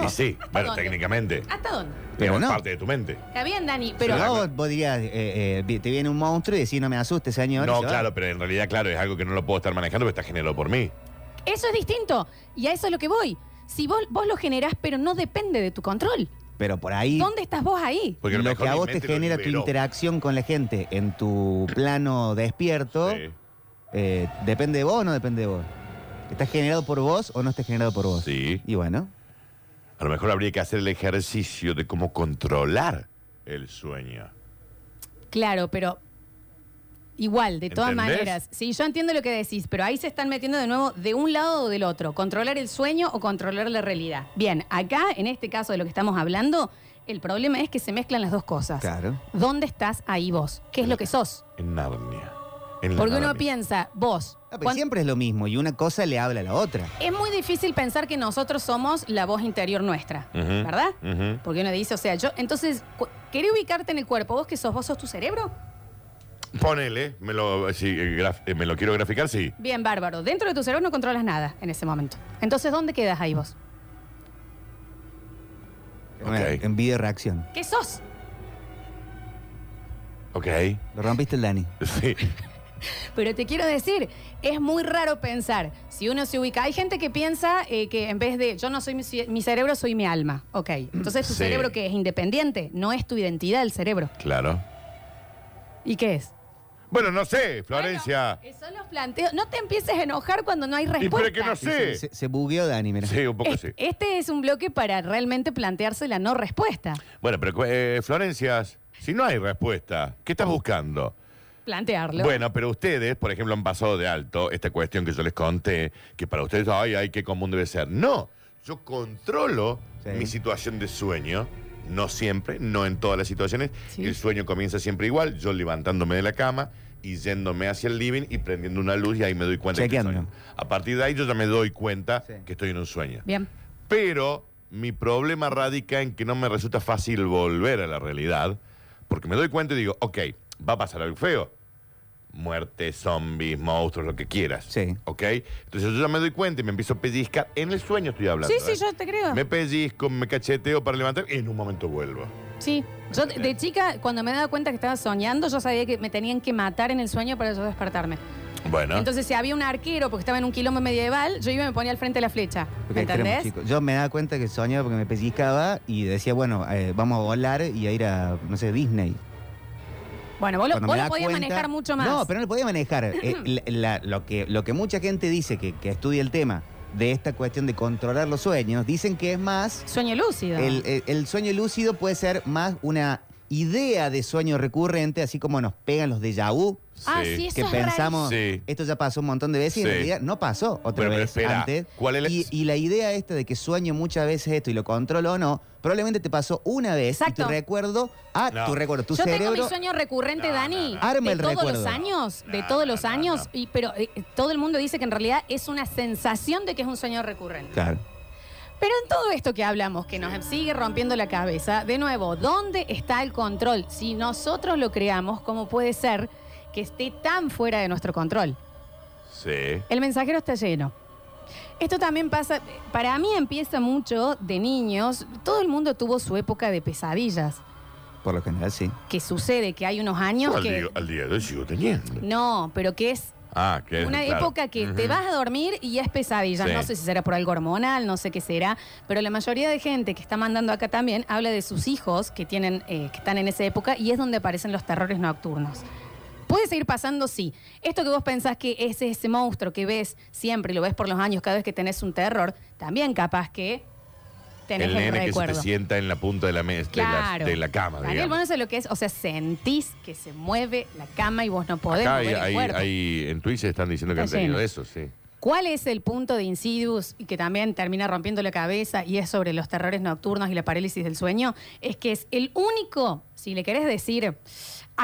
Y sí, bueno,
dónde?
técnicamente.
¿Hasta dónde?
Pero no. parte de tu mente.
Está bien, Dani,
Pero
pero...
vos, vos dirías, eh, eh, vi- te viene un monstruo y decís, no me asuste, señor. y
No,
se va.
claro, pero en realidad, claro, es algo que no lo puedo estar manejando porque está generado por mí.
Eso es distinto. Y a eso es lo que voy. Si vos, vos lo generás, pero no depende de tu control.
Pero por ahí.
¿Dónde estás vos ahí?
lo, que a vos te
mente lo
genera tu
liberó.
interacción con la gente en tu plano despierto, eh, ¿depende de vos o no depende de vos? ¿Está generado por vos o no está generado por vos?
Sí.
Y bueno,
A lo mejor habría que hacer el ejercicio de cómo controlar el sueño.
Claro, pero igual, de todas
¿Entendés?
maneras. Sí, yo entiendo lo que decís, pero ahí se están metiendo de nuevo de un lado o del otro. Controlar el sueño o controlar la realidad. Bien, acá, en este caso de lo que estamos hablando, el problema es que se mezclan las dos cosas.
Claro.
¿Dónde estás ahí vos? ¿Qué es lo que sos?
En Narnia. En la
Porque uno
Narnia.
piensa, vos.
Ah, pero
cuan-
siempre es lo mismo y una cosa le habla a la otra.
Es muy difícil pensar que nosotros somos la voz interior nuestra,
Ujú.
¿verdad?
Ujú.
Porque uno dice, o sea, yo, entonces, cu- ¿querés ubicarte en el cuerpo? ¿Vos qué sos? ¿Vos sos tu cerebro?
Ponele, me lo, sí, eh, graf- eh, me lo quiero graficar, sí.
Bien, bárbaro. Dentro de tu cerebro no controlas nada en ese momento. Entonces, ¿dónde quedas ahí vos?
En video reacción.
¿Qué sos?
Ok.
Lo rompiste el Dani.
Sí.
Pero te quiero decir, es muy raro pensar. Si uno se ubica, hay gente que piensa eh, que en vez de yo no soy mi, ce- mi cerebro, soy mi alma. Ok. Entonces, tu
Sí.
cerebro que es independiente, no es tu identidad el cerebro.
Claro.
¿Y qué es?
Bueno, no sé, Florencia.
Eso los planteo. No te empieces a enojar cuando no hay respuesta.
Se, se- se bugueó Dani, mira.
Sí, un poco
Es-
sí.
Este es un bloque para realmente plantearse la no respuesta.
Bueno, pero eh, Florencia, si no hay respuesta, ¿qué estás buscando?
Plantearlo.
Bueno, pero ustedes, por ejemplo, han pasado de alto esta cuestión que yo les conté, que para ustedes, ay, ay, qué común debe ser. No, yo controlo mi situación de sueño, no siempre, no en todas las situaciones. El sueño comienza siempre igual, yo levantándome de la cama y yéndome hacia el living y prendiendo una luz y ahí me doy cuenta que estoy en un sueño. A partir de ahí yo ya me doy cuenta que estoy en un sueño.
Bien.
Pero mi problema radica en que no me resulta fácil volver a la realidad, porque me doy cuenta y digo, ok, va a pasar algo feo. Muerte, zombies, monstruos, lo que quieras. Sí. ¿Ok? Entonces yo ya me doy cuenta y me empiezo a pellizcar. En el sueño estoy hablando.
Sí, sí,
¿eh?
yo te creo.
Me pellizco, me cacheteo para levantar y en un momento vuelvo.
Sí. Yo de de chica, cuando me daba cuenta que estaba soñando, yo sabía que me tenían que matar en el sueño para yo despertarme.
Bueno.
Entonces, si había un arquero porque estaba en un quilombo medieval, yo iba y me ponía al frente de la flecha.
Porque
¿Me
ahí tenemos,
entendés?
chicos. Yo me daba cuenta que soñaba porque me pellizcaba y decía, bueno, eh, vamos a volar y a ir a, no sé, Disney.
Bueno, vos lo,
Cuando
vos
me
lo
da
podías
cuenta-
manejar mucho más.
No, pero no lo podía manejar. Eh, la- la- lo, que, lo que mucha gente dice que, que estudia el tema de esta cuestión de controlar los sueños, dicen que es más.
Sueño lúcido.
El, el- el sueño lúcido puede ser más una idea de sueño recurrente, así como nos pegan los déjà vu.
Ah, Sí. sí, eso
Que
es
pensamos,
rarísimo. Sí.
esto ya pasó un montón de veces y en
Sí.
realidad no pasó otra
Bueno, pero
vez
espera,
antes.
¿cuál es la-
y, y la idea esta de que sueño muchas veces esto y lo controlo o no, probablemente te pasó una vez y tu recuerdo, ah, tu recuerdo, tu
Yo
cerebro...
tengo mi sueño recurrente, Dani,
Arma
de
el
todos los
recuerdo.
años, de todos los años, y, pero eh, todo el mundo dice que en realidad es una sensación de que es un sueño recurrente.
Claro.
Pero en todo esto que hablamos, que nos sigue rompiendo la cabeza, de nuevo, ¿dónde está el control? Si nosotros lo creamos, ¿cómo puede ser que esté tan fuera de nuestro control?
Sí.
El mensajero está lleno. Esto también pasa, para mí empieza mucho de niños, todo el mundo tuvo su época de pesadillas.
Por lo general, sí.
Que sucede que hay unos años
Yo al,
que.
día, al día de hoy sigo teniendo.
No, pero que es
Ah, que es,
una
claro.
época que te
Ujú.
vas a dormir y es pesadilla.
Sí.
No sé si será por algo hormonal, no sé qué será, pero la mayoría de gente que está mandando acá también habla de sus hijos que tienen, eh, que están en esa época y es donde aparecen los terrores nocturnos. Puede seguir pasando, sí. Esto que vos pensás que es ese monstruo que ves siempre y lo ves por los años cada vez que tenés un terror, también capaz que tenés el,
El nene que se te
recuerdo.
sienta en la punta de la mesa, de la- de,
Claro.
la, cama,
Daniel, vos
digamos.
no sabés lo que es, o sea, sentís que se mueve la cama y vos no podés
Acá hay,
mover el
hay-
cuerpo.
hay- en Twitch están diciendo que
Está
han tenido
lleno.
eso, sí.
¿Cuál es el punto de Insidious y que también termina rompiendo la cabeza y es sobre los terrores nocturnos y la parálisis del sueño? Es que es el único, si le querés decir,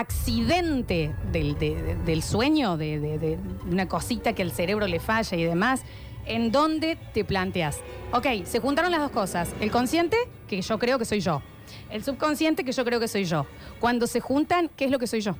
accidente del, de- de- del sueño, de, de- de una cosita que el cerebro le falla y demás, en donde te planteas. Ok, se juntaron las dos cosas. El consciente, que yo creo que soy yo. El subconsciente, que yo creo que soy yo. Cuando se juntan, ¿qué es lo que soy yo?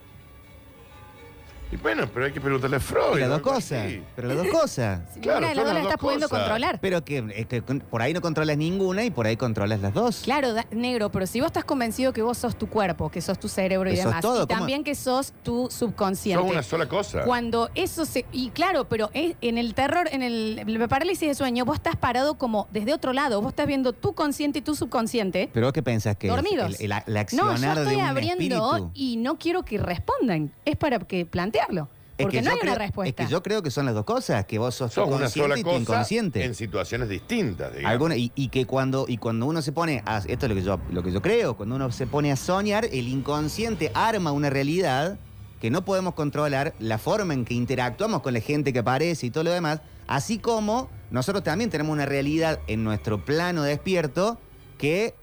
Y bueno, pero hay que preguntarle a Freud.
Las dos
algo
cosas.
así.
Pero las dos cosas.
Sí, Claro, una de las son dos las la estás dos pudiendo cosas. controlar.
Pero que, eh, que con- por ahí no controlas ninguna y por ahí controlas las dos.
Claro, da- negro, pero si vos estás convencido que vos sos tu cuerpo, que sos tu cerebro y
Que sos
demás,
todo,
y
¿cómo?
también que sos tu subconsciente.
Son una sola cosa.
Cuando eso se. Y claro, pero es- en el terror, en el, la parálisis de sueño, vos estás parado como desde otro lado. Vos estás viendo tu consciente y tu subconsciente.
Pero vos qué pensás que es?
Dormidos.
El, el- el
No,
accionar
yo estoy
de un
abriendo
espíritu.
y no quiero que respondan. Es para que plantearlo.
Es
Porque
que
no
yo
hay
creo-
una respuesta.
Es que yo creo que son las dos cosas, que vos sos, tu
Sos una
consciente
sola
y tu
cosa
inconsciente.
en situaciones distintas, digamos.
Alguna- y, y que cuando, y cuando uno se pone a, esto es lo que yo lo que yo creo, cuando uno se pone a soñar, el inconsciente arma una realidad que no podemos controlar, la forma en que interactuamos con la gente que aparece y todo lo demás, así como nosotros también tenemos una realidad en nuestro plano despierto que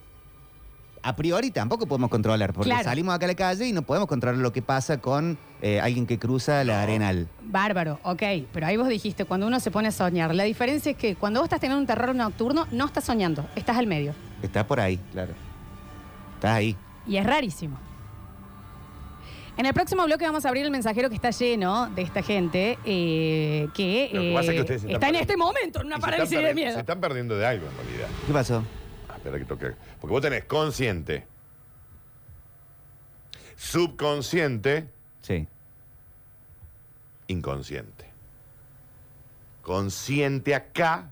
a priori tampoco podemos controlar, porque
Claro.
salimos acá a la calle y no podemos controlar lo que pasa con eh, alguien que cruza la arenal.
Bárbaro, ok, pero ahí vos dijiste, cuando uno se pone a soñar, la diferencia es que cuando vos estás teniendo un terror nocturno, no estás soñando, estás al medio.
Está por ahí, claro. Está ahí.
Y es rarísimo. En el próximo bloque vamos a abrir el mensajero que está lleno de esta gente eh, que,
Lo que pasa es que
eh,
ustedes se
está
están
en
perdiendo.
este momento en una
Y se
parálisis
están
de
perdi- Se
miedo.
están perdiendo de algo, en realidad.
¿Qué pasó?
Ah, espera que toque. Porque vos tenés consciente, subconsciente,
Sí.
inconsciente. Consciente acá,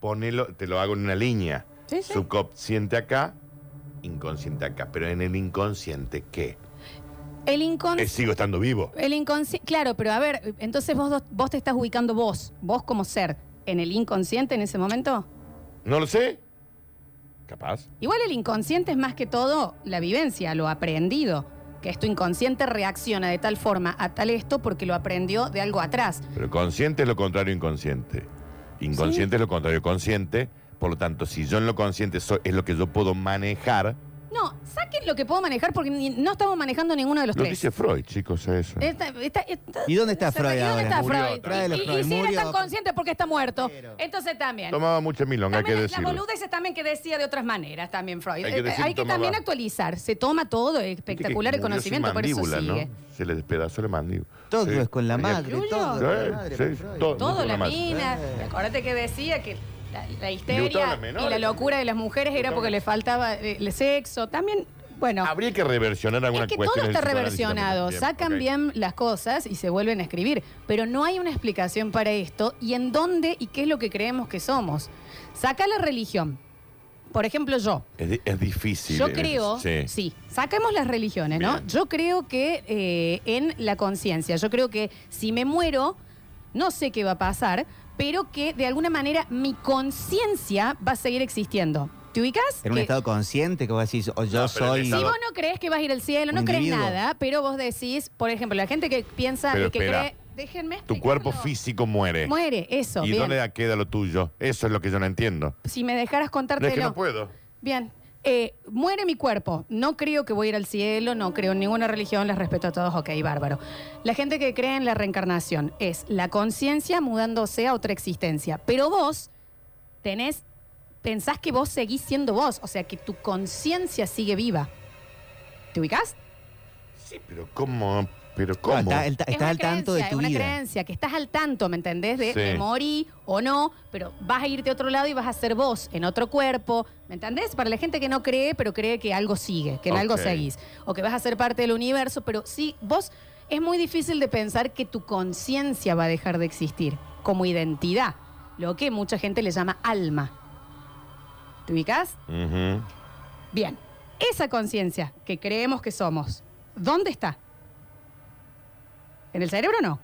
ponelo, te lo hago en una línea. Subconsciente acá, inconsciente acá. Pero en el inconsciente, ¿qué?
El inconsciente...
Eh, sigo estando vivo.
El inconsciente, claro, pero a ver, entonces vos, dos- vos te estás ubicando vos, vos como ser, en el inconsciente en ese momento.
No lo sé. Capaz.
Igual el inconsciente es más que todo la vivencia, lo aprendido. Que es tu inconsciente reacciona de tal forma a tal esto porque lo aprendió de algo atrás.
Pero consciente es lo contrario a inconsciente. Inconsciente es lo contrario a consciente. Por lo tanto, si yo en lo consciente soy- es lo que yo puedo manejar,
No, saquen lo que puedo manejar porque ni- no estamos manejando ninguno de los
lo
tres.
dice Freud, chicos, a eso.
Está- está- está-
¿Y dónde está
se-
Freud
¿y dónde
ahora?
está
Murió,
Freud?
tráelo,
Y- y-
Freud,
y si él
murió.
es tan consciente porque está muerto. Entonces también.
Tomaba mucha milonga, hay que
También la-
decirlo.
las boludeces también que decía de otras maneras también Freud. Eh,
Hay
Hay
que
que,
decir, toma,
también
va.
actualizar. Se toma todo, es
Viste que
espectacular el
murió sin
conocimiento, por eso
mandíbula,
sigue.
¿no? Se le despedazó la mandíbula.
Todo
Sí.
es con la
Tenía-
madre,
Yuyo.
todo. es con la madre,
Sí,
por
sí,
Freud.
todo.
Todo, la
Nada más. Eh.
mina. Acuérdate que decía que la, la
Le gustaban
histeria
las
y
menores
la locura de las mujeres era porque le faltaba eh, el sexo. También, bueno,
Habría que reversionar algunas
es que todo
cuestiones.
está
del psicoanálisis
reversionado.
también.
Sacan
ok.
bien las cosas y se vuelven a escribir. Pero no hay una explicación para esto y en dónde y qué es lo que creemos que somos. Saca la religión. Por ejemplo, yo.
Es, di- es difícil.
Yo
eh,
creo, sí.
Sí.
sacamos las religiones, ¿no? Yo creo que eh, en la conciencia, yo creo que si me muero, no sé qué va a pasar, pero que de alguna manera mi conciencia va a seguir existiendo. ¿Te ubicas?
En un
Que-
estado consciente que vos decís, o yo
No, pero
soy.
en
si vos no crees que vas a ir al cielo,
Un
no crees
individuo.
nada, pero vos decís, por ejemplo, la gente que piensa
Pero
y que
espera.
cree, déjenme,
Tu cuerpo físico muere.
muere, eso,
¿Y
bien.
dónde queda lo tuyo? Eso es lo que yo no entiendo.
Si me dejaras
No,
contártelo.
es que no puedo.
Bien. Eh, muere mi cuerpo. No creo que voy a ir al cielo, no creo en ninguna religión, les respeto a todos, ok, bárbaro. La gente que cree en la reencarnación es la conciencia mudándose a otra existencia. Pero vos tenés, pensás que vos seguís siendo vos, o sea que tu conciencia sigue viva. ¿Te ubicás?
Pero ¿cómo Pero ¿cómo?
está- está-
Es
estás
una
al tanto de
creencia,
tu
es una
vida.
creencia, que estás al tanto, ¿me entendés? De
Sí.
me morí o no, pero vas a irte a otro lado y vas a ser vos, en otro cuerpo, ¿me entendés? Para la gente que no cree, pero cree que algo sigue, que en algo
Ok.
seguís, o que vas a ser parte del universo, pero sí, vos es muy difícil de pensar que tu conciencia va a dejar de existir como identidad, lo que mucha gente le llama alma. ¿Te ubicás?
Ujú.
Bien, esa conciencia que creemos que somos, ¿dónde está? ¿En el cerebro no?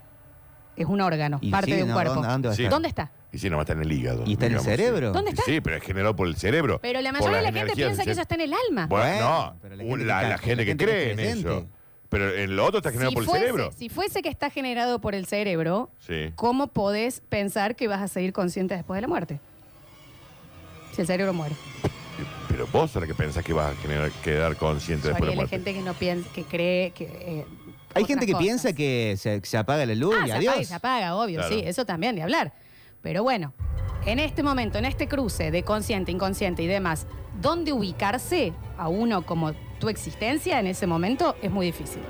Es un órgano,
Y
parte
sí,
de un
no,
cuerpo.
¿dónde- dónde va a estar?
está?
Y si no, va a estar en el hígado. ¿Y
está en el cerebro?
¿Dónde está?
Sí, pero es generado por el cerebro.
Pero la
por
mayoría de la
las
gente
energías
piensa
del
que eso
cere-
está en el alma.
Bueno, no,
gente
un-
que
la,
está-
la gente
la
que
gente que
cree en
está
eso.
presente.
Pero en lo otro está generado
si,
por el
fuese,
cerebro.
si fuese que está generado por el cerebro,
Sí.
¿cómo podés pensar que vas a seguir consciente después de la muerte? Si el cerebro muere.
Pero vos sos la que pensás que vas a generar- quedar consciente después de
Mayoría
la
de la
muerte.
gente que no piensa, que cree que... eh,
Hay
otras
gente que
cosas.
piensa que se, se apaga la luz
ah,
y
se
adiós.
apaga y se apaga, obvio,
Claro.
sí, eso también, de hablar. Pero bueno, en este momento, en este cruce de consciente, inconsciente y demás, ¿dónde ubicarse a uno como tu existencia en ese momento es muy difícil?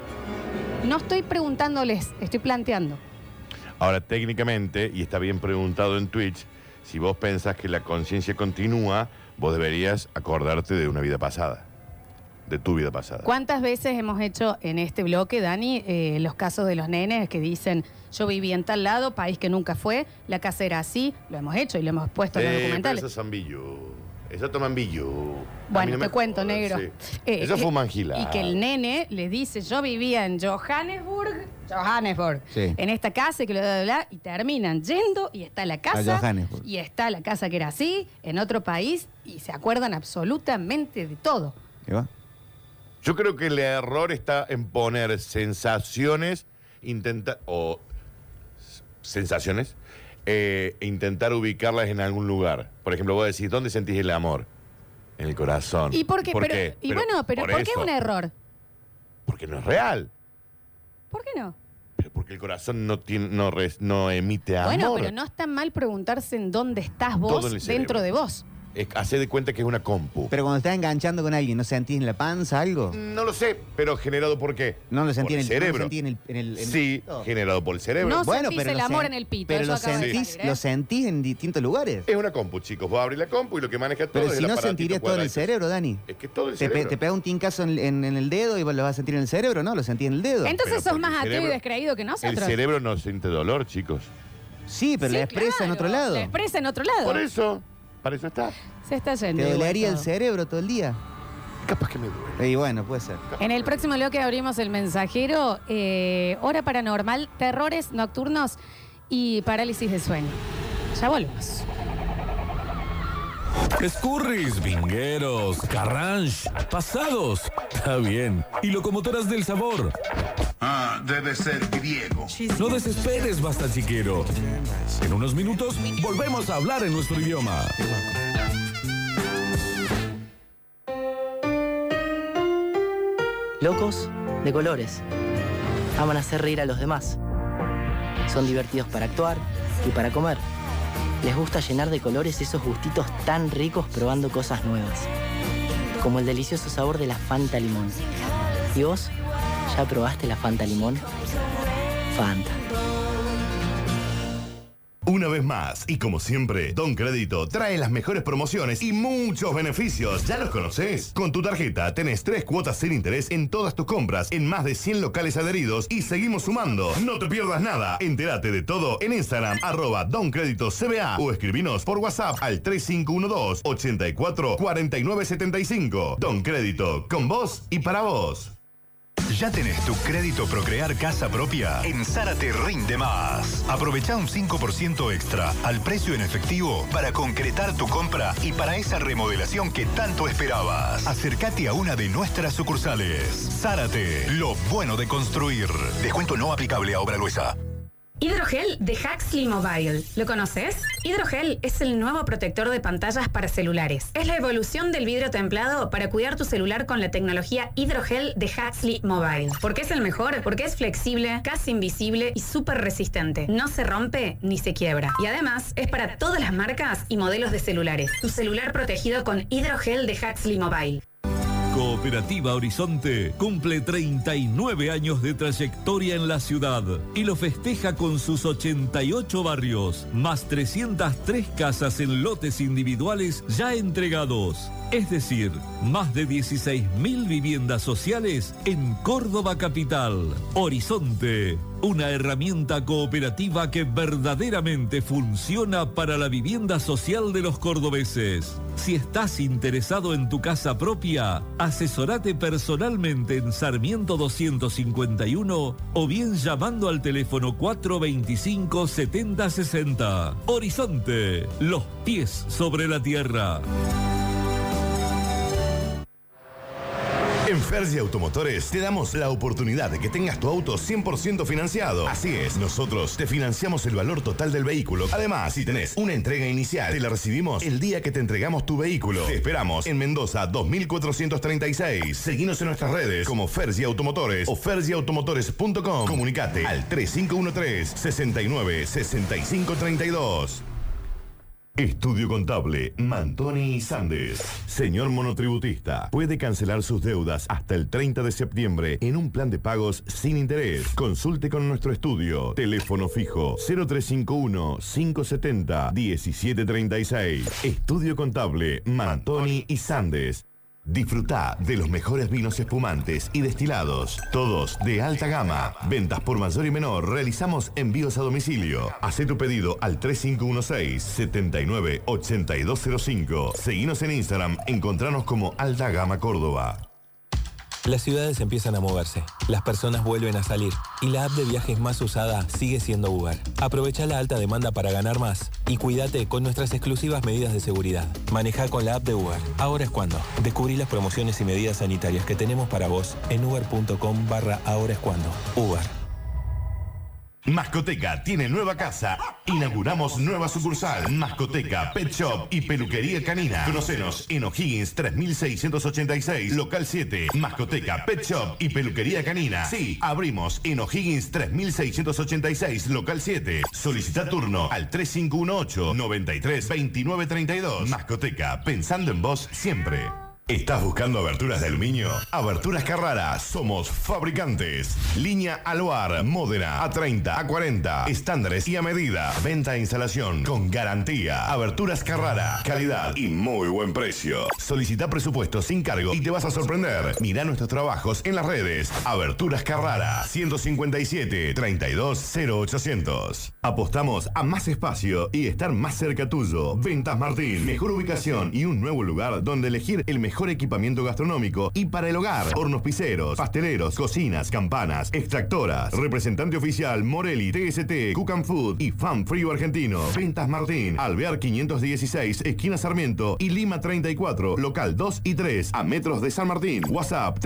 No estoy preguntándoles, estoy planteando.
Ahora, técnicamente, y está bien preguntado en Twitch, si vos pensás que la conciencia continúa, vos deberías acordarte de una vida pasada. De tu vida pasada.
¿Cuántas veces hemos hecho en este bloque, Dani, eh, los casos de los nenes que dicen yo viví en tal lado, país que nunca fue, la casa era así? Lo hemos hecho y lo hemos puesto en los
Eh,
documentales.
pero Eso es ambillo. Eso toman billo. A mí
Bueno,
no
te
me
cuento,
jodan,
negro.
sí.
Eh,
eso
eh,
fue un mangila.
Y que el nene le dice, yo vivía en Johannesburg, Johannesburg,
Sí.
en esta casa, y que lo bla, bla, bla, y terminan yendo y está la casa,
Johannesburg.
y está la casa que era así, en otro país, y se acuerdan absolutamente de todo.
Yo creo que el error está en poner sensaciones, intentar. o. s- sensaciones. eh, e intentar ubicarlas en algún lugar. Por ejemplo, vos decís, ¿dónde sentís el amor? En el corazón.
¿Y por qué? pero,
qué?
Y bueno, pero ¿por, qué es
eso,
un error?
Porque no es real.
¿Por qué no?
Pero porque el corazón no, tiene, no, res- no emite amor.
Bueno, pero no está mal preguntarse en dónde estás
Todo en el
vos
cerebro.
dentro de vos.
Es- hacé de cuenta que es una compu.
Pero cuando estás enganchando con alguien, ¿no sentís en la panza algo?
Mm.
No lo sé, pero generado por qué?
No lo sentí en
Por
el
cerebro.
no lo sentí en el- en el- en el-
Sí, generado por el cerebro.
No sentís el
lo
amor
sen-
en el pito,
Pero
eso
lo
acabo de
sentís,
salir, ¿eh?
lo sentís en distintos lugares.
Es una compu, chicos. Vos abrís la compu y lo que maneja todo
Pero
es
si
el
no
aparatito
sentirías todo en el
cuadradito.
cerebro, Dani.
Es que todo el
te, pe-
cerebro.
te pega un tincazo en, en- en el dedo y vos lo vas a sentir en el cerebro, ¿no? Lo sentí en el dedo.
Entonces sos más ateo y
cerebro-
descreído que
El
nosotros.
cerebro no siente dolor, chicos.
Sí, pero la expresa en otro lado.
La expresa en otro lado.
Por eso, para eso está.
Se está yendo.
Te
igual
dolería el
todo.
cerebro todo el día.
Capaz que me duele.
Y bueno, puede ser.
En el próximo bloque abrimos el mensajero, eh, hora paranormal, terrores nocturnos y parálisis de sueño. Ya volvemos.
Escurris, vingueros, carranche, pasados. Está bien. Y locomotoras del sabor. Ah, debe ser griego. No desesperes, basta chiquero. En unos minutos volvemos a hablar en nuestro idioma.
Locos de colores. Aman hacer reír a los demás. Son divertidos para actuar y para comer. Les gusta llenar de colores esos gustitos tan ricos probando cosas nuevas. Como el delicioso sabor de la Fanta Limón. ¿Y vos? ¿Ya probaste la Fanta Limón? Fanta.
Una vez más, y como siempre, Don Crédito trae las mejores promociones y muchos beneficios. ¿Ya los conoces? Con tu tarjeta tenés tres cuotas sin interés en todas tus compras en más de 100 locales adheridos y seguimos sumando. No te pierdas nada. Entérate de todo en Instagram, arroba Don Crédito CBA o escribinos por WhatsApp al 3512 84 49 75. Don Crédito, con vos y para vos.
¿Ya tenés tu crédito Procrear Casa Propia? En Sara te rinde más. Aprovecha un 5% extra al precio en efectivo para concretar tu compra y para esa remodelación que tanto esperabas. Acércate a una de nuestras sucursales. Zárate, lo bueno de construir. Descuento no aplicable a obra gruesa.
Hidrogel de Huxley Mobile. ¿Lo conoces? Hidrogel es el nuevo protector de pantallas para celulares. Es la evolución del vidrio templado para cuidar tu celular con la tecnología hidrogel de Huxley Mobile. Porque es el mejor, porque es flexible, casi invisible y súper resistente. No se rompe ni se quiebra. Y además es para todas las marcas y modelos de celulares. Tu celular protegido con hidrogel de Huxley Mobile.
Cooperativa Horizonte cumple 39 años de trayectoria en la ciudad y lo festeja con sus 88 barrios, más 303 casas en lotes individuales ya entregados. Es decir, más de 16.000 viviendas sociales en Córdoba Capital. Horizonte, una herramienta cooperativa que verdaderamente funciona para la vivienda social de los cordobeses. Si estás interesado en tu casa propia, asesorate personalmente en Sarmiento 251 o bien llamando al teléfono 425 7060. Horizonte, los pies sobre la tierra.
En Fergie Automotores te damos la oportunidad de que tengas tu auto 100% financiado. Así es, nosotros te financiamos el valor total del vehículo. Además, si tenés una entrega inicial, te la recibimos el día que te entregamos tu vehículo. Te esperamos en Mendoza 2436. Seguinos en nuestras redes como Fergie Automotores o fergieautomotores.com. Comunicate al 3513 69 65 32. Estudio Contable, Mantoni y Sandes. Señor monotributista, puede cancelar sus deudas hasta el 30 de septiembre en un plan de pagos sin interés. Consulte con nuestro estudio. Teléfono fijo 0351-570-1736. Estudio Contable, Mantoni y Sandes. Disfruta de los mejores vinos espumantes y destilados, todos de alta gama. Ventas por mayor y menor, realizamos envíos a domicilio. Hacé tu pedido al 3516-798205. Seguinos en Instagram, encontranos como Alta Gama Córdoba.
Las ciudades empiezan a moverse, las personas vuelven a salir y la app de viajes más usada sigue siendo Uber. Aprovecha la alta demanda para ganar más y cuídate con nuestras exclusivas medidas de seguridad. Maneja con la app de Uber. Ahora es cuando. Descubrí las promociones y medidas sanitarias que tenemos para vos en uber.com barra ahora es cuando. Uber.
Mascoteca tiene nueva casa. Inauguramos nueva sucursal. Mascoteca, Pet Shop y Peluquería Canina. Conocenos en O'Higgins 3686, local 7. Mascoteca, Pet Shop y Peluquería Canina. Sí, abrimos en O'Higgins 3686, local 7. Solicita turno al 3518 93 29 32. Mascoteca, pensando en vos siempre. ¿Estás buscando aberturas de aluminio? Aberturas Carrara, somos fabricantes. Línea Aluar, Módena, A30, A40, estándares y a medida. Venta e instalación con garantía. Aberturas Carrara, calidad y muy buen precio. Solicita presupuesto sin cargo y te vas a sorprender. Mira nuestros trabajos en las redes. Aberturas Carrara, 157 32 0800. Apostamos a más espacio y estar más cerca tuyo. Ventas Martín, mejor ubicación y un nuevo lugar donde elegir el mejor mejor equipamiento gastronómico y para el hogar. Hornos piseros, pasteleros, cocinas, campanas, extractoras. Representante oficial Morelli, TST, Cook and Food y Fan Frío Argentino. Ventas Martín, Alvear 516, esquina Sarmiento y Lima 34, local 2 y 3, a metros de San Martín. WhatsApp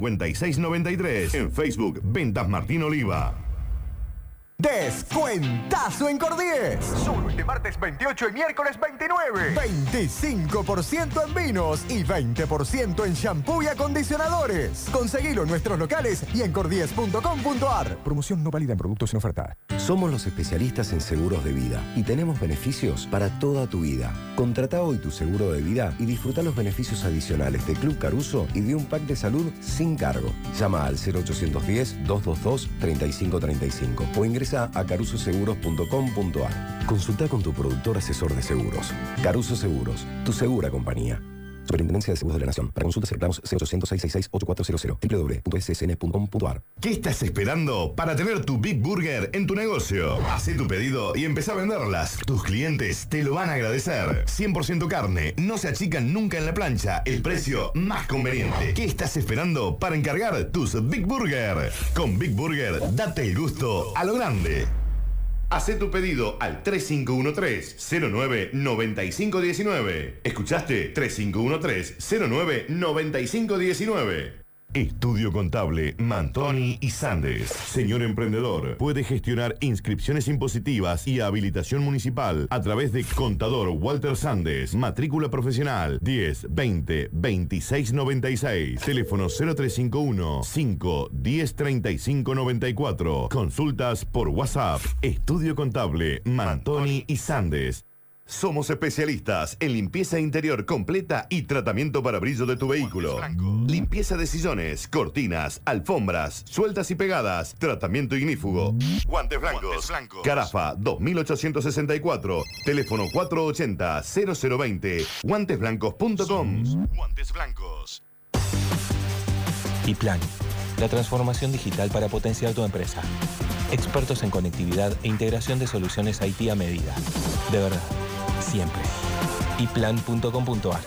3513-915693. En Facebook, Ventas Martín Oliva.
Descuentazo en Cordies. Solo este martes 28 y miércoles 29. 25% en vinos y 20% en shampoo y acondicionadores. Conseguilo en nuestros locales y en cordies.com.ar.
Promoción no válida en productos en oferta.
Somos los especialistas en seguros de vida y tenemos beneficios para toda tu vida. Contrata hoy tu seguro de vida y disfruta los beneficios adicionales de Club Caruso y de un pack de salud sin cargo. Llama al 0810-222-3535 o ingresa a carusoseguros.com.ar. Consulta con tu productor asesor de seguros. Caruso Seguros, tu segura compañía. Superintendencia de Seguros de la Nación. Para consultas y reclamos 0800-666-8400 www.ssn.com.ar
¿Qué estás esperando para tener tu Big Burger en tu negocio? Hacé tu pedido y empezá a venderlas. Tus clientes te lo van a agradecer. 100% carne, no se achican nunca en la plancha. El precio más conveniente. ¿Qué estás esperando para encargar tus Big Burger? Con Big Burger, date el gusto a lo grande. Hacé tu pedido al 3513-099519. ¿Escuchaste? 3513-099519. Estudio Contable Mantoni y Sandes. Señor emprendedor, puede gestionar inscripciones impositivas y habilitación municipal a través de Contador Walter Sandes, matrícula profesional 10 20 26 96, teléfono 0351 5 10 35 94. Consultas por WhatsApp. Estudio Contable Mantoni y Sandes.
Somos especialistas en limpieza interior completa y tratamiento para brillo de tu vehículo. Limpieza de sillones, cortinas, alfombras, sueltas y pegadas, tratamiento ignífugo.
Guantes blancos.
Carafa 2864, teléfono 480-0020, guantesblancos.com.
Guantes blancos.
Y Plan, la transformación digital para potenciar tu empresa. Expertos en conectividad e integración de soluciones IT a medida. De verdad, siempre. yplan.com.ar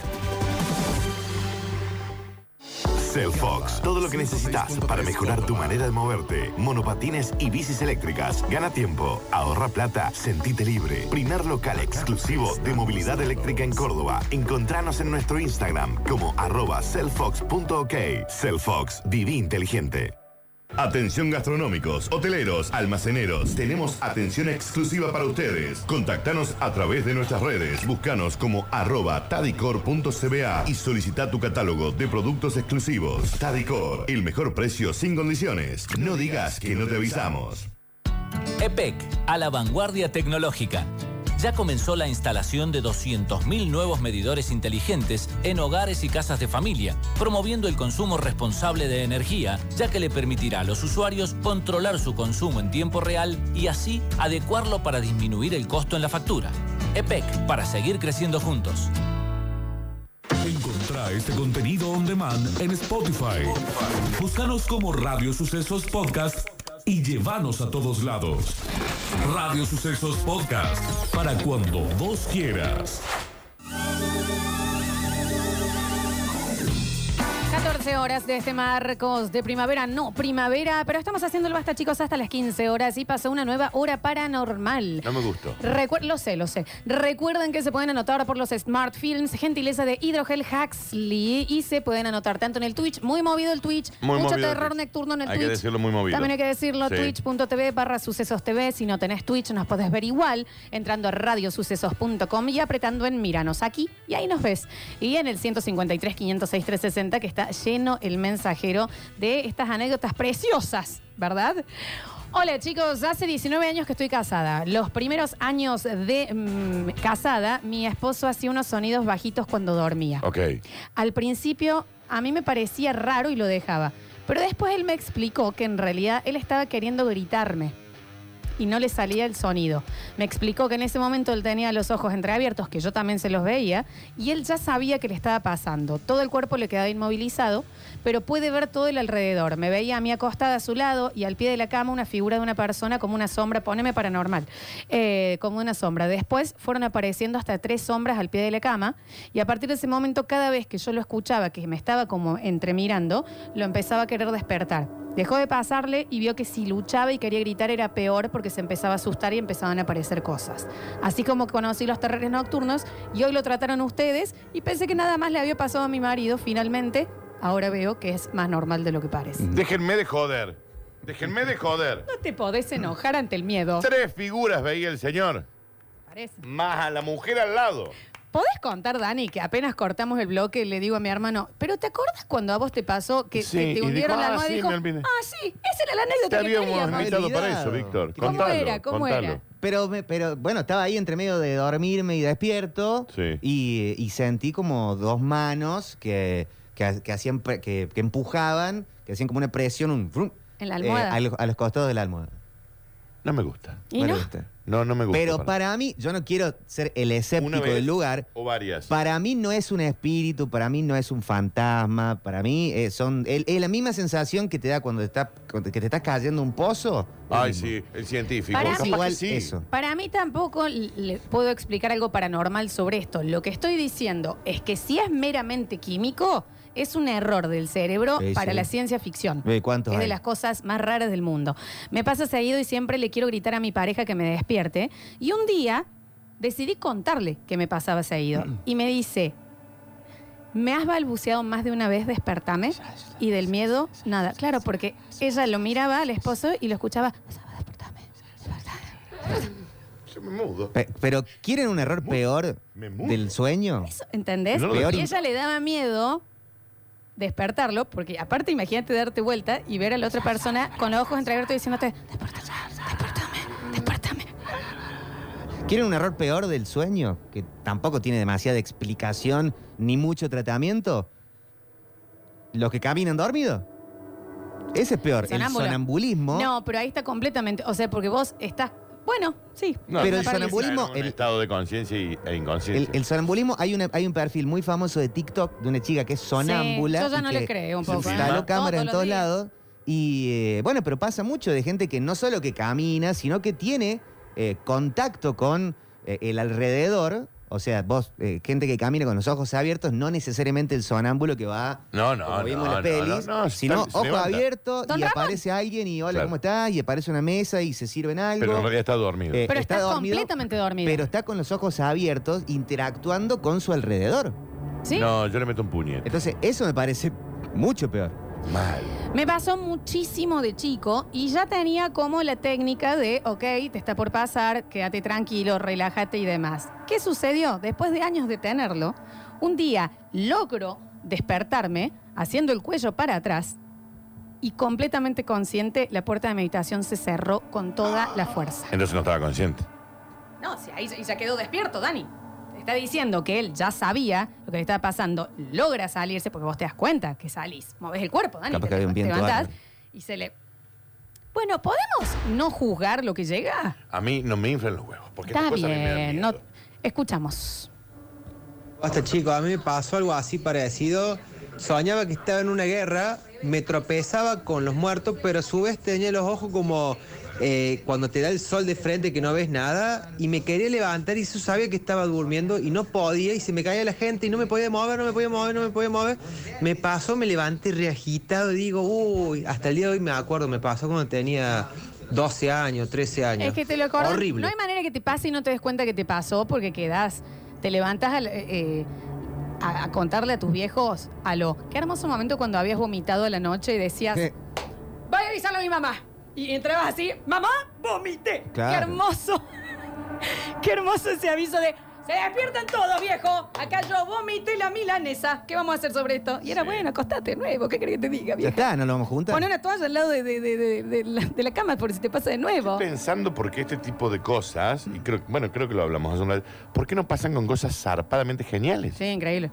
Cellfox, todo lo que necesitas para mejorar tu manera de moverte. Monopatines y bicis eléctricas. Gana tiempo, ahorra plata, sentite libre. Primer local exclusivo de movilidad eléctrica en Córdoba. Encontranos en nuestro Instagram como arroba cellfox.ok. Cellfox, viví inteligente. Atención gastronómicos, hoteleros, almaceneros. Tenemos atención exclusiva para ustedes. Contactanos a través de nuestras redes. Búscanos como arroba tadicor.cba y solicita tu catálogo de productos exclusivos. Tadicor, el mejor precio sin condiciones. No digas que no te avisamos.
EPEC, E a la vanguardia tecnológica. Ya comenzó la instalación de 200.000 nuevos medidores inteligentes en hogares y casas de familia, promoviendo el consumo responsable de energía, ya que le permitirá a los usuarios controlar su consumo en tiempo real y así adecuarlo para disminuir el costo en la factura. E EPEC, para seguir creciendo juntos.
Encontrá este contenido on demand en Spotify. Búscanos como Radio Sucesos Podcast y llévanos a todos lados. Radio Sucesos Podcast para cuando vos quieras.
14 horas de este Marcos de primavera, no primavera, pero estamos haciendo el basta, chicos, hasta las 15 horas y pasó una nueva hora paranormal.
No me gustó.
Recuer- lo sé, lo sé. Recuerden que se pueden anotar por los Smart Films, gentileza de Hidrogel Huxley, y se pueden anotar tanto en el Twitch, muy movido el Twitch,
Muy
mucho
movido el
terror
Twitch.
nocturno en el
Hay que
Twitch.
decirlo muy movido.
También hay que decirlo,
Sí.
twitch.tv barra sucesos TV. Si no tenés Twitch, nos podés ver igual, entrando a radiosucesos.com y apretando en Miranos aquí, y ahí nos ves. Y en el 153 506 360, que está lleno el mensajero de estas anécdotas preciosas, ¿verdad? Hola chicos, hace 19 años que estoy casada. Los primeros años de mm, casada, mi esposo hacía unos sonidos bajitos cuando dormía.
Ok.
Al principio a mí me parecía raro y lo dejaba, pero después él me explicó que en realidad él estaba queriendo gritarme y no le salía el sonido. Me explicó que en ese momento él tenía los ojos entreabiertos, que yo también se los veía, y él ya sabía que le estaba pasando. Todo el cuerpo le quedaba inmovilizado, pero puede ver todo el alrededor. Me veía a mí acostada a su lado y al pie de la cama una figura de una persona como una sombra, poneme paranormal, eh, como una sombra. Después fueron apareciendo hasta tres sombras al pie de la cama y a partir de ese momento cada vez que yo lo escuchaba, que me estaba como entremirando, lo empezaba a querer despertar. Dejó de pasarle y vio que si luchaba y quería gritar era peor porque se empezaba a asustar y empezaban a aparecer cosas. Así como conocí los terrores nocturnos y hoy lo trataron ustedes y pensé que nada más le había pasado a mi marido. Finalmente, ahora veo que es más normal de lo que parece.
Déjenme de joder. Déjenme de joder.
No te podés enojar ante el miedo.
Tres figuras veía el señor.
Parece.
Más a la mujer al lado.
¿Podés contar, Dani, que apenas cortamos el bloque le digo a mi hermano, pero ¿te acordás cuando a vos te pasó que
Sí,
que
y
te
dijo,
hundieron la
"Ah,
almohada?
sí,
y dijo,
me olvidé".
ah, sí, esa era la anécdota
Te
que
habíamos
teníamos".
invitado para eso, Víctor.
¿Cómo
Contalo,
era? ¿Cómo
contalo.
era?
Pero, me- pero bueno, estaba ahí entre medio de dormirme y despierto y, y sentí como dos manos que, que, que hacían pre- que, que empujaban, que hacían como una presión un frum,
En la
eh,
almohada.
a, los, a los costados de la almohada.
No me gusta.
¿Y no?
No, no me gusta.
Pero
para-
para mí, yo no quiero ser el escéptico
vez
del lugar.
O varias.
Para mí no es un espíritu, para mí no es un fantasma, para mí eh, son el- es la misma sensación que te da cuando, está, cuando- que te estás cayendo un pozo.
Ay, sí, el científico.
Para
Capaz
mí-
que
Igual
sí.
eso.
Para mí tampoco le puedo explicar algo paranormal sobre esto. Lo que estoy diciendo es que si es meramente químico, es un error del cerebro
Sí,
para
sí.
la ciencia ficción.
Ve, ¿cuántos
es de
hay?
las cosas más raras del mundo. Me pasa seguido y siempre le quiero gritar a mi pareja que me despierte. Y un día decidí contarle que me pasaba seguido. Y me dice, ¿me has balbuceado más de una vez despertame? Y del miedo, nada. Claro, porque ella lo miraba al esposo y lo escuchaba.
Yo me mudo.
Pe- pero ¿quieren un error peor del sueño?
¿Entendés?
No lo
y
decí.
ella le daba miedo despertarlo, porque aparte imagínate darte vuelta y ver a la otra persona con los ojos entreabiertos diciéndote, despertame, despertame, despertame.
¿Quieren un error peor del sueño? Que tampoco tiene demasiada explicación ni mucho tratamiento. ¿Los que caminan dormidos? Ese es peor.
Sonámbulo.
El sonambulismo.
No, pero ahí está completamente. O sea, porque vos estás. Bueno, sí.
No,
Pero
no
el
parece.
sonambulismo,
Está en un estado de conciencia y- e
El,
inconsciencia.
el sonambulismo, hay, una- hay un perfil muy famoso de TikTok de una chica que es sonámbula.
Sí, yo ya
y
no
que
le creo un
se
poco, ¿eh?
Instaló
Todos
cámaras en
los
todos
días.
lados. Y eh, bueno, pero pasa mucho de gente que no solo que camina, sino que tiene eh, contacto con eh, el alrededor. O sea, vos, eh, gente que camina con los ojos abiertos, no necesariamente el sonámbulo que va,
No, no,
como vimos
no,
en
no,
las pelis,
no, no,
sino
se
ojo
levanta.
abierto
¿Don
y
Ramón?
aparece alguien y hola,
Claro.
¿cómo estás? Y aparece una mesa y se sirven algo.
Pero en realidad está dormido.
Eh,
Pero
está
estás
dormido,
completamente dormido.
pero está con los ojos abiertos interactuando con su alrededor.
¿Sí?
No, yo le meto un puñete.
Entonces, eso me parece mucho peor.
Mal.
Me pasó muchísimo de chico y ya tenía como la técnica de, ok, te está por pasar, quédate tranquilo, relájate y demás. ¿Qué sucedió? Después de años de tenerlo, un día logro despertarme haciendo el cuello para atrás y completamente consciente la puerta de meditación se cerró con toda la fuerza.
Entonces no estaba consciente.
No, si ahí ya- ya quedó despierto, Dani. Te está diciendo que él ya sabía lo que le estaba pasando, logra salirse porque vos te das cuenta que salís, moves el cuerpo, Dani,
Capaz
te
que había un
te
viento
levantás
árabe.
y se le... Bueno, ¿podemos no juzgar lo que llega?
A mí no me inflan los huevos. Porque
Está
estas cosas a mí me dan
bien, no... Escuchamos.
Basta chicos, este a mí me pasó algo así parecido. Soñaba que estaba en una guerra, me tropezaba con los muertos, pero a su vez tenía los ojos como eh, cuando te da el sol de frente que no ves nada, y me quería levantar y yo sabía que estaba durmiendo y no podía, y se me caía la gente y no me podía mover, no me podía mover, no me podía mover. Me pasó, me levanté reagitado y digo, uy, hasta el día de hoy me acuerdo, me pasó cuando tenía 12 años, 13 años.
Es que te lo acordás.
Horrible.
No hay manera que te pase y no te des cuenta que te pasó porque quedás, te levantas al- eh, a, a contarle a tus viejos a lo... Qué hermoso momento cuando habías vomitado a la noche y decías... Voy a avisarle a mi mamá. Y entrabas así, mamá, vomité.
Claro.
Qué hermoso. Qué hermoso ese aviso de, se despiertan todos, viejo. Acá yo vomité la milanesa. ¿Qué vamos a hacer sobre esto? Y era, bueno, acostate de nuevo. ¿Qué querés que te diga,
Ya
viejo?
está, no lo vamos a juntar.
Pon una toalla al lado de, de- de- de- de la, de la cama por si te pasa de nuevo.
pensando por qué este tipo de cosas, y creo, bueno, creo que lo hablamos hace un rato, ¿por qué no pasan con cosas zarpadamente geniales?
Sí, increíble.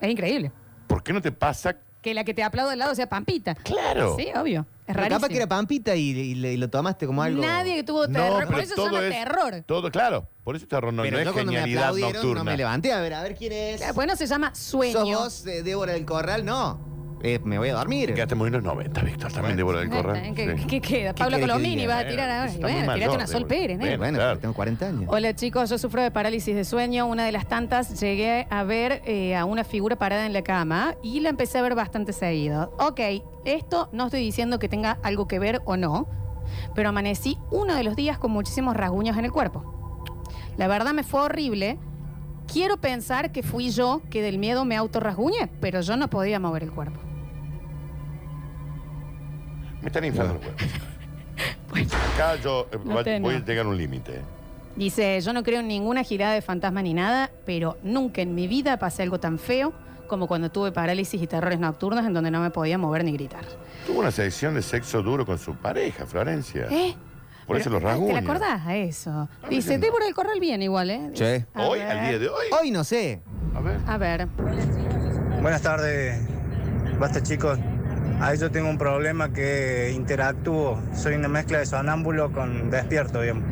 Es increíble.
¿Por qué no te pasa?
Que la que te aplaude al lado sea Pampita.
Claro.
Sí, obvio. Es
Pero
rarísimo.
capaz que era Pampita y, y le- y lo tomaste como algo.
Nadie que tuvo terror. por eso suena terror.
Todo, claro. Por eso terror no,
Pero
no
yo
es
cuando me
genialidad
aplaudieron,
nocturna.
no me levanté a ver, a ver quién es.
Claro, Bueno, se llama sueño.
¿Sos vos, eh, Débora del Corral? No. Eh, me voy a dormir.
Quedaste muy en los 90, Víctor, también Débora del Corral.
¿Qué,
Sí.
qué queda? Pablo
querés que
Colomini
diga?
va a
Eh,
tirar ahora. Y
está muy
Bueno, tirate
mayor,
una Sol
Débora.
Pérez, ¿no?
Bueno,
Bueno,
claro.
tengo 40 años.
Hola chicos, yo sufro de parálisis de sueño. Una de las tantas llegué a ver eh, a una figura parada en la cama y la empecé a ver bastante seguido. Ok, esto no estoy diciendo que tenga algo que ver o no, pero amanecí uno de los días con muchísimos rasguños en el cuerpo. La verdad me fue horrible. Quiero pensar que fui yo que del miedo me autorrasguñé, pero yo no podía mover el cuerpo.
Me están inflando los huevos. Acá yo eh,
No
va-
tengo.
voy a llegar a un límite.
Dice, yo no creo en ninguna girada de fantasma ni nada, pero nunca en mi vida pasé algo tan feo como cuando tuve parálisis y terrores nocturnos en donde no me podía mover ni gritar.
Tuvo una sección de sexo duro con su pareja, Florencia.
¿Eh?
Por eso
Pero, ay,
los rasguños.
¿Te la acordás a eso?
Ah,
Dice,
bien.
Débora del Corral bien igual, ¿eh?
Che.
A
Hoy,
ver.
al día de hoy.
Hoy no sé.
A ver.
A ver.
Buenas tardes, basta chicos. Ahí yo tengo un problema que interactúo. Soy una mezcla de sonámbulo con despierto, digamos.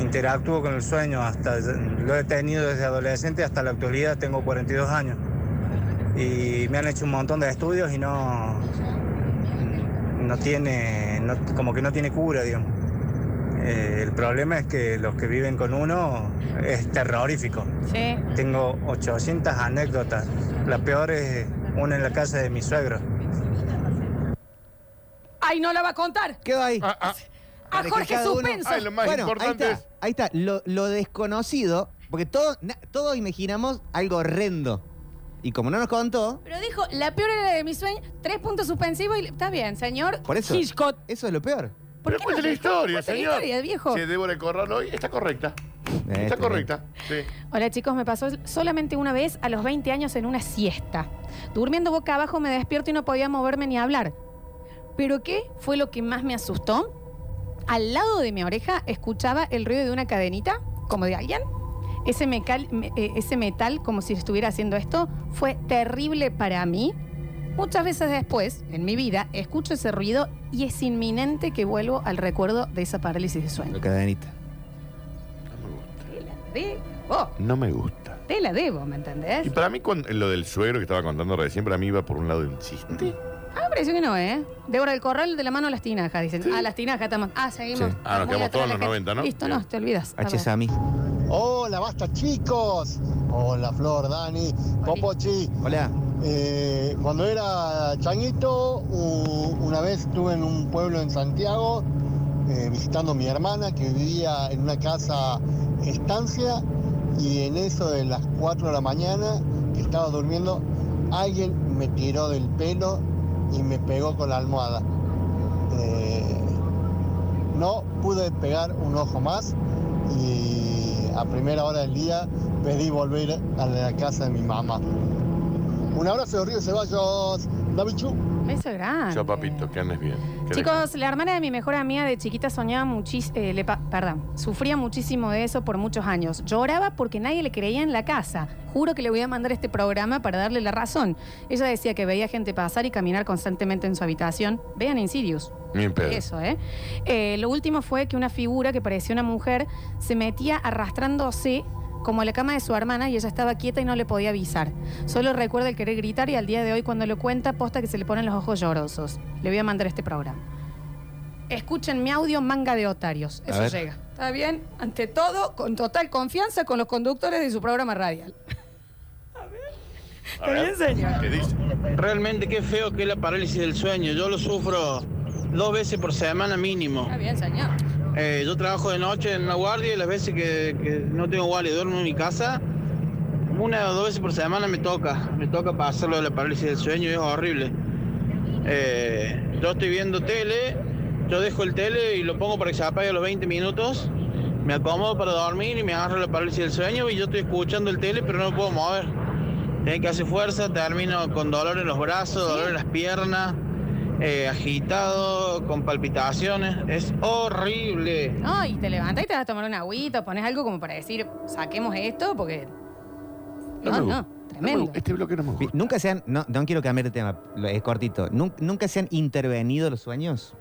Interactúo con el sueño. Hasta, lo he tenido desde adolescente hasta la actualidad, tengo 42 años. Y me han hecho un montón de estudios y no, no tiene, no- como que no tiene cura, digamos. Eh, el problema es que los que viven con uno es terrorífico.
Sí.
Tengo 800 anécdotas. La peor es una en la casa de mi suegro.
¡Ay, no la va a contar!
Quedó ahí.
Ah,
A
Para que
Jorge
cada uno-
Suspenso.
Bueno, ahí está, ahí está, Lo, lo desconocido, porque todos na- todos imaginamos algo horrendo. Y como no nos contó,
Pero dijo, la peor era la de mi sueño, tres puntos suspensivos y... Está bien, señor.
por eso. Eso es lo peor.
Pero
qué
cuenta
no
la
le-
historia,
cuenta la
señor.
historia, viejo.
Si es Débora del Corral hoy, está correcta. Está correcta. Sí.
Hola chicos, me pasó solamente una vez a los 20 años en una siesta. Durmiendo boca abajo me despierto y no podía moverme ni hablar. ¿Pero qué fue lo que más me asustó? al lado de mi oreja escuchaba el ruido de una cadenita, como de alguien. Ese, mecal- me- eh, ese metal, como si estuviera haciendo esto, fue terrible para mí. Muchas veces después, en mi vida, escucho ese ruido y es inminente que vuelvo al recuerdo de esa parálisis de sueño.
La cadenita.
De- oh,
No me gusta.
te la debo, ¿me entendés?
Y para mí, cuando- lo del suegro que estaba contando recién, para mí iba por un lado de un chiste.
Ah, me pareció que no, ¿eh? Débora del Corral de la mano a las tinajas, dicen. Ah, las tinajas estamos. Ah, seguimos.
Sí. Ah, nos
Muy
quedamos
atrás
todos
la
en los
gente.
90, ¿no?
Listo, no, te olvidas. A ver.
Sami.
Hola, basta chicos. Hola, Flor, Dani, Popochi. Eh,
Hola.
cuando era changuito, u- una vez estuve en un pueblo en Santiago eh, visitando a mi hermana que vivía en una casa estancia y en eso de las 4 de la mañana que estaba durmiendo, alguien me tiró del pelo y me pegó con la almohada. Eh, no pude pegar un ojo más y a primera hora del día pedí volver a la casa de mi mamá. Un abrazo de Río Ceballos, David Chu.
Beso grande.
Chao, papito, que andes bien. Que
Ah. Chicos, la hermana de mi mejor amiga de chiquita soñaba muchísimo, perdón, sufría muchísimo de eso por muchos años. Lloraba porque nadie le creía en la casa. Juro que le voy a mandar este programa para darle la razón. Ella decía que veía gente pasar y caminar constantemente en su habitación. Vean Insidious.
Ni en pedo.
Eso, ¿eh? Eh, Lo último fue que una figura que parecía una mujer se metía arrastrándose como a la cama de su hermana y ella estaba quieta y no le podía avisar. Solo recuerda el querer gritar y al día de hoy cuando lo cuenta posta que se le ponen los ojos llorosos. Le voy a mandar este programa. Escuchen mi audio manga de otarios.
A
Eso
ver.
llega. Está bien. Ante todo, con total confianza con los conductores de su programa radial.
¿Está bien, señor? Realmente qué feo que es la parálisis del sueño. Yo lo sufro dos veces por semana mínimo.
Está bien, señor.
Eh, yo trabajo de noche en una guardia y las veces que, que no tengo guardia y duermo en mi casa, una o dos veces por semana me toca. Me toca pasarlo de la parálisis del sueño y es horrible. Eh, yo estoy viendo tele, yo dejo el tele y lo pongo para que se apague a los 20 minutos. Me acomodo para dormir y me agarro la parálisis del sueño y yo estoy escuchando el tele pero no me puedo mover. Tengo que hacer fuerza, termino con dolor en los brazos, dolor en las piernas, eh, agitado, con palpitaciones. Es horrible.
No, y te levantas y te vas a tomar un agüito, pones algo como para decir, saquemos esto porque...
No
No,
me
no, tremendo.
Este bloque no me
gusta. Nunca se han. No, no quiero cambiar de tema, lo- es cortito. Nun- ¿Nunca se han intervenido los sueños?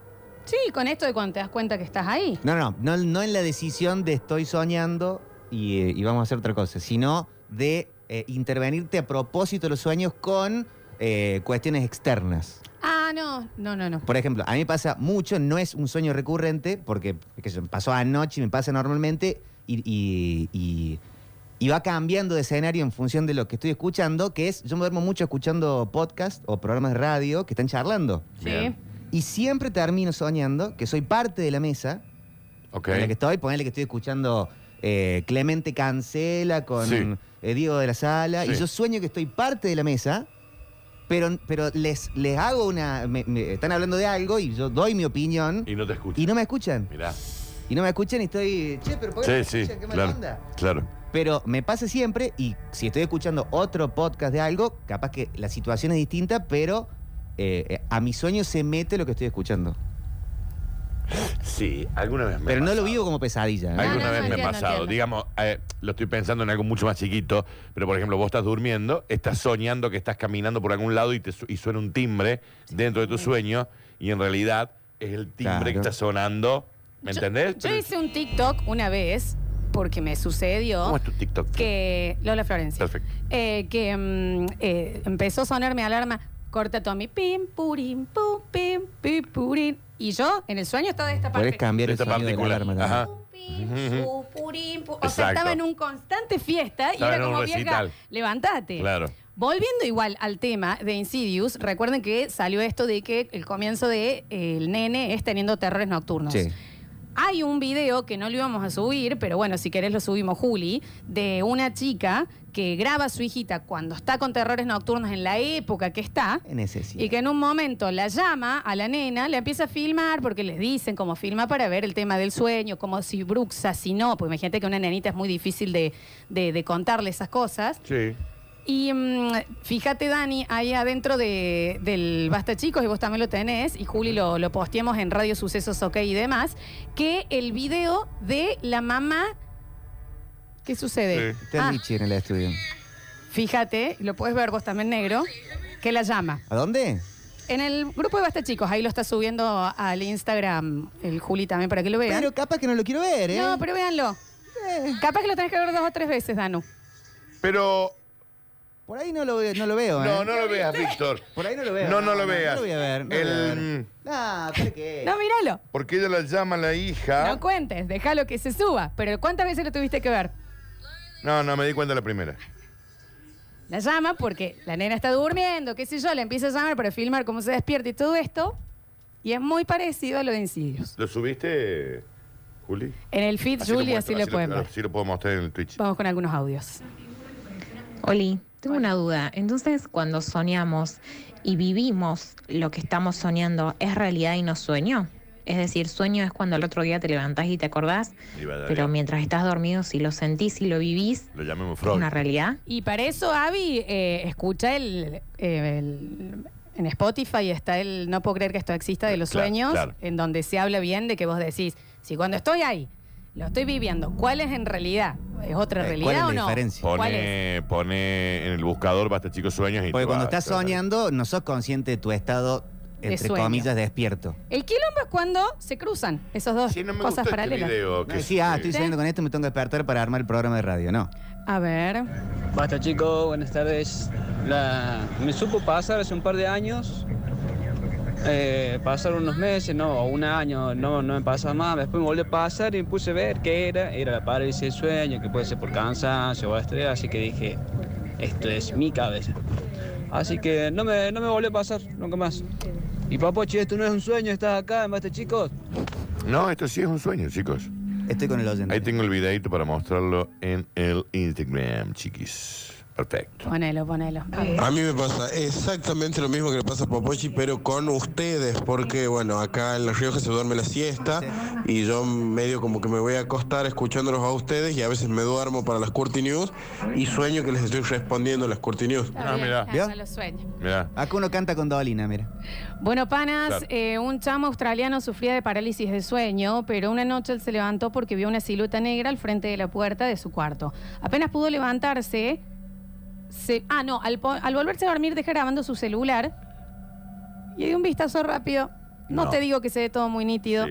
Sí, con esto de cuando te das cuenta que estás ahí.
No, no, no, no en la decisión de estoy soñando y, eh, y vamos a hacer otra cosa, sino de eh, intervenirte a propósito de los sueños con eh, cuestiones externas.
Ah, no, no, no, no.
Por ejemplo, a mí pasa mucho, no es un sueño recurrente, porque qué sé yo, pasó anoche y me pasa normalmente, y, y- y- y va cambiando de escenario en función de lo que estoy escuchando, que es, yo me duermo mucho escuchando podcast o programas de radio que están charlando.
Sí. Bien.
Y siempre termino soñando que soy parte de la mesa en la que estoy, ponele que estoy escuchando eh, Clemente Cancela con
Sí.
eh, Diego de la Sala, y
Sí.
yo sueño que estoy parte de la mesa, pero, pero les, les hago una... me- me- están hablando de algo y yo doy mi opinión.
Y no te escuchan.
Y no me escuchan.
Mirá.
Y no me escuchan y estoy... Che, pero ¿por qué no me
Sí, sí,
escuchan? ¿Qué mala
claro,
onda?".
claro.
Pero me pasa siempre, y si estoy escuchando otro podcast de algo, capaz que la situación es distinta, pero eh, eh, a mi sueño se mete lo que estoy escuchando.
Sí, alguna vez me
Pero
ha
no lo vivo como pesadilla. ¿eh? ¿no?
Alguna vez me
entiendo,
ha pasado.
entiendo.
Digamos, eh, lo estoy pensando en algo mucho más chiquito, pero por ejemplo, vos estás durmiendo, estás soñando que estás caminando por algún lado y, te su- y suena un timbre dentro de tu sueño y en realidad es el timbre que está sonando. ¿Me entendés?
Yo
Pero-
hice un TikTok una vez porque me
¿Cómo
sucedió
es tu TikTok?
que Lola Florencia
Perfecto.
eh, que mm, eh, empezó a sonar mi alarma corta Tommy pim purim pum pim pim purim y yo en el sueño estaba de esta
Podés
parte
cambiar el sonido de la alarma también.
Pu, purim, pu- o sea,
Exacto.
estaba en un constante fiesta y
Estaba en
era
un
como vieja,
recital.
levántate.
Claro.
Volviendo igual al tema de Insidious, recuerden que salió esto de que el comienzo de eh, el nene es teniendo terrores nocturnos.
Sí.
Hay un video que no lo íbamos a subir, pero bueno, si querés lo subimos, Juli, de una chica que graba a su hijita cuando está con terrores nocturnos en la época que está.
En ese sí.
Y que en un momento la llama a la nena, le empieza a filmar porque les dicen cómo filma para ver el tema del sueño, cómo si pues bruxa, si no, porque imagínate que a una nenita es muy difícil de, de- de contarle esas cosas.
Sí.
Y mm, fíjate, Dani, ahí adentro de- del Basta Chicos, y vos también lo tenés, y Juli lo, lo posteamos en Radio Sucesos OK y demás, que el video de la mamá. ¿Qué sucede?
Está
Ah,
Michi en el estudio.
fíjate, lo puedes ver vos también, negro, que la llama.
¿A dónde?
En el grupo de Basta Chicos, ahí lo está subiendo al Instagram el Juli también para que lo vean.
Pero Eh. capaz que no lo quiero ver, ¿eh?
No, pero véanlo. Capaz que lo tenés que ver dos o tres veces, Danu.
Pero.
Por ahí no lo, no lo veo, ¿eh?
No, no lo veas, Víctor.
Por ahí no lo veo.
No, no lo
No
veas.
lo voy a ver. No, lo voy a
El-
ver. No, ¿para qué?
No, míralo.
Porque ella la llama la hija.
No cuentes, déjalo que se suba. Pero ¿cuántas veces lo tuviste que ver?
No, no, me di cuenta la primera.
La llama porque la nena está durmiendo, qué sé yo, la empieza a llamar para filmar cómo se despierta y todo esto. Y es muy parecido a lo de Insidious.
¿Lo subiste, Juli?
En el feed,
lo
Juli,
muestro,
así lo pueden ver.
Así lo puedo mostrar en el Twitch.
Vamos con algunos audios.
Oli, tengo una duda. Entonces, cuando soñamos y vivimos lo que estamos soñando, ¿es realidad y no sueño? Es decir, sueño es cuando el otro día te levantás y te acordás,
Iba a dar
pero
bien.
mientras estás dormido, si lo sentís y lo vivís,
Lo llamemos
¿es
Freud.
una realidad?
Y para eso, Avi, eh, escucha el, eh, el- En Spotify está el No puedo creer que esto exista de los
Claro,
sueños,
claro.
en donde se habla bien de que vos decís, si cuando estoy ahí, lo estoy viviendo, ¿cuál es en realidad? ¿Es otra
Eh,
realidad o no? ¿Cuál es?
Pone, pone en el buscador Basta Chicos Sueños y
Porque
te
cuando
va-
estás
te va a salir.
soñando, no sos consciente de tu estado,
De
entre
sueño.
comillas, despierto.
El quilombo es cuando se cruzan esos dos cosas
este
paralelas.
No decís, ah, estoy soñando con esto, me tengo que despertar para armar el programa de radio. No.
A ver.
Basta chicos, buenas tardes. La- me supo pasar hace un par de años. Eh, pasaron unos meses, no, o un año, no, no me pasa más. Después me volvió a pasar y me puse a ver qué era. Era la parálisis del sueño, que puede ser por cansancio o estrés. Así que dije, esto es mi cabeza. Así que no me, no me volvió a pasar nunca más. Y papochi, esto no es un sueño, estás acá en Basta chicos.
No, esto sí es un sueño, chicos.
Estoy con el oyente.
Ahí tengo el videito para mostrarlo en el Instagram, chiquis. Perfecto.
Ponelo, ponelo.
A mí me pasa eh. exactamente lo mismo que le pasa a Popochi, pero con ustedes, porque bueno, acá en La Rioja se duerme la siesta y yo medio como que me voy a acostar escuchándolos a ustedes y a veces me duermo para las Curti News y sueño que les estoy respondiendo a las Curti News.
Está bien,
mirá.
ya, ya lo sueño.
Acá uno canta con Dolina, mira.
Bueno, panas,
Claro.
eh, un chamo australiano sufría de parálisis de sueño, pero una noche él se levantó porque vio una silueta negra al frente de la puerta de su cuarto. Apenas pudo levantarse, se- ah, no, al, po- al volverse a dormir dejé grabando su celular y dio un vistazo rápido. No,
No.
te digo que se ve todo muy nítido,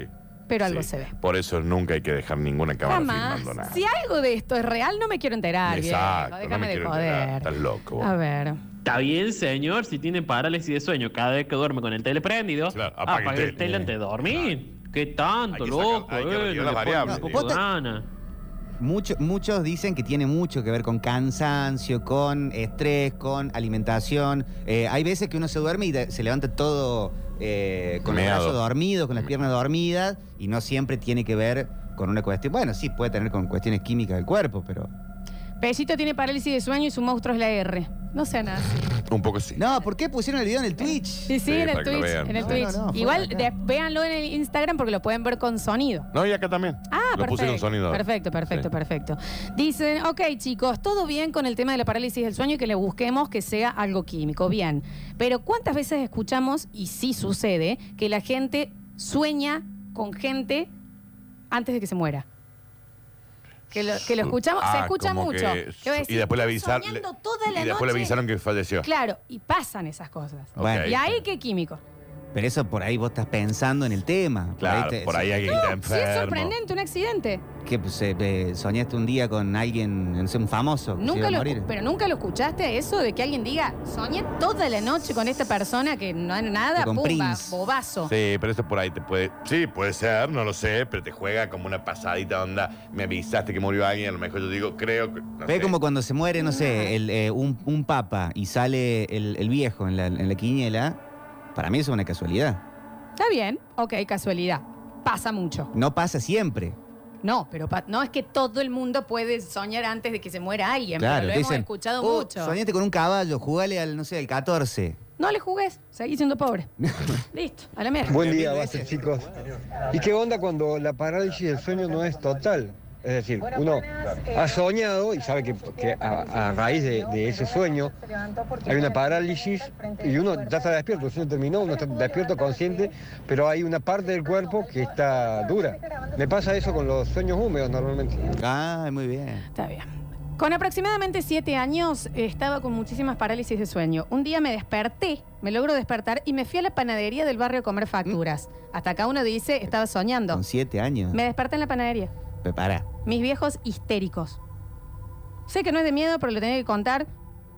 pero algo
Sí.
se ve.
Por eso nunca hay que dejar ninguna cámara
Jamás.
filmando nada.
Si algo de esto es real, no me quiero enterar. viejo.
Exacto, no
Déjame
me
de
quiero
joder.
enterar.
Estás loco.
A ver.
Está bien, señor, si tiene parálisis de sueño cada vez que duerme con el tele prendido,
apague el
apaga el
tele.
tele antes de dormir. ¿Qué tanto,
Hay que
loco?
sacar- hay que
eh,
retirar
no
las
le ponga
variables.
un poco
Vos te-
de gana.
Mucho- muchos dicen que tiene mucho que ver con cansancio, con estrés, con alimentación. Eh, hay veces que uno se duerme y de- se levanta todo eh, con los
Meado.
brazos dormidos, con las piernas dormidas, y no siempre tiene que ver con una cuestión. Bueno, sí, puede tener con cuestiones químicas del cuerpo, pero.
Pellito tiene parálisis de sueño y su monstruo es la R. No sean así.
Un poco sí.
No, ¿por qué pusieron el video en el Twitch?
Sí, sí, en el
para que lo
Twitch.
vean.
En el
No,
Twitch.
no, no, fuera
Igual
de
de- véanlo en el Instagram porque lo pueden ver con sonido.
No, y acá también.
Ah,
Lo puse en
perfecto.
un sonido. ahora.
Perfecto, perfecto,
Sí.
perfecto. Dicen, ok, chicos, todo bien con el tema de la parálisis del sueño y que le busquemos que sea algo químico. Bien. Pero ¿cuántas veces escuchamos, y sí sucede, que la gente sueña con gente antes de que se muera? Que lo, que lo escuchamos, se
Ah,
escucha
como
mucho.
que-
Que vos
y
decís,
después
"Estoy
le avisaron.
soñando toda
Y
la
después le
noche".
avisaron que falleció.
Claro, y pasan esas cosas.
Bueno.
¿Y ahí qué químico?
Pero eso por ahí vos estás pensando en el tema.
Claro, por ahí alguien está
Sí, es sorprendente, un accidente.
¿Qué, pues, eh, eh, soñaste un día con alguien, no sé, un famoso? que se iba
Nunca
a
lo,
morir?
pero nunca lo escuchaste eso de que alguien diga, soñé toda la noche con esta persona que no era nada,
Que con
pumba,
Prince.
bobazo.
Sí, pero eso por ahí te puede. Sí, puede ser, no lo sé, pero te juega como una pasadita onda. Me avisaste que murió alguien, a lo mejor yo digo, creo que. no
Ve
sé.
como cuando se muere, no
Ah.
sé, el, eh, un, un papa y sale el, el viejo en la, en la quiniela. Para mí eso es una casualidad.
Está bien, ok, casualidad. Pasa mucho.
No pasa siempre.
No, pero pa- no es que todo el mundo puede soñar antes de que se muera alguien,
claro,
pero lo
dicen,
hemos escuchado
"Oh,
mucho.
Soñaste con un caballo, jugale al, no sé, al 14.
No le jugues, seguís siendo pobre. Listo, a la mierda.
Buen día, basta chicos. ¿Y qué onda cuando la parálisis del sueño no es total?
Es decir, uno ha soñado y sabe que, que a, a raíz de, de ese sueño hay una parálisis y uno ya está despierto. Si uno terminó, uno está despierto, consciente, pero hay una parte del cuerpo que está dura. Me pasa eso con los sueños húmedos normalmente.
Ah, muy bien.
Está bien. Con aproximadamente siete años eh, estaba con muchísimas parálisis de sueño. Un día me desperté, me logro despertar y me fui a la panadería del barrio a comer facturas. Hasta acá uno dice, estaba soñando.
Mm. Con siete años.
Me desperté en la panadería.
Pero para.
Mis viejos histéricos. Sé que no es de miedo, pero lo tenía que contar.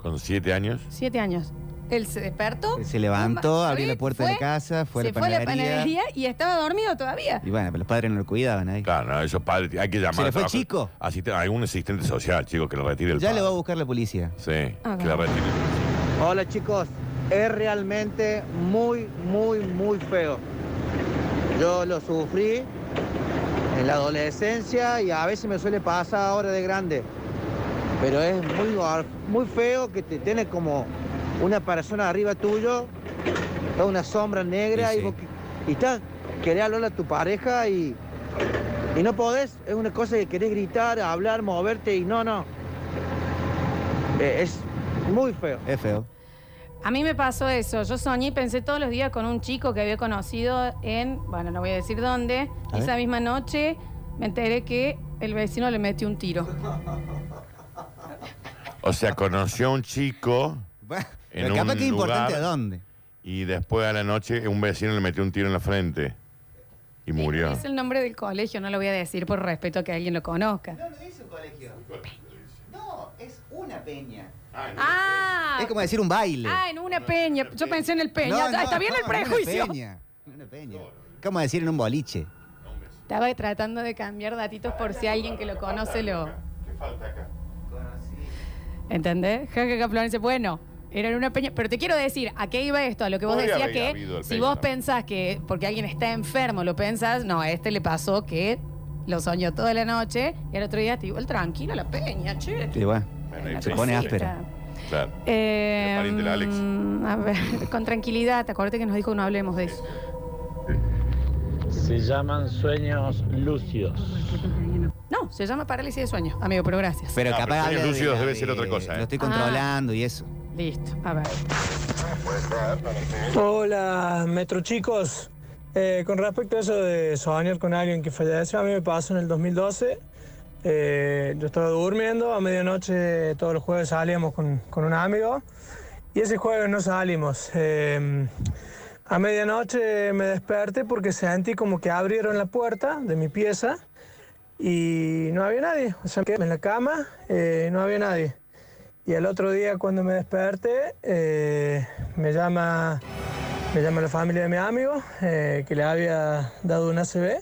Con siete años.
Siete años. Él se despertó.
Se levantó, abrió la puerta de la
fue,
casa, fue a
se
la
fue a
panadería.
la panadería y estaba dormido todavía.
Y bueno, pero los padres no lo cuidaban ahí.
Claro, no, esos padres hay que llamar.
Se le
al
fue
trabajo.
chico.
Asisten- algún asistente social, chico, que lo retire el
Ya
padre.
le va a buscar la policía.
Sí,
Ah,
que lo retire.
Hola chicos, es realmente muy, muy, muy feo. Yo lo sufrí en la adolescencia y a veces me suele pasar ahora de grande. Pero es muy, gar- muy feo que te tiene como una persona arriba tuyo, toda una sombra negra y, vos que- y estás, querés hablarle a tu pareja y, y no podés. Es una cosa que querés gritar, hablar, moverte y no, no. Eh, es muy feo.
Es feo.
A mí me pasó eso. Yo soñé y pensé todos los días con un chico que había conocido en, bueno, no voy a decir dónde.
A
Esa
ver.
misma noche me enteré que el vecino le metió un tiro.
O sea, conoció a un chico. en
pero capaz
un
que es importante
lugar,
a dónde.
Y después a la noche un vecino le metió un tiro en la frente. Y murió.
Es el nombre del colegio, no lo voy a decir por respeto a que alguien lo conozca.
No, es una peña.
Ah,
Es como decir un baile.
ah, en una peña. Yo pensé en el peña.
No,
Ah, Está
no,
bien el
no, en una
prejuicio.
peña, Una peña. ¿Cómo decir en un boliche?
Estaba tratando de cambiar datitos por si alguien que lo conoce lo. ¿Entendés? Ja, ja, ja, Florencia. Bueno, era en una peña. Pero te quiero decir, ¿a qué iba esto? A lo que vos
Podría
decías
haber habido
que
el
si
peña
vos
también.
pensás que porque alguien está enfermo lo pensás, no, a este le pasó que lo soñó toda la noche y al otro día te digo, el tranquilo, la peña, che.
Y bueno,
Bueno,
se
sí,
pone
sí.
áspera.
Claro.
Eh,
El pariente de la Alex.
mm, a ver, con tranquilidad, te acordé que nos dijo que no hablemos de eso.
Se llaman sueños lúcidos.
No, se llama parálisis de sueño, amigo, pero gracias.
Pero
No,
capaz.
pero sueños
habla de
lúcidos
la-
debe
de-
ser otra cosa, ¿eh?
Lo
Ah.
estoy controlando y eso.
Listo, a ver.
Hola, Metro Chicos. Eh, con respecto a eso de soñar con alguien que falleció, a mí me pasó en el 2012. Eh, yo estaba durmiendo, a medianoche todos los jueves salíamos con, con un amigo y ese jueves no salimos. Eh, a medianoche me desperté porque sentí como que abrieron la puerta de mi pieza y no había nadie. O sea, me quedé en la cama, eh, no había nadie. Y al otro día cuando me desperté, eh, me, llama, me llama la familia de mi amigo, eh, que le había dado un ACB.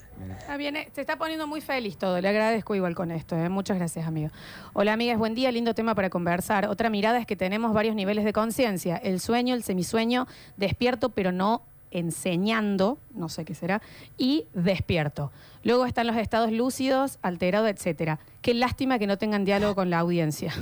Ah, bien, eh, se está poniendo muy feliz todo. Le agradezco igual con esto. eh. Muchas gracias, amigo. Hola, amigas. Buen día. Lindo tema para conversar. Otra mirada es que tenemos varios niveles de conciencia. El sueño, el semisueño, despierto, pero no enseñando, no sé qué será, y despierto. Luego están los estados lúcidos, alterado, etcétera. Qué lástima que no tengan diálogo con la audiencia.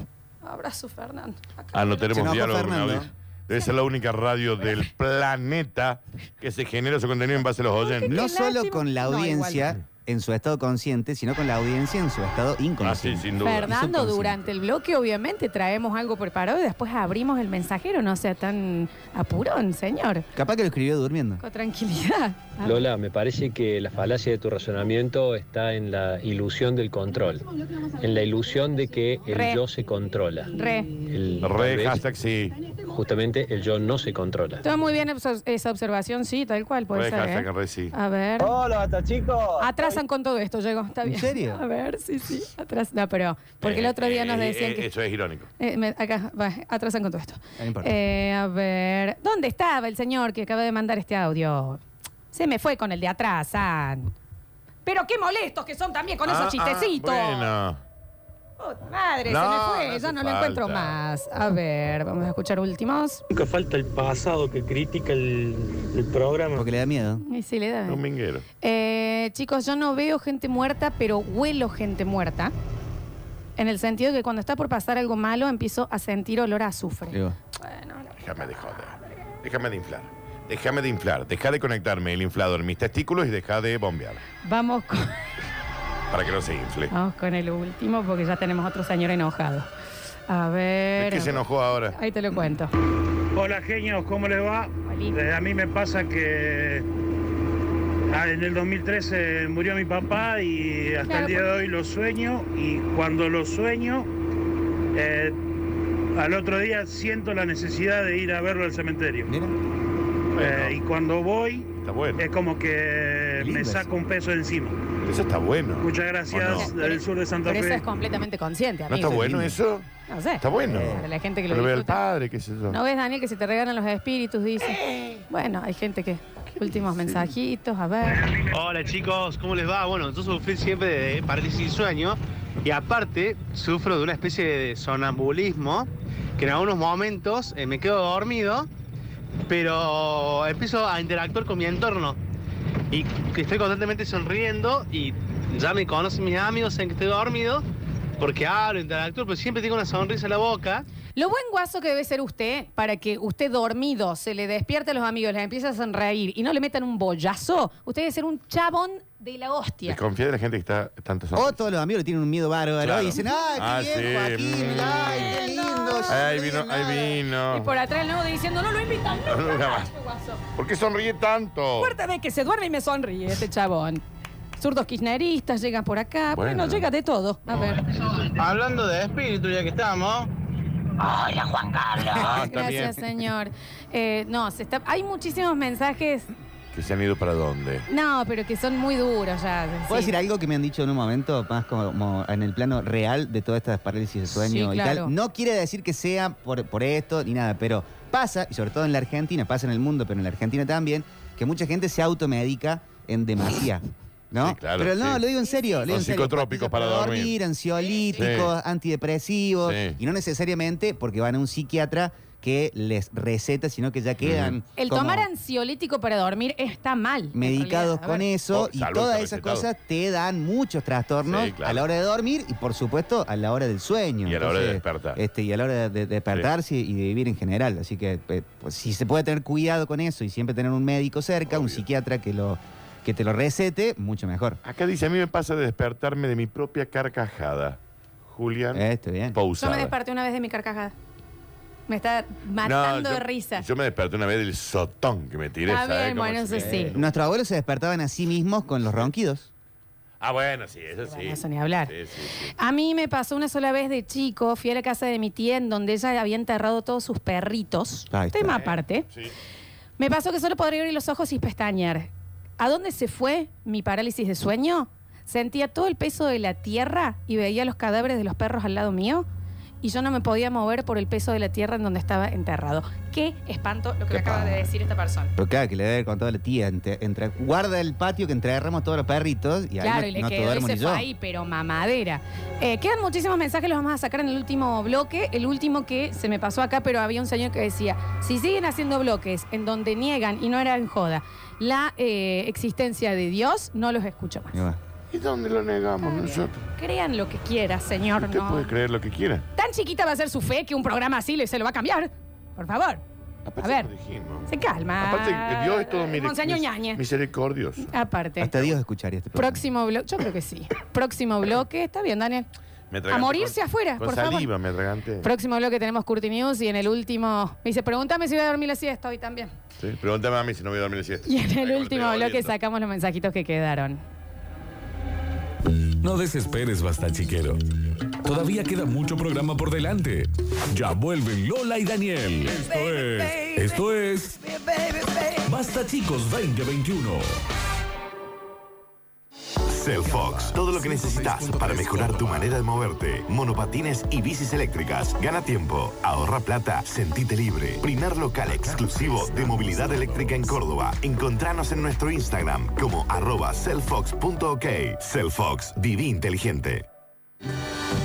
Abrazo, Fernando.
Ah, no
Se
tenemos
enojó
diálogo con
Fernando.
Audi. Debe ser la única radio del planeta que se genera su contenido en base a los oyentes.
No solo con la
No, igual.
audiencia en su estado consciente, sino con la audiencia en su estado inconsciente.
Ah, sí, sin
Fernando, durante el bloque obviamente traemos algo preparado y después abrimos el mensajero. No sea tan apurón, señor.
Capaz que lo escribió durmiendo.
Con tranquilidad. A ver.
Lola, me parece que la falacia de tu razonamiento está en la ilusión del control, en la ilusión de que el
Re.
yo se controla.
Re.
El,
Re,
hashtag
sí.
Justamente el yo no se controla.
Está muy bien obs- esa observación, sí, tal cual, puede ser. ¿eh? A ver.
Hola, hasta chicos.
Atrasan con todo esto, llegó. Está bien.
¿En serio?
A ver, sí, sí. Atrasan. No, pero. Porque el otro día nos
Eh, eh,
decían
eh,
que.
Eso es irónico.
eh, me- acá, va, atrasan con todo esto.
No importa.
Eh, a ver. ¿Dónde estaba el señor que acaba de mandar este audio? Se me fue con el de atrasan. Pero qué molestos que son también con
Ah,
esos chistecitos.
ah,
Puta madre,
No,
se me
no
fue.
hace
ya no lo encuentro
falta.
más. A ver, vamos a escuchar últimos.
Nunca falta el pasado que critica el, el programa. Porque
le da miedo.
Y sí, le da.
bueno. Un minguero.
Eh, chicos, yo no veo gente muerta, pero huelo gente muerta. En el sentido que cuando está por pasar algo malo, empiezo a sentir olor a azufre.
Déjame de joder. Déjame de inflar. Déjame de inflar. Deja de conectarme el inflador en mis testículos y deja de bombear.
Vamos con...
para que no se
Ah,
infle.
Vamos con el último porque ya tenemos otro señor enojado. A
¿De
ver.
qué se enojó ahora?
Ahí te lo cuento.
Hola genios, ¿cómo les va? Eh, a mí me pasa que ah, en el 2013 murió mi papá y hasta
Claro,
el día de hoy lo sueño y cuando lo sueño, eh, al otro día siento la necesidad de ir a verlo al cementerio. Eh, y cuando voy, es como que me
Lindo
saco un peso de encima.
Eso está bueno.
Muchas gracias
¿O no?
del sur de Santa
Pero eso es
Fe.
completamente consciente,
¿No
amigo.
está bueno eso?
No sé.
Está bueno.
Para la gente que lo
Pero ve al
disfruta.
padre, qué sé yo.
¿No ves, Daniel, que se te regalan los espíritus? Dice. Bueno, hay gente que. Últimos mensajitos, a ver.
Hola chicos, ¿cómo les va? Bueno, yo sufrí siempre de parálisis del sueño y aparte sufro de una especie de sonambulismo que en algunos momentos eh, me quedo dormido, pero empiezo a interactuar con mi entorno y que estoy constantemente sonriendo y ya me conocen mis amigos, saben que estoy dormido porque hablo, interactúo, pero siempre tengo una sonrisa en la boca.
Lo buen guaso que debe ser usted para que usted dormido se le despierte a los amigos, les empieza a sonreír y no le metan un bollazo, usted debe ser un chabón de la hostia.
Desconfía de la gente que está tanto
O todos los amigos le tienen un miedo bárbaro
Claro.
y dicen,
Ah,
¡ah, qué bien,
sí,
Joaquín!
mm.
¡Ay, qué lindo!
Ahí vino, ahí
Y
vino.
por atrás el nuevo diciendo, no lo invitan nunca
Nunca
más,
más.
este guaso.
¿Por qué sonríe tanto?
Cuarta vez que se duerme y me sonríe este chabón. Zurdos kirchneristas llegan por acá, bueno,
Bueno.
llega de todo. A ver.
Hablando de espíritu ya que estamos. Hola Juan Carlos.
Ah,
Ah, Gracias, señor. Eh, no, se está, hay muchísimos mensajes,
¿Que se han ido para dónde?
no, pero que son muy duros ya.
¿Puedo
sí.
decir algo que me han dicho en un momento, más como, como en el plano real de todas estas parálisis de sueño
Sí,
y
claro.
tal? No quiere decir que sea por, por esto ni nada, pero pasa, y sobre todo en la Argentina, pasa en el mundo, pero en la Argentina también, que mucha gente se automedica en demasía. ¿No?
claro,
pero no,
sí.
lo digo en serio. lo digo
Con
en serio.
psicotrópicos
Pastillas
para dormir.
ansiolíticos,
Sí.
antidepresivos,
Sí.
y no necesariamente porque van a un psiquiatra que les receta, sino que ya quedan.
El
como-
tomar ansiolítico para dormir está mal. en
medicados
realidad. A
con
ver.
eso
Oh,
y
salvo
todas
que
esas
recetado.
cosas te dan muchos trastornos
Sí, claro.
a la hora de dormir y por supuesto a la hora del sueño.
Y a la hora de
despertar. Este, y a la hora de, de despertarse y de vivir en general. Así que eh, pues, si se puede tener cuidado con eso y siempre tener un médico cerca, un psiquiatra que lo que te lo recete, mucho mejor.
Acá dice, a mí me pasa de despertarme de mi propia carcajada. Julián
Eh, Yo me
Pausada.
desperté una vez de mi carcajada. Me está matando
No, yo-
de risa.
Yo me desperté una vez del sotón que me tiré.
Está
¿sabes?
Ah, bien,
Como
Eh, bueno,
si-
eso sí.
Nuestros abuelos se despertaban a sí mismos con los ronquidos.
Ah, bueno, sí, eso sí.
eso ni hablar.
Sí, sí, sí.
A mí me pasó una sola vez de chico, fui a la casa de mi tía en donde ella había enterrado todos sus perritos.
Ahí está.
Tema aparte.
Sí.
Me pasó que solo podría abrir los ojos y pestañear. ¿A dónde se fue mi parálisis de sueño? Sentía todo el peso de la tierra y veía los cadáveres de los perros al lado mío y yo no me podía mover por el peso de la tierra en donde estaba enterrado. Qué espanto lo que me acaba de decir esta persona.
Pero claro, que le debe con toda la tía. entre- entre- guarda el patio que enterramos todos los perritos y ahí
claro,
no,
y le
no te
quedó y
duermo
se
ni
fue
yo.
ahí, pero mamadera. Eh, quedan muchísimos mensajes, los vamos a sacar en el último bloque. El último que se me pasó acá, pero había un señor que decía, si siguen haciendo bloques en donde niegan, y no era en joda, la eh, existencia de Dios, no los escucho más.
¿Y dónde lo negamos nosotros?
Crean lo que quiera, señor.
Usted
no.
puede creer lo que quiera.
Tan chiquita va a ser su fe que un programa así le- se lo va a cambiar. Por favor,
Aparte,
a ver,
lo dijimos.
se calma.
Aparte, que Dios es todo mire-
Monseñor
mis-
Ñañez.
misericordioso.
Aparte.
Hasta Dios escucharía este programa.
Próximo bloque, yo creo que sí. Próximo bloque, está bien, Daniel.
Me
A
atraganté
morirse
con-
afuera,
con
por favor.
saliva, me atraganté.
Próximo bloque tenemos Curti News y en el último me dice, pregúntame si voy a dormir la siesta hoy también.
Sí, Pregúntame a mí si no voy a dormir la siesta.
Y en el último bloque
doliendo.
sacamos los mensajitos que quedaron.
No desesperes, basta chiquero. Todavía queda mucho programa por delante. Ya vuelven Lola y Daniel. Esto es. Esto es. Basta chicos 2021.
Cellfox, todo lo que necesitas para mejorar tu manera de moverte. Monopatines y bicis eléctricas. Gana tiempo, ahorra plata, sentite libre. Primer local exclusivo de movilidad eléctrica en Córdoba. Encontranos en nuestro Instagram como arroba cellfox.ok. Cellfox, viví inteligente.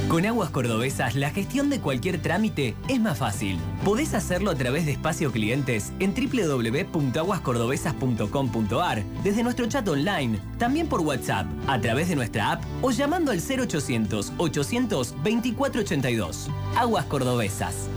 Con Aguas Cordobesas, la gestión de cualquier trámite es más fácil. Podés hacerlo a través de Espacio Clientes en www.aguascordobesas.com.ar, desde nuestro chat online, también por WhatsApp, a través de nuestra app o llamando al 0800 800 2482. Aguas Cordobesas.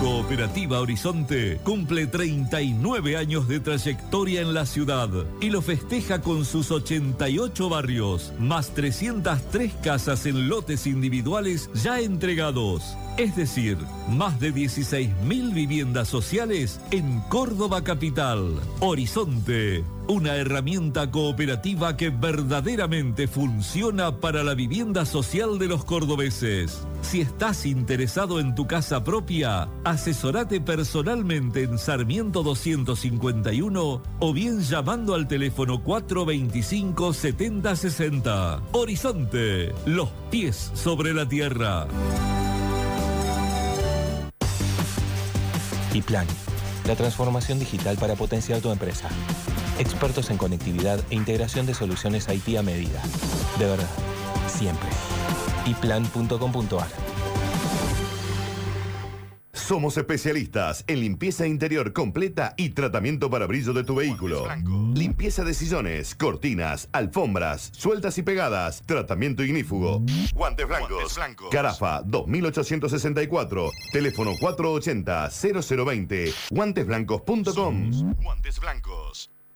Cooperativa Horizonte cumple 39 años de trayectoria en la ciudad y lo festeja con sus 88 barrios, más 303 casas en lotes individuales ya entregados. Es decir, más de 16.000 viviendas sociales en Córdoba Capital. Horizonte, una herramienta cooperativa que verdaderamente funciona para la vivienda social de los cordobeses. Si estás interesado en tu casa propia, asesorate personalmente en Sarmiento 251 o bien llamando al teléfono 425-7060. Horizonte, los pies sobre la tierra.
y Plan, la transformación digital para potenciar tu empresa. Expertos en conectividad e integración de soluciones IT a medida. De verdad, siempre. iPlan.com.ar
Somos especialistas en limpieza interior completa y tratamiento para brillo de tu vehículo. Limpieza de sillones, cortinas, alfombras, sueltas y pegadas, tratamiento ignífugo.
Guantes blancos.
Carafa 2864, teléfono 480-0020, guantesblancos.com.
Guantes blancos.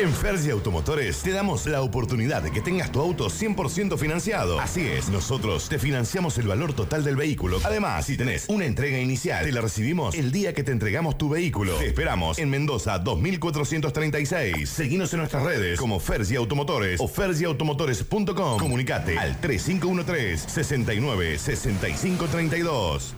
En Fergie Automotores te damos la oportunidad de que tengas tu auto 100% financiado. Así es, nosotros te financiamos el valor total del vehículo. Además, si tenés una entrega inicial, te la recibimos el día que te entregamos tu vehículo. Te esperamos en Mendoza 2436. Seguinos en nuestras redes como Fergie Automotores o fergieautomotores.com. Comunicate al 3513 69 65 32.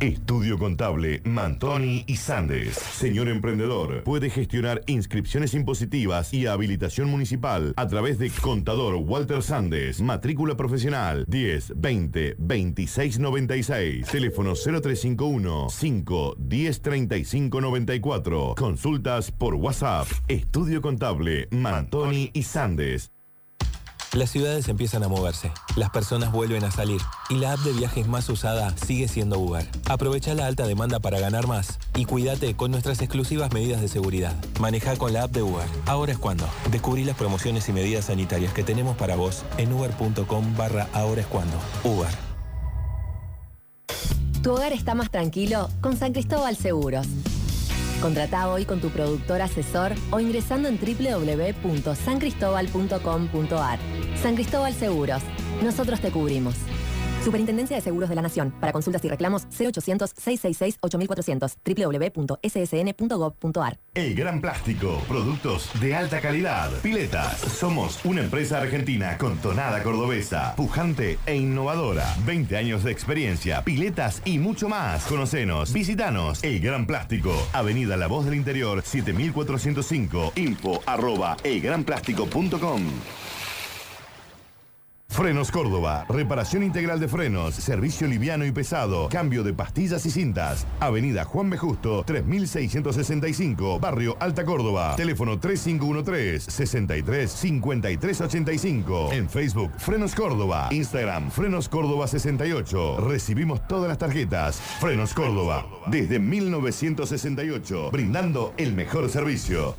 Estudio Contable Mantoni y Sandes. Señor emprendedor, puede gestionar inscripciones impositivas y habilitación municipal a través de Contador Walter Sandes, matrícula profesional 10 20 26 96, teléfono 0351 5 10 35 94. Consultas por WhatsApp. Estudio Contable Mantoni y Sandes.
Las ciudades empiezan a moverse, las personas vuelven a salir y la app de viajes más usada sigue siendo Uber. Aprovecha la alta demanda para ganar más y cuídate con nuestras exclusivas medidas de seguridad. Maneja con la app de Uber. Ahora es cuando. Descubrí las promociones y medidas sanitarias que tenemos para vos en uber.com barra ahora es cuando. Uber.
Tu hogar está más tranquilo con San Cristóbal Seguros. Contrata hoy con tu productor asesor o ingresando en www.sancristobal.com.ar. San Cristóbal Seguros. Nosotros te cubrimos. Superintendencia de Seguros de la Nación. Para consultas y reclamos 0800-666-8400. www.ssn.gov.ar.
El Gran Plástico, productos de alta calidad, piletas. Somos una empresa argentina con tonada cordobesa, pujante e innovadora. 20 años de experiencia, piletas y mucho más. Conocenos, visitanos. El Gran Plástico, Avenida La Voz del Interior, 7405. Info arroba elgranplástico.com. Frenos Córdoba, reparación integral de frenos, servicio liviano y pesado, cambio de pastillas y cintas. Avenida Juan B. Justo, 3665, Barrio Alta Córdoba. Teléfono 3513-635385. En Facebook, Frenos Córdoba. Instagram, Frenos Córdoba 68. Recibimos todas las tarjetas. Frenos Córdoba, desde 1968, brindando el mejor servicio.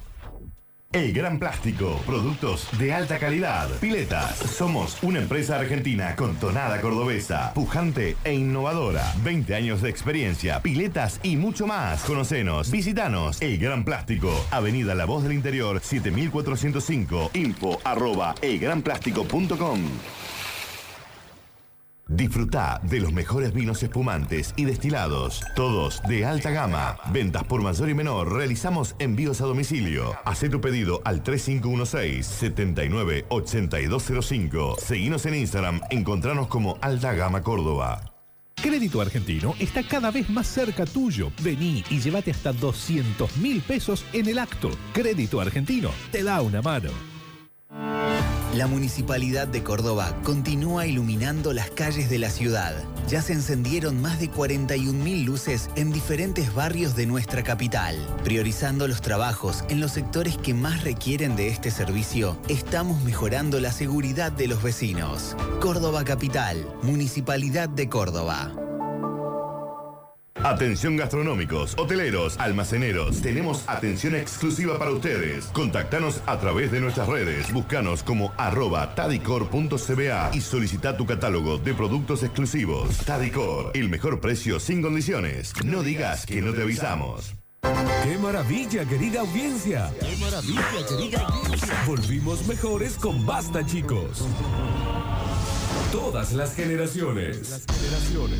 El Gran Plástico, productos de alta calidad, piletas. Somos una empresa argentina con tonada cordobesa, pujante e innovadora. 20 años de experiencia, piletas y mucho más. Conocenos, visitanos. El Gran Plástico, Avenida La Voz del Interior, 7405. Info arroba elgranplástico.com. Disfruta de los mejores vinos espumantes y destilados, todos de alta gama. Ventas por mayor y menor, realizamos envíos a domicilio. Hacé tu pedido al 3516-798205. Seguinos en Instagram, encontranos como Alta Gama Córdoba.
Crédito Argentino está cada vez más cerca tuyo. Vení y llévate hasta 200 mil pesos en el acto. Crédito Argentino te da una mano.
La Municipalidad de Córdoba continúa iluminando las calles de la ciudad. Ya se encendieron más de 41.000 luces en diferentes barrios de nuestra capital. Priorizando los trabajos en los sectores que más requieren de este servicio, estamos mejorando la seguridad de los vecinos. Córdoba Capital, Municipalidad de Córdoba.
Atención gastronómicos, hoteleros, almaceneros. Tenemos atención exclusiva para ustedes. Contactanos a través de nuestras redes. Búscanos como arroba tadicor.cba y solicita tu catálogo de productos exclusivos. Tadicor, el mejor precio sin condiciones. No digas que no te avisamos.
¡Qué maravilla, querida audiencia! ¡Qué maravilla, querida audiencia! Volvimos mejores con Basta, chicos. Todas las generaciones. Las generaciones.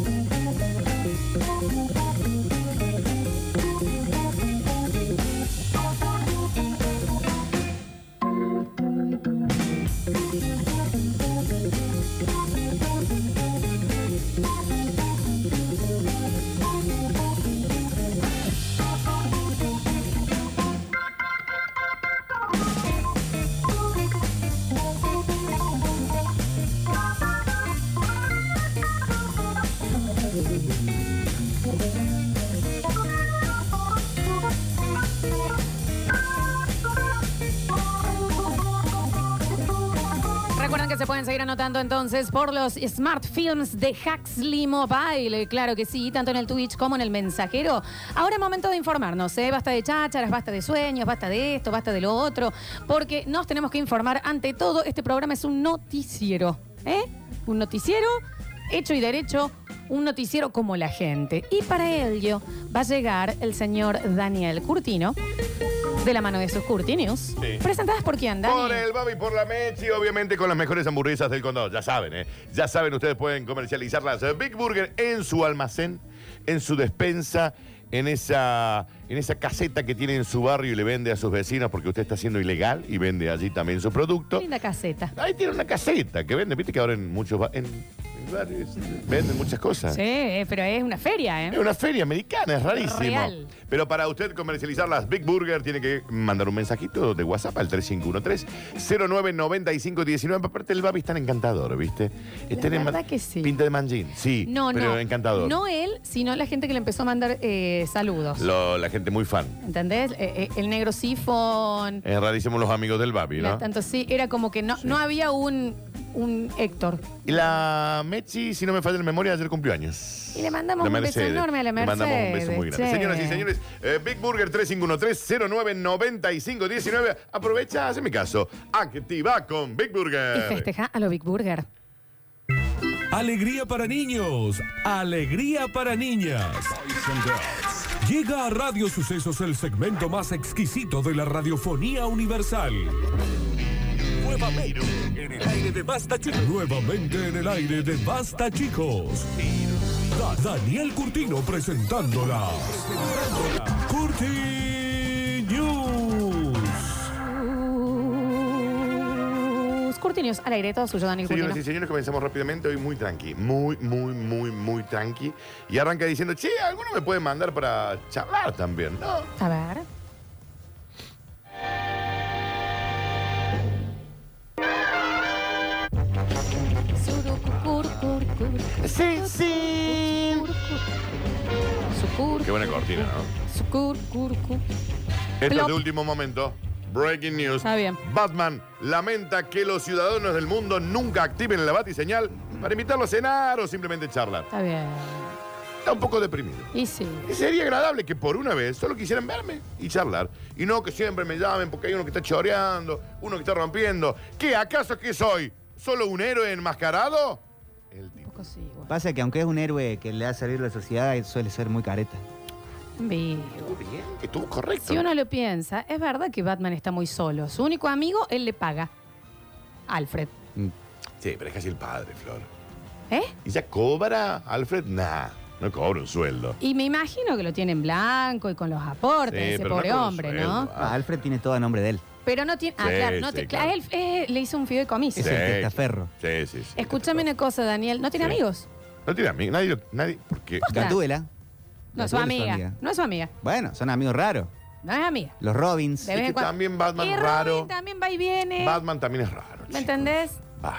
Recuerden que se pueden seguir anotando entonces por los Smart Films de Huxley Mobile. Claro que sí, tanto en el Twitch como en el mensajero. Ahora es momento de informarnos, ¿eh? Basta de chácharas, basta de sueños, basta de esto, basta de lo otro. Porque nos tenemos que informar. Ante todo, este programa es un noticiero. ¿eh? Un noticiero hecho y derecho. Un noticiero como la gente. Y para ello va a llegar el señor Daniel Curtino, de la mano de sus Curtinius. ¿Presentadas por quién, Dani?
Por el Babi, por la Mechi, obviamente con las mejores hamburguesas del condado. Ya saben, ¿eh? Ya saben, ustedes pueden comercializar las eh, Big Burger en su almacén, en su despensa, en esa, en esa caseta que tiene en su barrio y le vende a sus vecinos porque usted está siendo ilegal y vende allí también su producto.
Linda caseta.
Ahí tiene una caseta que vende, viste que ahora en muchos ba- en, en barrios eh, venden muchas cosas.
Sí, eh, pero es una feria, ¿eh?
Es una feria americana, es rarísimo.
Real.
Pero para usted comercializar las Big Burger tiene que mandar un mensajito de WhatsApp al 3513-099519. Aparte, el Babi es tan encantador, ¿viste? Está en
verdad
man-
que sí.
Pinta de manjín, sí.
No,
pero
no.
encantador.
No él, sino la gente que le empezó a mandar eh, saludos.
Lo- la gente muy fan.
¿Entendés? Eh, eh, el negro sifón.
Es rarísimo los amigos del Babi,
la-
¿no?
tanto sí, era como que no, no había un, un Héctor.
Y la Mechi, si no me falla la memoria, ayer cumplió años.
Y le mandamos
La
un beso
Mercedes.
enorme a la
Le
Mercedes.
mandamos un beso muy grande.
che.
Señoras y señores, eh, Big Burger 3513-099519. Aprovecha, hace mi caso. Activa con Big
Y
Burger.
festeja a lo Big Burger.
Alegría para niños, alegría para niñas. Llega a Radio Sucesos el segmento más exquisito de la radiofonía universal. Nuevamente en el aire de Basta Chicos. Nuevamente en el aire de Basta Chicos. Da- Daniel Curtino presentándola. Curti News.
Sus Curtinios al aire, todo suyo, Daniel
Señoras y
Curtino.
señores, comenzamos rápidamente hoy muy tranqui, muy, muy, muy, muy tranqui. Y arranca diciendo, che, alguno me puede mandar para charlar también, ¿no?
A ver.
Sí, sí. Qué buena cortina, ¿no?
Sucur, cur, cur.
Esto es
Plop.
de último momento. Breaking news.
Está bien.
Batman lamenta que los ciudadanos del mundo nunca activen la batiseñal para invitarlo a cenar o simplemente charlar.
Está bien.
Está un poco deprimido.
Y sí.
Y sería agradable que por una vez solo quisieran verme y charlar. Y no que siempre me llamen porque hay uno que está choreando, uno que está rompiendo. ¿Qué? ¿Acaso que soy? ¿Solo un héroe enmascarado?
Pasa que aunque es un héroe que le ha servido a la sociedad, él suele ser muy careta.
Bien.
Estuvo correcto.
Si uno lo piensa, es verdad que Batman está muy solo. Su único amigo, él le paga. Alfred.
Sí, pero es casi el padre, Flor.
¿Eh?
¿Y ya cobra Alfred? Nah, no cobra un sueldo.
Y me imagino que lo tiene en blanco y con los aportes,
Sí,
ese
pero
pobre
no con
hombre,
sueldo.
¿no?
Ah, Alfred tiene todo a nombre de él.
Pero no tiene. Ah,
Sí,
claro, no
sí,
te-
claro.
a él eh, le hizo un fideicomiso.
Es el testaferro.
Sí, sí, sí.
Escúchame una cosa, Daniel. ¿No tiene
Sí.
amigos?
No tiene amigo, nadie, nadie, porque...
Posta. Gatúbela. No,
La
es su
abuela es su
amiga.
amiga.
No es su amiga.
Bueno, son amigos raros.
No es amiga.
Los Robins.
De vez en cuando. Y Robin También va y viene.
Batman también es raro.
¿Me entendés?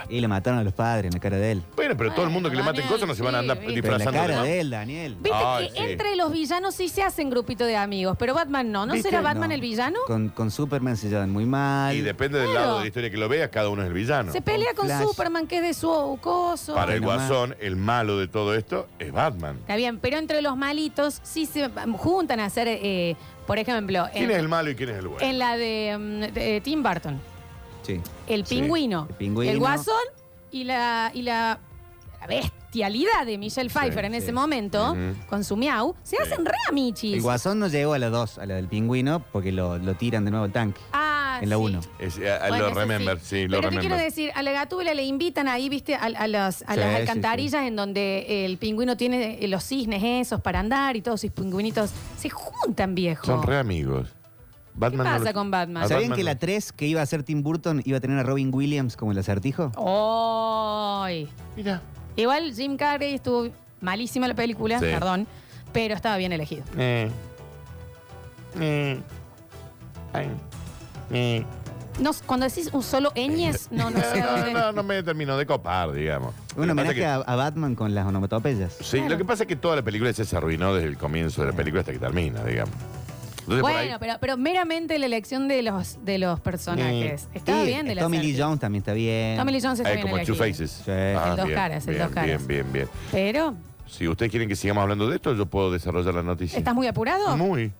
Y le mataron a los padres en la cara de él.
Bueno, pero todo el mundo que le maten cosas no se van a andar
Pero
disfrazando.
en la cara
¿no?
de él, Daniel.
Viste
Ay,
que
sí.
entre los villanos sí se hacen grupito de amigos, pero Batman no. ¿No
¿Viste?
será Batman
No.
el villano?
Con, con Superman se llevan muy mal.
Y depende del
Claro.
lado de la historia que lo veas, cada uno es el villano.
Se pelea con
Flash.
Superman, que es de su coso.
Ah, Para el
Bueno,
guasón, el malo de todo esto es Batman.
Está bien, pero entre los malitos sí se juntan a hacer, eh, por ejemplo,
¿Quién
en,
es el malo y quién es el bueno?
en la de, mm, de, eh, Tim Burton,
Sí.
eh, el pingüino,
El pingüino.
el guasón y la, y la la bestialidad de Michelle Pfeiffer en ese momento,
Ujú.
con su miau, se hacen re amichis.
El guasón no llegó a la 2, a la del pingüino, porque lo, lo tiran de nuevo al tanque.
Ah,
en la
sí.
1.
Bueno, eso
Ah, remember, sí, eh, lo
Pero te
remember.
quiero decir, a la gatúbela le invitan ahí, viste, a, a las, a
Sí,
las
sí,
alcantarillas en donde el pingüino tiene eh, los cisnes esos para andar y todos sus pingüinitos se juntan, viejo.
Son re amigos. Batman
¿Qué
no
pasa
lo-
con Batman?
¿Sabían que
no-
la 3 que iba a ser Tim Burton iba a tener a Robin Williams como el acertijo?
Oh. ¡Ay!
Mira.
Igual Jim Carrey estuvo malísima la película,
Sí.
perdón, pero estaba bien elegido.
Eh. Eh. Ay. Eh.
No, cuando decís un solo ñes, no, no sé a
No,
dónde.
Eh, no, no me terminó de copar, digamos.
Un
Lo que pasa
homenaje
que-
a, a Batman con las onomatopeyas.
Sí, lo que pasa es que toda la película ya se arruinó desde el comienzo de la película hasta que termina, digamos. Entonces, por ahí-
Bueno, pero, pero meramente la elección de los, de los personajes. Estaba
Y
bien de la
Tommy Lee
serie.
Jones también está bien.
Tommy Lee Jones está
Ah, es
bien
como
elegido.
Two Faces. Ah,
El dos caras, el
bien,
dos caras.
Bien, bien, bien.
Pero,
Si ustedes quieren que sigamos hablando de esto, yo puedo desarrollar la noticia.
¿estás muy apurado?
Muy.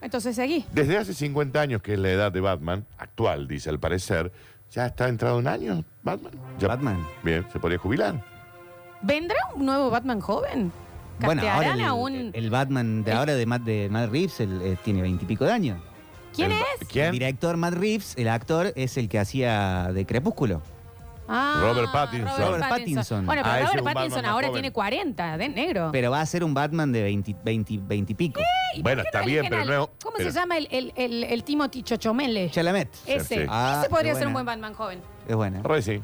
Entonces seguí.
Desde hace 50 años, que es la edad de Batman, actual, dice al parecer, ya está entrado un año Batman. Batman. Bien, se podría jubilar.
¿Vendrá un nuevo Batman joven?
Bueno, ahora
¿Castearán
el,
a un. ¿Eh?
el Batman de ahora de Matt, de Matt Reeves el, eh, tiene veintipico de años.
¿Quién es?
El director Matt Reeves, el actor, es el que hacía de Crepúsculo.
Ah,
Robert Pattinson. Robert Pattinson.
Bueno, pero
Ah, ese es
Robert
un Batman
Pattinson
más
ahora
joven.
tiene 40, de negro.
Pero va a ser un Batman de 20, 20, 20 y pico.
Bueno, está
¿Eligen al- ¿Cómo se llama el, el, el, el Timothy Chochomele?
Chalamet.
Ese.
Ah,
Ese podría
qué
ser un buen
buena.
Batman joven.
Es buena.
Re sí.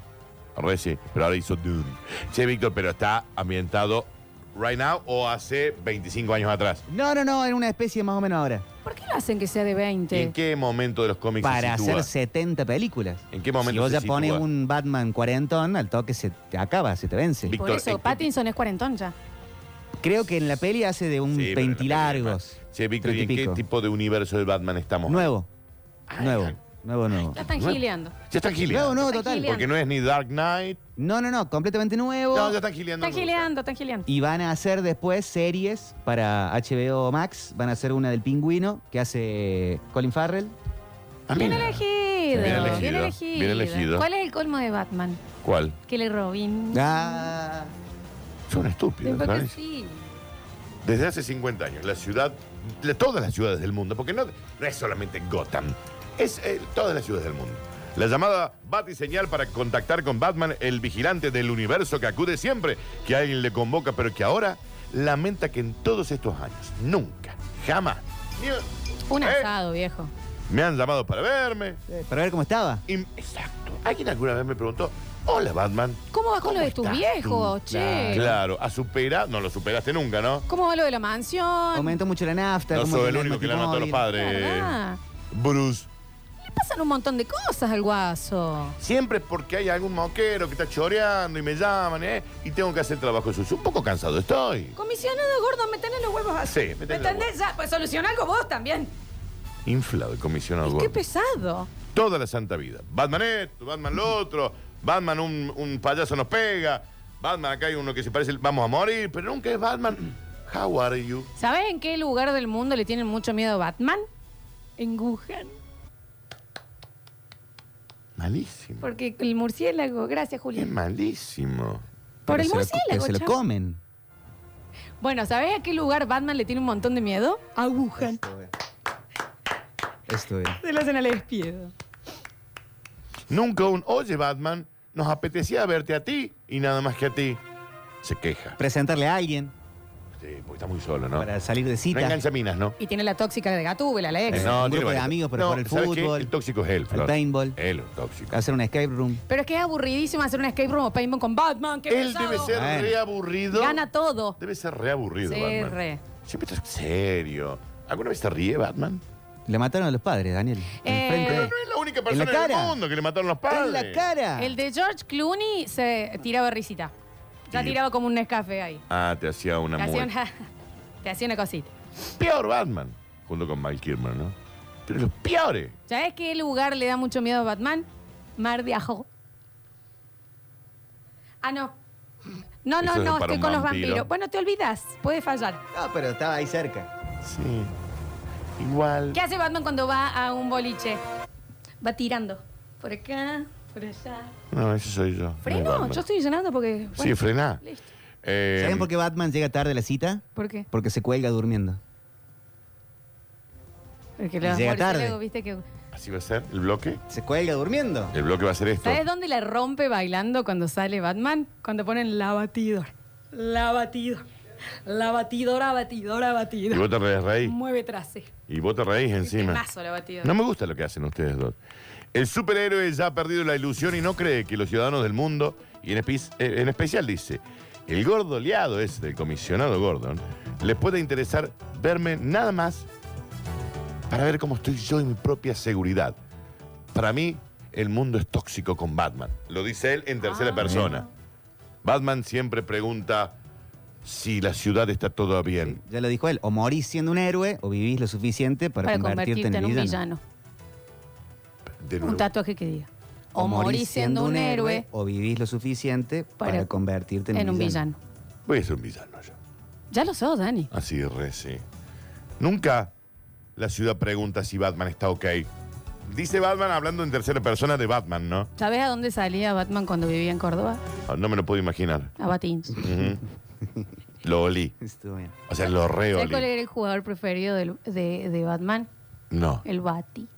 Re sí. Pero ahora hizo Dune. Che, Víctor, pero está ambientado right now o hace 25 años atrás.
No, no, no, en una especie más o menos ahora.
¿Por qué lo hacen que sea de
¿Y en
20?
qué momento de los cómics
Para
se sitúa?
hacer 70 películas.
¿En qué momento
Si vos
se
ya
sitúa?
pones un Batman cuarentón, al toque se te acaba, se te vence.
Por
eh,
eh,
eso, Pattinson es cuarentón ya.
Creo que en la peli hace de un 20 largos.
Che, Víctor, ¿y en
30 y
qué
pico.
tipo de universo de Batman estamos?
Nuevo. Nuevo. Nuevo, nuevo.
Ya están gileando.
Ya están
Nuevo,
gileando.
nuevo, total.
Porque no es ni Dark Knight.
No, no, no, completamente nuevo.
No, ya están gileando.
Están gileando, están gileando.
Y van a hacer después series para HBO Max. Van a hacer una del pingüino que hace Colin Farrell.
Bien elegido.
Ah, Bien elegido,
Bien elegido.
bien elegido.
¿Cuál es el colmo de Batman?
¿Cuál?
Que le Robin.
Ah.
Son estúpidos.
Porque
¿sabes?
sí.
Desde hace 50 años, la ciudad, la- todas las ciudades del mundo, porque no, no es solamente Gotham, es eh, todas las ciudades del mundo. La llamada Batiseñal para contactar con Batman, el vigilante del universo que acude siempre, que alguien le convoca, pero que ahora lamenta que en todos estos años, nunca, jamás, ni-
Un
¿Eh?
asado, viejo.
me han llamado para verme.
Para ver cómo estaba.
exacto. Alguien alguna vez me preguntó, hola Batman.
¿Cómo vas con lo de tus viejos, che?
Claro, a superar, no lo superaste nunca, ¿no?
¿Cómo va lo de la mansión?
Aumentó mucho la nafta.
No
cómo
soy el
arruinó
único que le han matado a los
automóvil.
padres.
Ah,
Bruce.
le pasan un montón de cosas al guaso.
Siempre es porque hay algún moquero que está choreando y me llaman, ¿eh? Y tengo que hacer trabajo sucio. Un poco cansado estoy. Ah,
Comisionado gordo, me tenés los huevos así.
Sí, me
¿Me
tenés los
entendés? Ya, pues soluciona algo vos también.
Inflado el comisionado
Qué
gordo.
pesado.
Toda la santa vida. Batman esto, Batman lo otro, Batman un, un payaso nos pega, Batman acá hay uno que se parece, el- vamos a morir, pero nunca es Batman. How are you?
¿Sabés en qué lugar del mundo le tienen mucho miedo a Batman? En Wuhan.
Malísimo.
Porque el murciélago, gracias Julián.
Malísimo.
Por el
Pero se lo-
murciélago.
pero se lo
chavo.
comen.
Bueno, ¿sabés a qué lugar Batman le tiene un montón de miedo? A Wuhan.
Esto es.
Se lo hacen al despiedo.
Nunca un, oye Batman, nos apetecía verte a ti y nada más que a ti. Se queja.
Presentarle a alguien.
Sí, porque está muy solo, ¿no?
Para salir de cita.
No engancha minas, ¿no?
Y tiene la tóxica de Gatúbela, la ex.
Eh, no,
un
tiene
grupo de
varias-
amigos para
No,
jugar al
¿sabes qué?
fútbol.
El tóxico es él,
Al
Flor.
paintball.
Él, el tóxico.
Hacer un escape room.
Pero es que es aburridísimo hacer un escape room o paintball con Batman. Qué
Él
pesado.
debe ser
Bueno.
re aburrido.
Gana todo.
Debe ser re aburrido,
Sí,
Batman.
re.
Siempre está serio. ¿Alguna vez se ríe Batman?
Le mataron a los padres, Daniel.
Eh,
Pero no es la única persona en,
¿En la cara?
el mundo que le mataron los padres.
El de George Clooney se tiraba risita. Ya tiraba como un Nescafé ahí.
Ah, te hacía una
Te hacía
muerte.
una, te hacía una cosita.
Peor Batman, junto con Mike Kirman, ¿no? Pero los peores.
¿Sabes qué lugar le da mucho miedo a Batman? Mar de Ajo. Ah, no. No, no,
Eso es
no,
para
estoy
un
con los
vampiro.
vampiros. Bueno, te olvidas, puede fallar.
No, Ah, pero estaba ahí cerca.
Sí. Igual.
¿Qué hace Batman cuando va a un boliche? Va tirando. Por acá, por allá.
No, ese soy yo. No es
Freno,
Batman.
yo estoy llenando porque.
Sí, frená.
Listo.
Eh,
¿Saben por qué Batman llega tarde a la cita?
¿Por qué?
Porque se cuelga durmiendo.
Porque
Y
los
llega tarde.
murciélagos, viste que.
Así va a ser el bloque.
Se cuelga durmiendo.
El bloque va a ser esto.
¿Sabes dónde le rompe bailando cuando sale Batman? Cuando ponen la batidora. La batidora. La batidora, batidora,
Y
batidora.
vos te reís, reís.
Mueve trase.
Y vos te reís encima.
Mazo la batidora.
No me gusta lo que hacen ustedes dos. El superhéroe ya ha perdido la ilusión y no cree que los ciudadanos del mundo, y en, espe- eh, en especial dice, el gordo liado es del comisionado Gordon, les puede interesar verme nada más para ver cómo estoy yo en mi propia seguridad. Para mí, el mundo es tóxico con Batman. Lo dice él en tercera persona. Batman siempre pregunta si la ciudad está toda bien.
Ya lo dijo él, o morís siendo un héroe o vivís lo suficiente para,
Para
convertirte, en,
un
villano.
villano.
De
Un
nuevo.
tatuaje que diga. O, morís siendo un héroe
o vivís lo suficiente para,
Para-
convertirte en,
en un villano.
Voy a ser un villano yo.
Ya lo sos, Dani.
Así re, sí. Nunca la ciudad pregunta si Batman está ok. Dice Batman hablando en tercera persona de Batman, ¿no?
¿Sabes a dónde salía Batman cuando vivía en Córdoba?
Ah, No me lo puedo imaginar.
A Batins.
Ujú. Lo olí. O sea, lo re
¿Sabes cuál
olí.
era el jugador preferido del- de, de Batman?
No.
El Bati.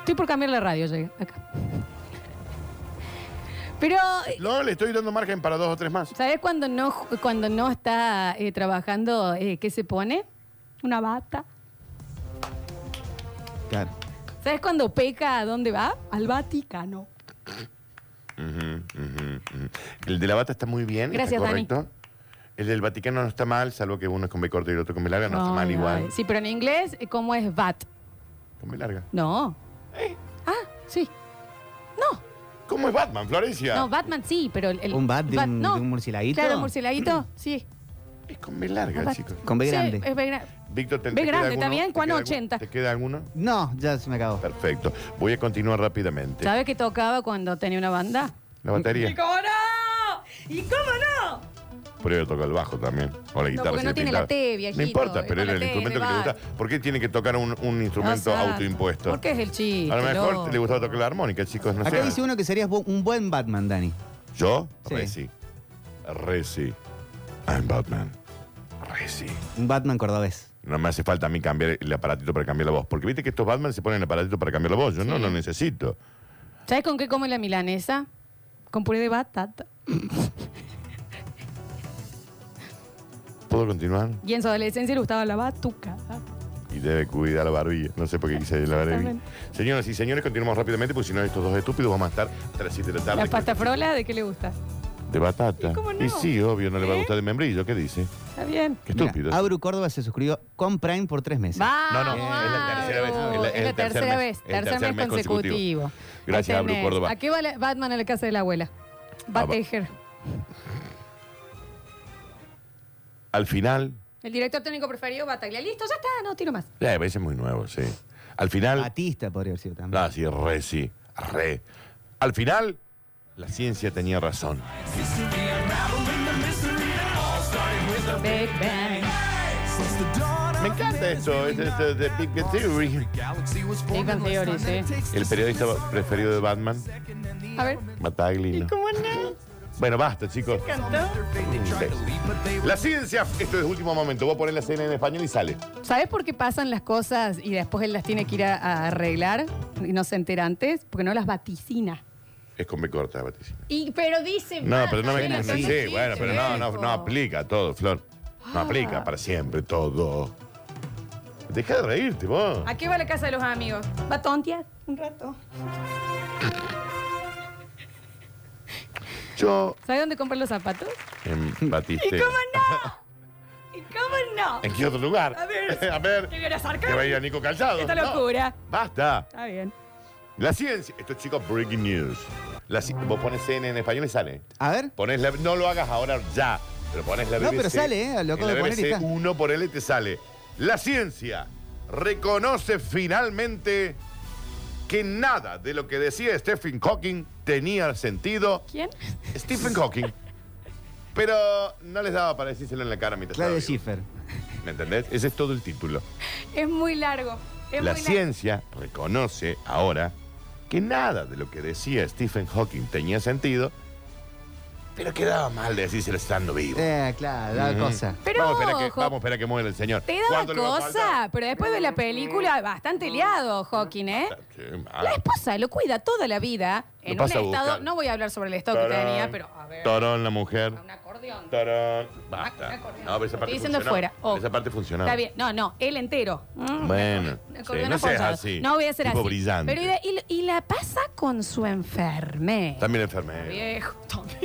Estoy por cambiar la radio, llegué acá. Pero,
No, le estoy dando margen para dos o tres más.
¿sabes cuando no, ju- cuando no está eh, trabajando, eh, qué se pone? Una bata.
Claro.
¿Sabes cuando peca a dónde va? Al Vaticano.
Ujú, ujú, ujú. El de la bata está muy bien. está
Gracias, Dani.
correcto. El del Vaticano no está mal, salvo que uno es con B corta y el otro con B larga. No está
Ay,
mal
ay.
igual.
Sí, pero en inglés, eh, ¿cómo es bat?
Con B larga.
No.
¿Eh?
Ah, sí.
¿Cómo es Batman, Florencia?
No, Batman sí, pero el. el-
¿Un bat de,
Bat-
un,
no.
de un murcielaguito?
Claro, el murcielaguito, sí.
Es con B larga,
Ah, Bat-
chicos.
Con B
Sí,
grande.
es B grande.
Víctor, ¿te,
Ve
te queda
grande,
alguno?
también,
¿Te
Juan
queda algún-
80.
¿Te queda alguno?
No, ya se me acabó.
Perfecto. Voy a continuar rápidamente.
¿Sabes qué tocaba cuando tenía una banda?
La batería.
¿Y cómo no? ¿Y cómo no?
Pero yo toco el bajo también. O la guitarra.
porque
si
no
le
tiene
pintaba.
la T, viejito,
No importa,
es
pero
con
era
la
el
T,
instrumento
de
que le gusta.
bajo.
¿Por qué tiene que tocar un, un instrumento
O sea,
autoimpuesto?
Porque es el chiste.
A lo mejor
loco.
te le gustaba tocar la armónica, chicos. No
Acá
sé.
dice uno que serías bu- un buen Batman, Dani.
¿Yo?
Sí.
Resi. Resi. I'm Batman. Resi.
Un Batman cordobés.
No me hace falta a mí cambiar el aparatito para cambiar la voz. Porque viste que estos Batman se ponen el aparatito para cambiar la voz. Yo no lo necesito.
¿Sabes con qué come la milanesa? Con puré de batata.
¿Puedo continuar?
Y en su adolescencia le gustaba la batuca.
Y debe cuidar la barbilla. No sé por qué quise la barbilla.
Exactamente.
Señoras y señores, continuamos rápidamente, porque si no, estos dos estúpidos vamos a estar hasta las 7 de la tarde.
¿La pasta frola de qué le gusta?
De batata.
cómo no? ¿Eh?
Y sí, obvio, no le va a gustar el membrillo. ¿Qué dice?
Está bien.
Qué estúpido.
Abru Córdoba se suscribió con Prime por tres meses.
Vamos,
No, no, es la tercera vez.
Abru.
Es la-
Es la tercera vez.
es el
Tercer mes consecutivo.
Gracias, Abru
Tenés.
Córdoba.
¿A qué va la- Batman a la casa de la abuela?
Ah, va-
Bateger.
Al final,
El director técnico preferido, Bataglia. Listo, ya está, no tiro más.
eh, a veces es muy nuevo, sí. Al final. Batista podría haber sido también. Ah, sí, re, sí. Re. Al final, la ciencia tenía razón. Me encanta esto, es, es, es de Big Bang Theory.
Big Bang Theory, sí.
El periodista preferido de Batman,
A ver.
Bataglino.
¿Cómo no?
Bueno, basta, chicos.
¿Cantó?
La ciencia, esto es último momento. Voy a poner la cena en español y sale.
¿Sabes por qué pasan las cosas y después él las tiene que ir a, a arreglar y no se entera antes? Porque no las vaticina.
Es con B corta, Patricia.
Y, pero dice.
No, pero no me
Batman,
sí,
entonces
bueno, pero no, no, no aplica todo, Flor. No
Ah.
aplica para siempre todo. Deja de reírte, vos.
¿A qué va la casa de los amigos? ¿Va a tontear? Un rato.
Yo
¿Sabes dónde comprar los zapatos?
en Batiste.
¿Y cómo no? ¿Cómo no?
¿En qué otro lugar?
A ver.
A ver.
Te voy a sacar.
Que vaya Nico Calzado.
Esta
No,
locura.
Basta.
Está bien.
La ciencia. Estos chicos, breaking news. La ci- vos pones CNN en español y sale.
A ver.
Pones la- no lo hagas ahora ya, pero pones la
No,
BBC.
pero sale, ¿eh? Lo acabo
En la
de poner y
BBC
está.
uno por él y te sale. La ciencia reconoce finalmente que nada de lo que decía Stephen Hawking tenía sentido.
¿Quién?
Stephen Hawking. Pero no les daba para decírselo en la cara mientras
Claudio
estaba vivo.
Schiffer.
¿Me entendés? Ese es todo el título.
Es muy largo. Es
La
muy
ciencia reconoce ahora que nada de lo que decía Stephen Hawking tenía sentido, pero quedaba mal de decírselo estando vivo.
Eh, claro, da
Ujú.
cosa.
Pero
vamos, a esperar que,
ojo.
vamos a esperar que muera el señor.
largo. Te daba
¿Cuándo le va a faltar?
cosa, pero después de la película, bastante liado, Hawking, ¿eh?
Qué mal.
La esposa lo cuida toda la vida en un
Ah. pasa a
estado.
buscar.
No voy a hablar sobre el estado que
Tarán.
tenía, pero ah, a ver.
Torón, la mujer. Un
acordeón.
Torón. Basta. No, pero esa parte
diciendo
funcionó.
fuera. Oh.
Esa parte funcionaba.
Está bien. No, no, él entero. Mm,
Bueno.
un
sí,
acordeón
no seas
apoyado.
así.
No voy a ser
Tipo
así.
brillante.
Pero y, de- y lo- y la pasa con su enfermera.
También la enfermera.
Viejo, también.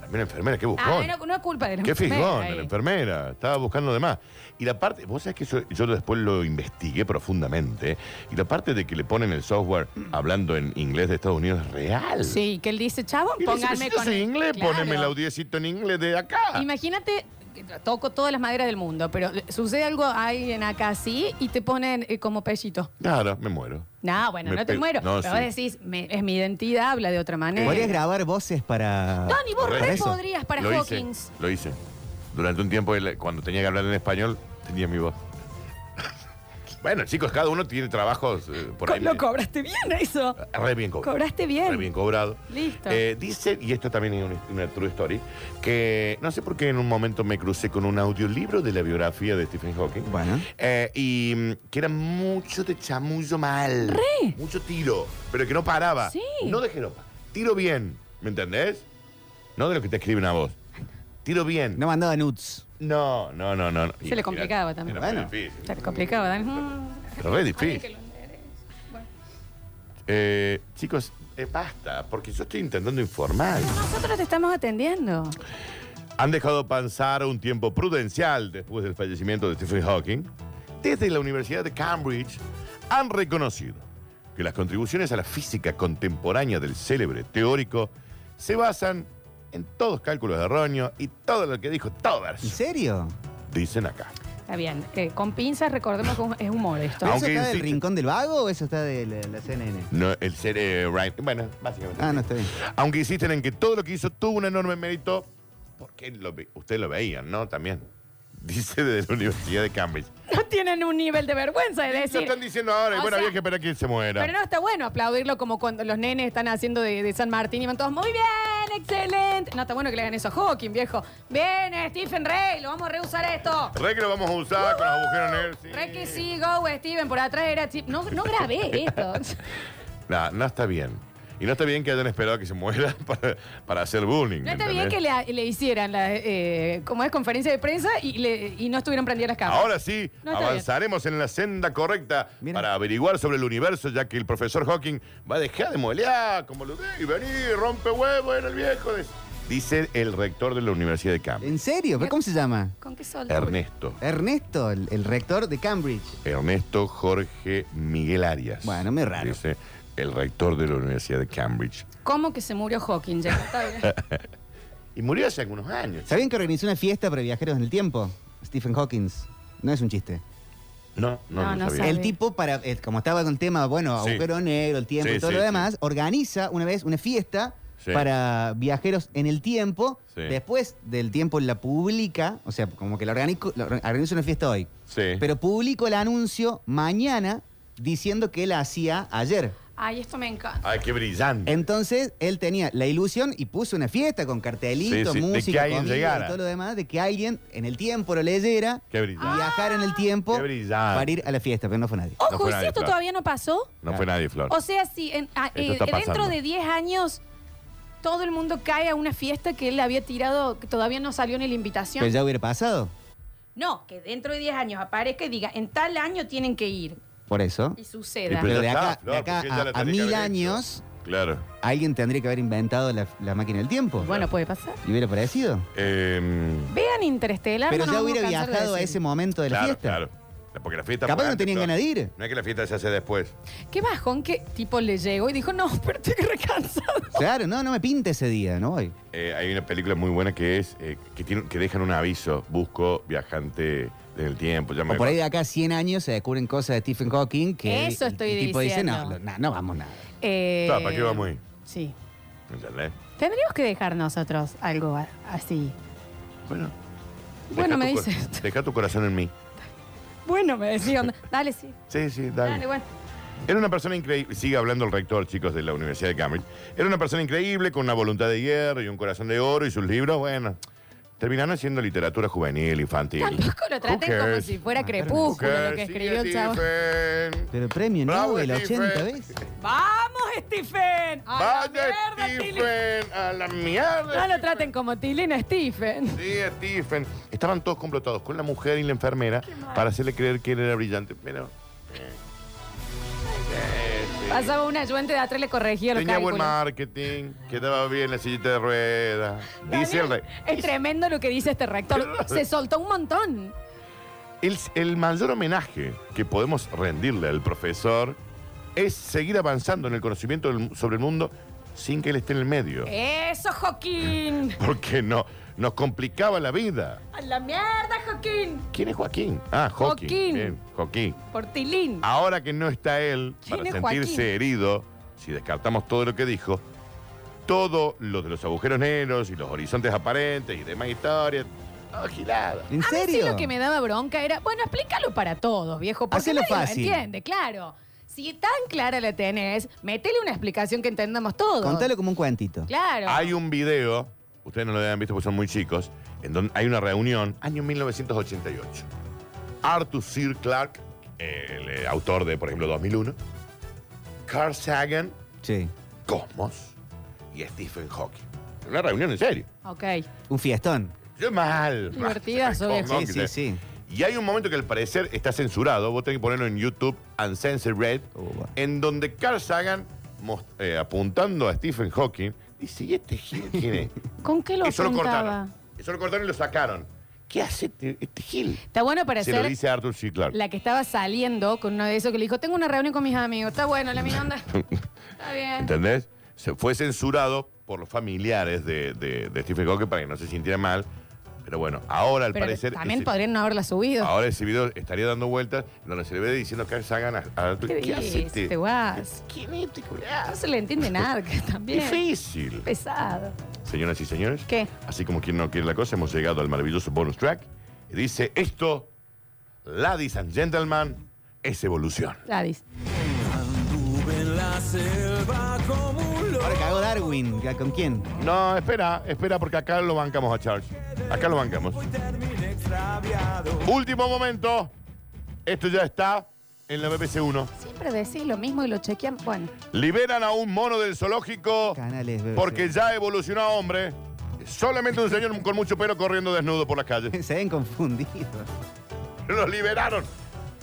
También la enfermera. Qué
Ah,
buscón.
no, no es culpa de la
Qué
enfermera eh.
fisgón,
ahí.
la enfermera. Estaba buscando demás. Y la parte, vos sabés que yo, yo después lo investigué profundamente. Y la parte de que le ponen el software hablando en inglés de Estados Unidos es real.
Sí, que él dice, chavo,
Y le dice,
pónganme
"Pero si
con.
es en inglés,
Claro.
poneme el audiecito en inglés de acá.
Imagínate, toco todas las maderas del mundo, pero sucede algo a alguien acá así y te ponen eh, como pellito.
Claro, me muero.
No, bueno,
Me
no te
pe-
muero.
no,
pero
sí.
vos decís, me- es mi identidad, habla de otra manera.
Podrías grabar voces para.
No, ni vos
Re-
re
eso.
podrías para
lo
Hawkins.
Hice, lo hice. Durante un tiempo, él, cuando tenía que hablar en español, tenía mi voz. bueno, chicos, cada uno tiene trabajos eh, por
Co-
ahí.
Lo cobraste bien a eso.
Re bien cobrado.
Cobraste bien.
Re bien cobrado.
Listo.
Eh, dice, y esto también es una, una true story, que no sé por qué en un momento me crucé con un audiolibro de la biografía de Stephen Hawking.
Bueno.
Eh, y mm, que era mucho de chamullo mal.
Re.
Mucho tiro, pero que no paraba.
Sí.
No de jeropa. Tiro bien, ¿me entendés? No de lo que te escriben a vos. Tiro bien. No
mandaba nudes.
No, no, no, no. no.
Se le complicaba también.
Era muy
Bueno.
difícil.
Está complicado, Dani. Mm.
Pero re
Ay, que
difícil.
lo-
Eh, chicos, eh, basta, porque yo estoy intentando informar.
Nosotros te estamos atendiendo.
Han dejado pasar un tiempo prudencial después del fallecimiento de Stephen Hawking. Desde la Universidad de Cambridge han reconocido que las contribuciones a la física contemporánea del célebre teórico se basan en todos cálculos erróneos y todo lo que dijo Towers. ¿En
serio?
Dicen acá.
Está bien. Eh, con pinzas recordemos que es humor esto.
¿Pero
Aunque
¿Eso está del
insiste-
rincón del vago o eso está de la, la CNN?
No, el ser eh, Ryan- Bueno, básicamente.
Ah, no, está bien.
Aunque insisten en que todo lo que hizo tuvo un enorme mérito, porque lo ve- ustedes lo veían, ¿no? También. Dice desde la Universidad de Cambridge.
No tienen un nivel de vergüenza de
Lo
decir.
están diciendo ahora, y
O
bueno,
sea,
había que esperar que él se muera.
Pero no está bueno aplaudirlo como cuando los nenes están haciendo de, de San Martín y van todos muy bien, excelente. No está bueno que le hagan eso a Hawking, viejo. Bien, Stephen Rey, lo vamos a reusar esto.
Re que lo vamos a usar con los agujeros negros. sí.
Rey que sí, go, Steven, por atrás era chip. No, no grabé esto.
Nah, no está bien. Y no está bien que hayan esperado a que se muera para, para hacer bullying.
No
¿me
está bien
entendés?
que le, le hicieran la, eh, como es conferencia de prensa y, le- y no estuvieron prendidas las cámaras.
Ahora sí,
No está
avanzaremos en la senda correcta para averiguar sobre el universo, ya que el profesor Hawking va a dejar de molear como lo de y vení, rompe huevo, era el viejo. de- Dice el rector de la Universidad de Cambridge,
¿En serio? ¿Pero cómo se llama?
¿Con qué
Eh,
sol?
Ernesto.
Ernesto, el, el rector de Cambridge.
Ernesto Jorge Miguel Arias. Bueno, me raro. Dice el rector de la Universidad de Cambridge.
¿Cómo que se murió Hawking? Ya está bien.
y murió hace algunos años.
¿Sabían que organizó una fiesta para viajeros en el tiempo? Stephen Hawking. No es un chiste.
No, no, no, sabía.
El tipo, para, eh, como estaba con el tema, bueno,
Sí.
agujero negro, el tiempo
Sí,
y todo
sí,
lo
sí.
demás, organiza una vez una fiesta
Sí.
para viajeros en el tiempo.
Sí.
Después del tiempo la publica, o sea, como que la organico- la or- organiza una fiesta hoy.
Sí.
Pero publico el anuncio mañana diciendo que la hacía ayer.
Ay, esto me encanta.
Ay, qué brillante.
Entonces él tenía la ilusión y puso una fiesta con cartelitos,
Sí, sí, de que
música,
alguien
comida y
llegara.
todo lo demás, de que alguien en el tiempo lo leyera,
Qué brillante.
viajara en el tiempo
Qué brillante.
para ir a la fiesta, pero no fue nadie.
No
Ojo,
fue
y si
nadie,
esto
Flor.
todavía no pasó.
No fue nadie, Flor.
O sea, si en- a-
Esto está
eh, dentro
pasando.
de 10 años todo el mundo cae a una fiesta que él había tirado, que todavía no salió ni la invitación.
Pero Pues ya hubiera pasado.
No, que dentro de 10 años aparezca y diga, en tal año tienen que ir.
Por eso.
Y suceda.
Pero
ya
de
está,
acá,
Flor,
de acá
porque ya
a,
la
a
tenés que
mil
haber hecho.
años
Claro.
Alguien tendría que haber inventado la, la máquina del tiempo.
Bueno, puede pasar.
¿Y hubiera aparecido?
Eh,
Vean Interestelar.
Pero
no
ya
nos
hubiera
vamos a cansar de
viajado a
decir.
ese momento de la
claro,
fiesta.
Claro. Porque la fiesta.
Capaz
fue
no
antes,
tenían ganas de ir.
No es que la fiesta se hace después.
Qué bajón que tipo le llegó y dijo, no, pero estoy recansado.
Claro, no, no me pinte ese día, no voy.
Eh, hay una película muy buena que es eh, que, tiene- que dejan un aviso. Busco viajante del tiempo. Ya me
O por ahí de acá a 100 años se descubren cosas de Stephen Hawking que
Eso
el- el
estoy
tipo dice,
diciendo.
no, no, no vamos nada.
Eh,
No, ¿para qué vamos ahí?
Sí.
¿Entendés?
Tendríamos que dejar nosotros algo a- así.
Bueno.
Bueno,
deja
me
tu cor-
dices.
Deja tu corazón en mí.
Bueno, me decía, onda, dale, sí.
Sí, sí, dale.
Dale, bueno.
Era una persona increíble, sigue hablando el rector, chicos, de la Universidad de Cambridge. Era una persona increíble, con una voluntad de hierro y un corazón de oro y sus libros, bueno, terminaron siendo literatura juvenil, infantil.
Tampoco lo traten como
cares?
si fuera crepúsculo lo que escribió el chavo.
Pero premio
eh.
Nobel, 80 veces.
¡Vamos, Stephen! ¡A la
Vaya,
mierda,
Stephen! ¡A la mierda!
No lo traten como Tilina Stephen.
Sí, Stephen. Estaban todos complotados con la mujer y la enfermera para hacerle creer que él era brillante, pero...
Pasaba un ayudante de atrás y le corregía los
eh, Tenía buen
cálculos.
marketing, quedaba bien la sillita de ruedas. Dice el rey.
Es tremendo lo que dice este rector. Se soltó un montón.
El, el mayor homenaje que podemos rendirle al profesor es seguir avanzando en el conocimiento del- sobre el mundo sin que él esté en el medio.
Eh. ¡Eso, Joaquín!
Porque no, nos complicaba la vida.
¡A la mierda, Joaquín!
¿Quién es Joaquín? Ah, Joaquín.
Joaquín.
Bien, Joaquín.
Por Tilín.
Ahora que no está él
¿Quién
para
es
sentirse
Joaquín?
herido, si descartamos todo lo que dijo, todo lo de los agujeros negros y los horizontes aparentes y demás historias, todo gilada.
¿En
A mí sí lo que me daba bronca era, bueno, explícalo para todos, viejo, porque
Hacelo
nadie lo
fácil.
entiende, claro. Si tan clara la tenés, métele una explicación que entendamos todos.
Contalo como un cuentito.
Claro.
Hay un video, ustedes no lo habían visto porque son muy chicos, en donde hay una reunión, año 1988. Arthur C. Clarke, el eh, autor de, por ejemplo, 2001, Carl Sagan,
Sí.
Cosmos y Stephen Hawking. Una reunión en serio.
Ok.
Un fiestón.
Yo mal.
Divertidazo, viejo.
Cosmos, que
sí.
Y hay un momento que al parecer está censurado, vos tenés que ponerlo en YouTube, Uncensored Red,
Oh,
en donde Carl Sagan, mos- eh, apuntando a Stephen Hawking, dice, ¿y este gil quién es?
¿Con qué lo
Eso lo
apuntaba?
Eso lo cortaron y lo sacaron. ¿Qué hace este, este Gil?
Está bueno para
Se
hacer
lo dice Arthur C. Clarke.
la que estaba saliendo con uno de esos que le dijo, tengo una reunión con mis amigos. Está bueno, la mina onda. Está bien.
¿Entendés? Se fue censurado por los familiares de, de- de Stephen Hawking para que no se sintiera mal. Pero bueno, ahora al
Pero
parecer.
también
ese- Ah,
podrían no haberla subido.
ahora ese video estaría dando vueltas donde se le ve diciendo que Sagan a, a Arthur.
¿Qué,
¿Qué hace este?
dices, guas? No se le entiende nada, que también.
Difícil.
Pesado.
Señoras y señores,
¿Qué?
así como quien no quiere la cosa, hemos llegado al maravilloso bonus track. Y dice esto, ladies and gentlemen, es evolución.
Gladys.
Ahora cagó Darwin. ¿Con quién?
No, espera, espera, porque acá lo bancamos a Charles. Acá lo bancamos. Último momento. Esto ya está en la BBC 1.
Siempre decís lo mismo y lo chequean. Bueno,
Liberan a un mono del zoológico porque ya evolucionó a hombre. Solamente un señor con mucho pelo corriendo desnudo por las calles.
Se ven confundidos.
Lo liberaron.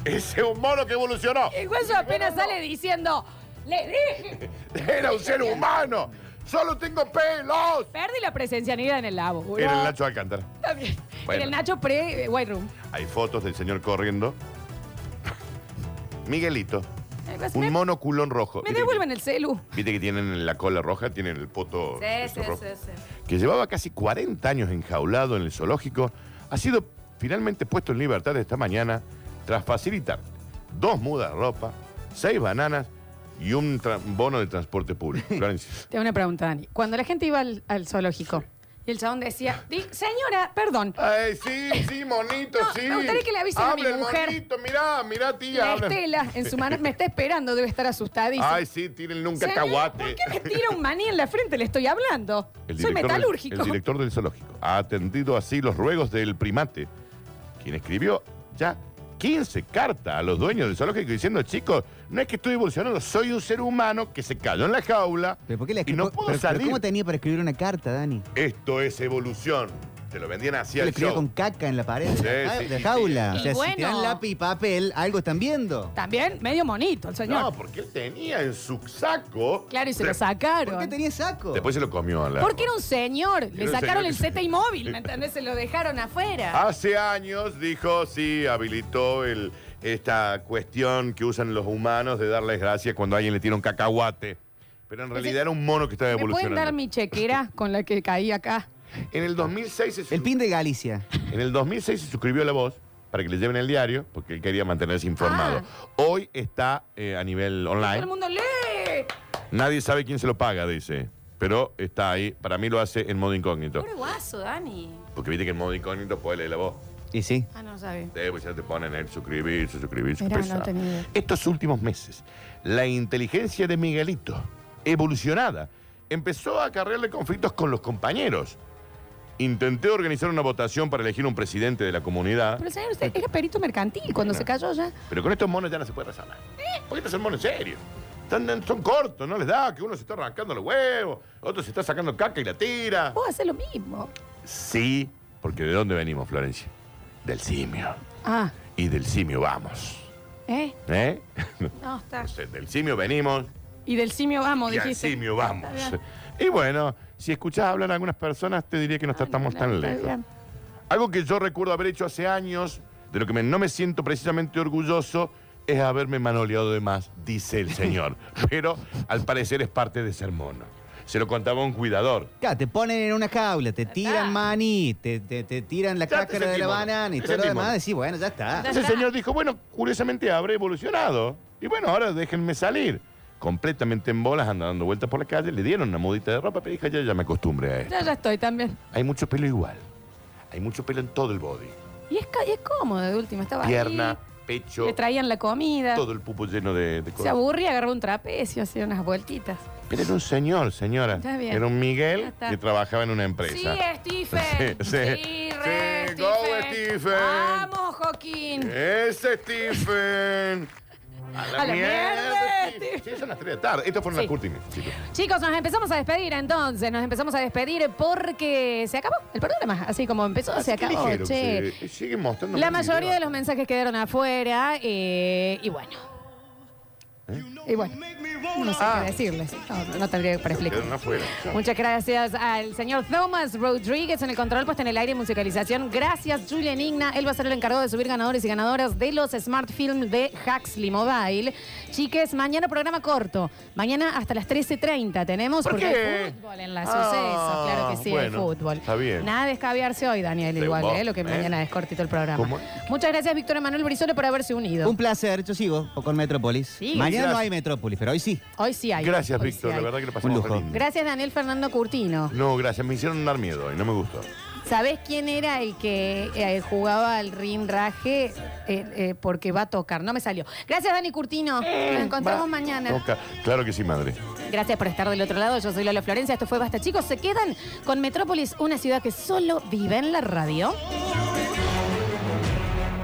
Ese es un mono que evolucionó.
el hueso apenas sale diciendo, le dije,
Era un ser humano. Solo tengo pelos.
perdí la presencialidad en el labo. boludo.
Era el Nacho Alcántara.
Está bien.
Bueno.
Era el Nacho pre eh, White Room.
Hay fotos del señor corriendo. Miguelito.
Algo así.
Un
Pues Me-
mono culón rojo.
Me
Viste que-
devuelven el celu.
Viste que tienen la cola roja, tienen el poto. eso rojo.
sí.
Que llevaba casi 40 años enjaulado en el zoológico, ha sido finalmente puesto en libertad esta mañana tras facilitar dos mudas de ropa, seis bananas y un tra- bono de transporte público. Florencia.
Te hago una pregunta, Dani. Cuando la gente iba al, al zoológico y el chabón decía, "Di- señora, perdón.
Ay, sí, Ah, sí, monito,
No,
sí.
me gustaría que le avisen a mi
Habla el
mujer.
monito, mirá, mirá, tía.
La
habla.
Estela, en su mano, me está esperando, debe estar asustadísima.
Ay, sí, tienen un
Señora,
cacahuate.
¿Por qué me tira un maní en la frente? Le estoy hablando.
El
Soy
director del-
metalúrgico.
el director del zoológico ha atendido así los ruegos del primate, quien escribió ya 15 cartas a los dueños del zoológico diciendo, chicos, no es que estoy evolucionando, soy un ser humano que se cayó en la jaula
¿Pero por qué la
y no
escribo-
puedo
pero- pero
salir.
¿Cómo tenía para escribir una carta, Dani?
Esto es evolución. Te lo vendían así
Yo
al
lo escribía
show.
con caca en la pared de,
Sí,
ja-
sí,
de
y-
jaula.
y-
o sea,
y
si te
bueno.
dan lápiz y papel, algo están viendo.
También medio monito el señor.
No, porque él tenía en su saco.
Claro, y se lo
De-
sacaron. ¿Por qué
tenía saco?
Después se lo comió a la.
Porque era un señor.
Era
Le
un
sacaron
señor
el
que se- Ah,
Z inmóvil, ¿me entendés? Se lo dejaron afuera.
Hace años dijo, sí, habilitó el, esta cuestión que usan los humanos de darles gracias cuando alguien le tira un cacahuate. Pero en realidad era un mono que estaba
¿Me pueden dar
evolucionando.
mi chequera con la que caí acá?
En el 2006 se
El pin de Galicia.
En el 2006 se suscribió a La Voz para que le lleven el diario, porque él quería mantenerse
Ah.
informado. Hoy está eh, a nivel
Todo el
online.
mundo lee.
Nadie sabe quién se lo paga, dice. Pero está ahí. Para mí lo hace en modo incógnito.
Pobre guaso, Dani.
Porque viste que en modo incógnito puede leer La Voz.
Y sí.
Ah, no sabe.
Sí, pues ya te ponen el suscribir, suscribir,
Mirá,
suscribir.
no tenía idea.
Estos últimos meses, la inteligencia de Miguelito, evolucionada, empezó a acarrearle conflictos con los compañeros. Intenté organizar una votación para elegir un presidente de la comunidad,
Pero señor, usted era perito mercantil cuando se cayó ya.
pero con estos monos ya no se puede razonar.
Eh.
Porque estos son monos en serio. Están- son cortos, no les da, que uno se está arrancando los huevos, otro se está sacando caca y la tira.
Vos hacer lo mismo.
Sí, porque ¿de dónde venimos, Florencia? Del simio.
Ah,
Y del simio vamos.
¿eh?
¿Eh?
No, está.
Entonces, Eh, del simio venimos
Y del simio vamos,
y al
dijiste.
simio vamos.
Está bien.
Y bueno, si escuchás hablar a algunas personas, te diría que no estamos tan
Está
lejos.
bien.
Algo que yo recuerdo haber hecho hace años, de lo que me- no me siento precisamente orgulloso, es haberme manoleado de más, dice el señor. Pero al parecer es parte de ser mono. Se lo contaba un cuidador.
Claro, te ponen en una jaula, te tiran maní, te, te- te tiran la
Ya te
cáscara de la
sentimos.
banana y
Te
todo lo
sentimos.
demás. Decís, bueno, ya
Ah.
está.
Entonces el señor dijo, bueno, curiosamente habré evolucionado. Y bueno, ahora déjenme salir. Completamente en bolas, andando dando vueltas por la calle, le dieron una mudita de ropa, pero dije, ya, ya me acostumbré a esto.
Ya, ya estoy también.
Hay mucho pelo igual. Hay mucho pelo en todo el body.
Y es, ca- y es cómodo, de última. Estaba
Pierna,
ahí,
pecho,
Le traían la comida.
todo el pupo lleno de, de
Se
cosas.
aburría, agarraba un trapecio, hacía unas vueltitas.
Pero era un señor, señora.
Está bien.
Era un
Ya
Miguel
está.
que trabajaba en una empresa.
Sí,
Stephen. Sí, sí.
re,
Sí, go, Stephen.
Vamos, Joaquín.
¡Ese Stephen! ¡A la,
A la mierda,
Stephen. Sí, son las 3 de la tarde. Estas fueron las últimas, chicos.
Chicos, nos empezamos a despedir entonces. Nos empezamos a despedir porque se acabó el programa. Así como empezó, se
¿Qué
acabó.
ligero
oh, che.
que se- Sigue mostrando.
La
mi
mayoría
video.
de los mensajes quedaron afuera eh, y bueno. Y bueno, no sé
¿Eh? Ah.
qué decirles. No, no tendría para explicar.
Quedaron afuera. Chao.
Muchas gracias al señor Thomas Rodríguez en el control, puesta en el aire y musicalización. Gracias, Julian Igna. Él va a ser el encargado de subir ganadores y ganadoras de los Smart Film de Huxley Mobile. Chiques, mañana programa corto. Mañana hasta las 13.30 tenemos
¿Por
porque
qué?
hay fútbol en la
Ah,
suceso. Claro que sí,
bueno,
hay fútbol.
está bien.
Nada de escabiarse hoy, Daniel,
De
igual,
vos,
eh, lo que
¿eh?
mañana es cortito el programa.
¿Cómo?
Muchas gracias, Víctor Manuel Brizuela, por haberse unido.
Un placer, yo sigo con Metrópolis.
Sí.
Mañana
Gracias.
no hay Metrópolis, pero hoy sí.
Hoy sí hay.
Gracias,
Hoy sí
Víctor. La
hay.
verdad que lo pasamos re lindo.
Gracias, Daniel Fernando Curtino.
No, gracias. Me hicieron dar miedo hoy. No me gustó.
¿Sabés quién era el que eh, jugaba al ring raje? Eh, eh, porque va a tocar. No me salió. Gracias, Dani Curtino. Nos encontramos mañana.
Toca- Claro que sí, madre.
Gracias por estar del otro lado. Yo soy Lola Florencia. Esto fue Basta, chicos. Se quedan con Metrópolis, una ciudad que solo vive en la radio.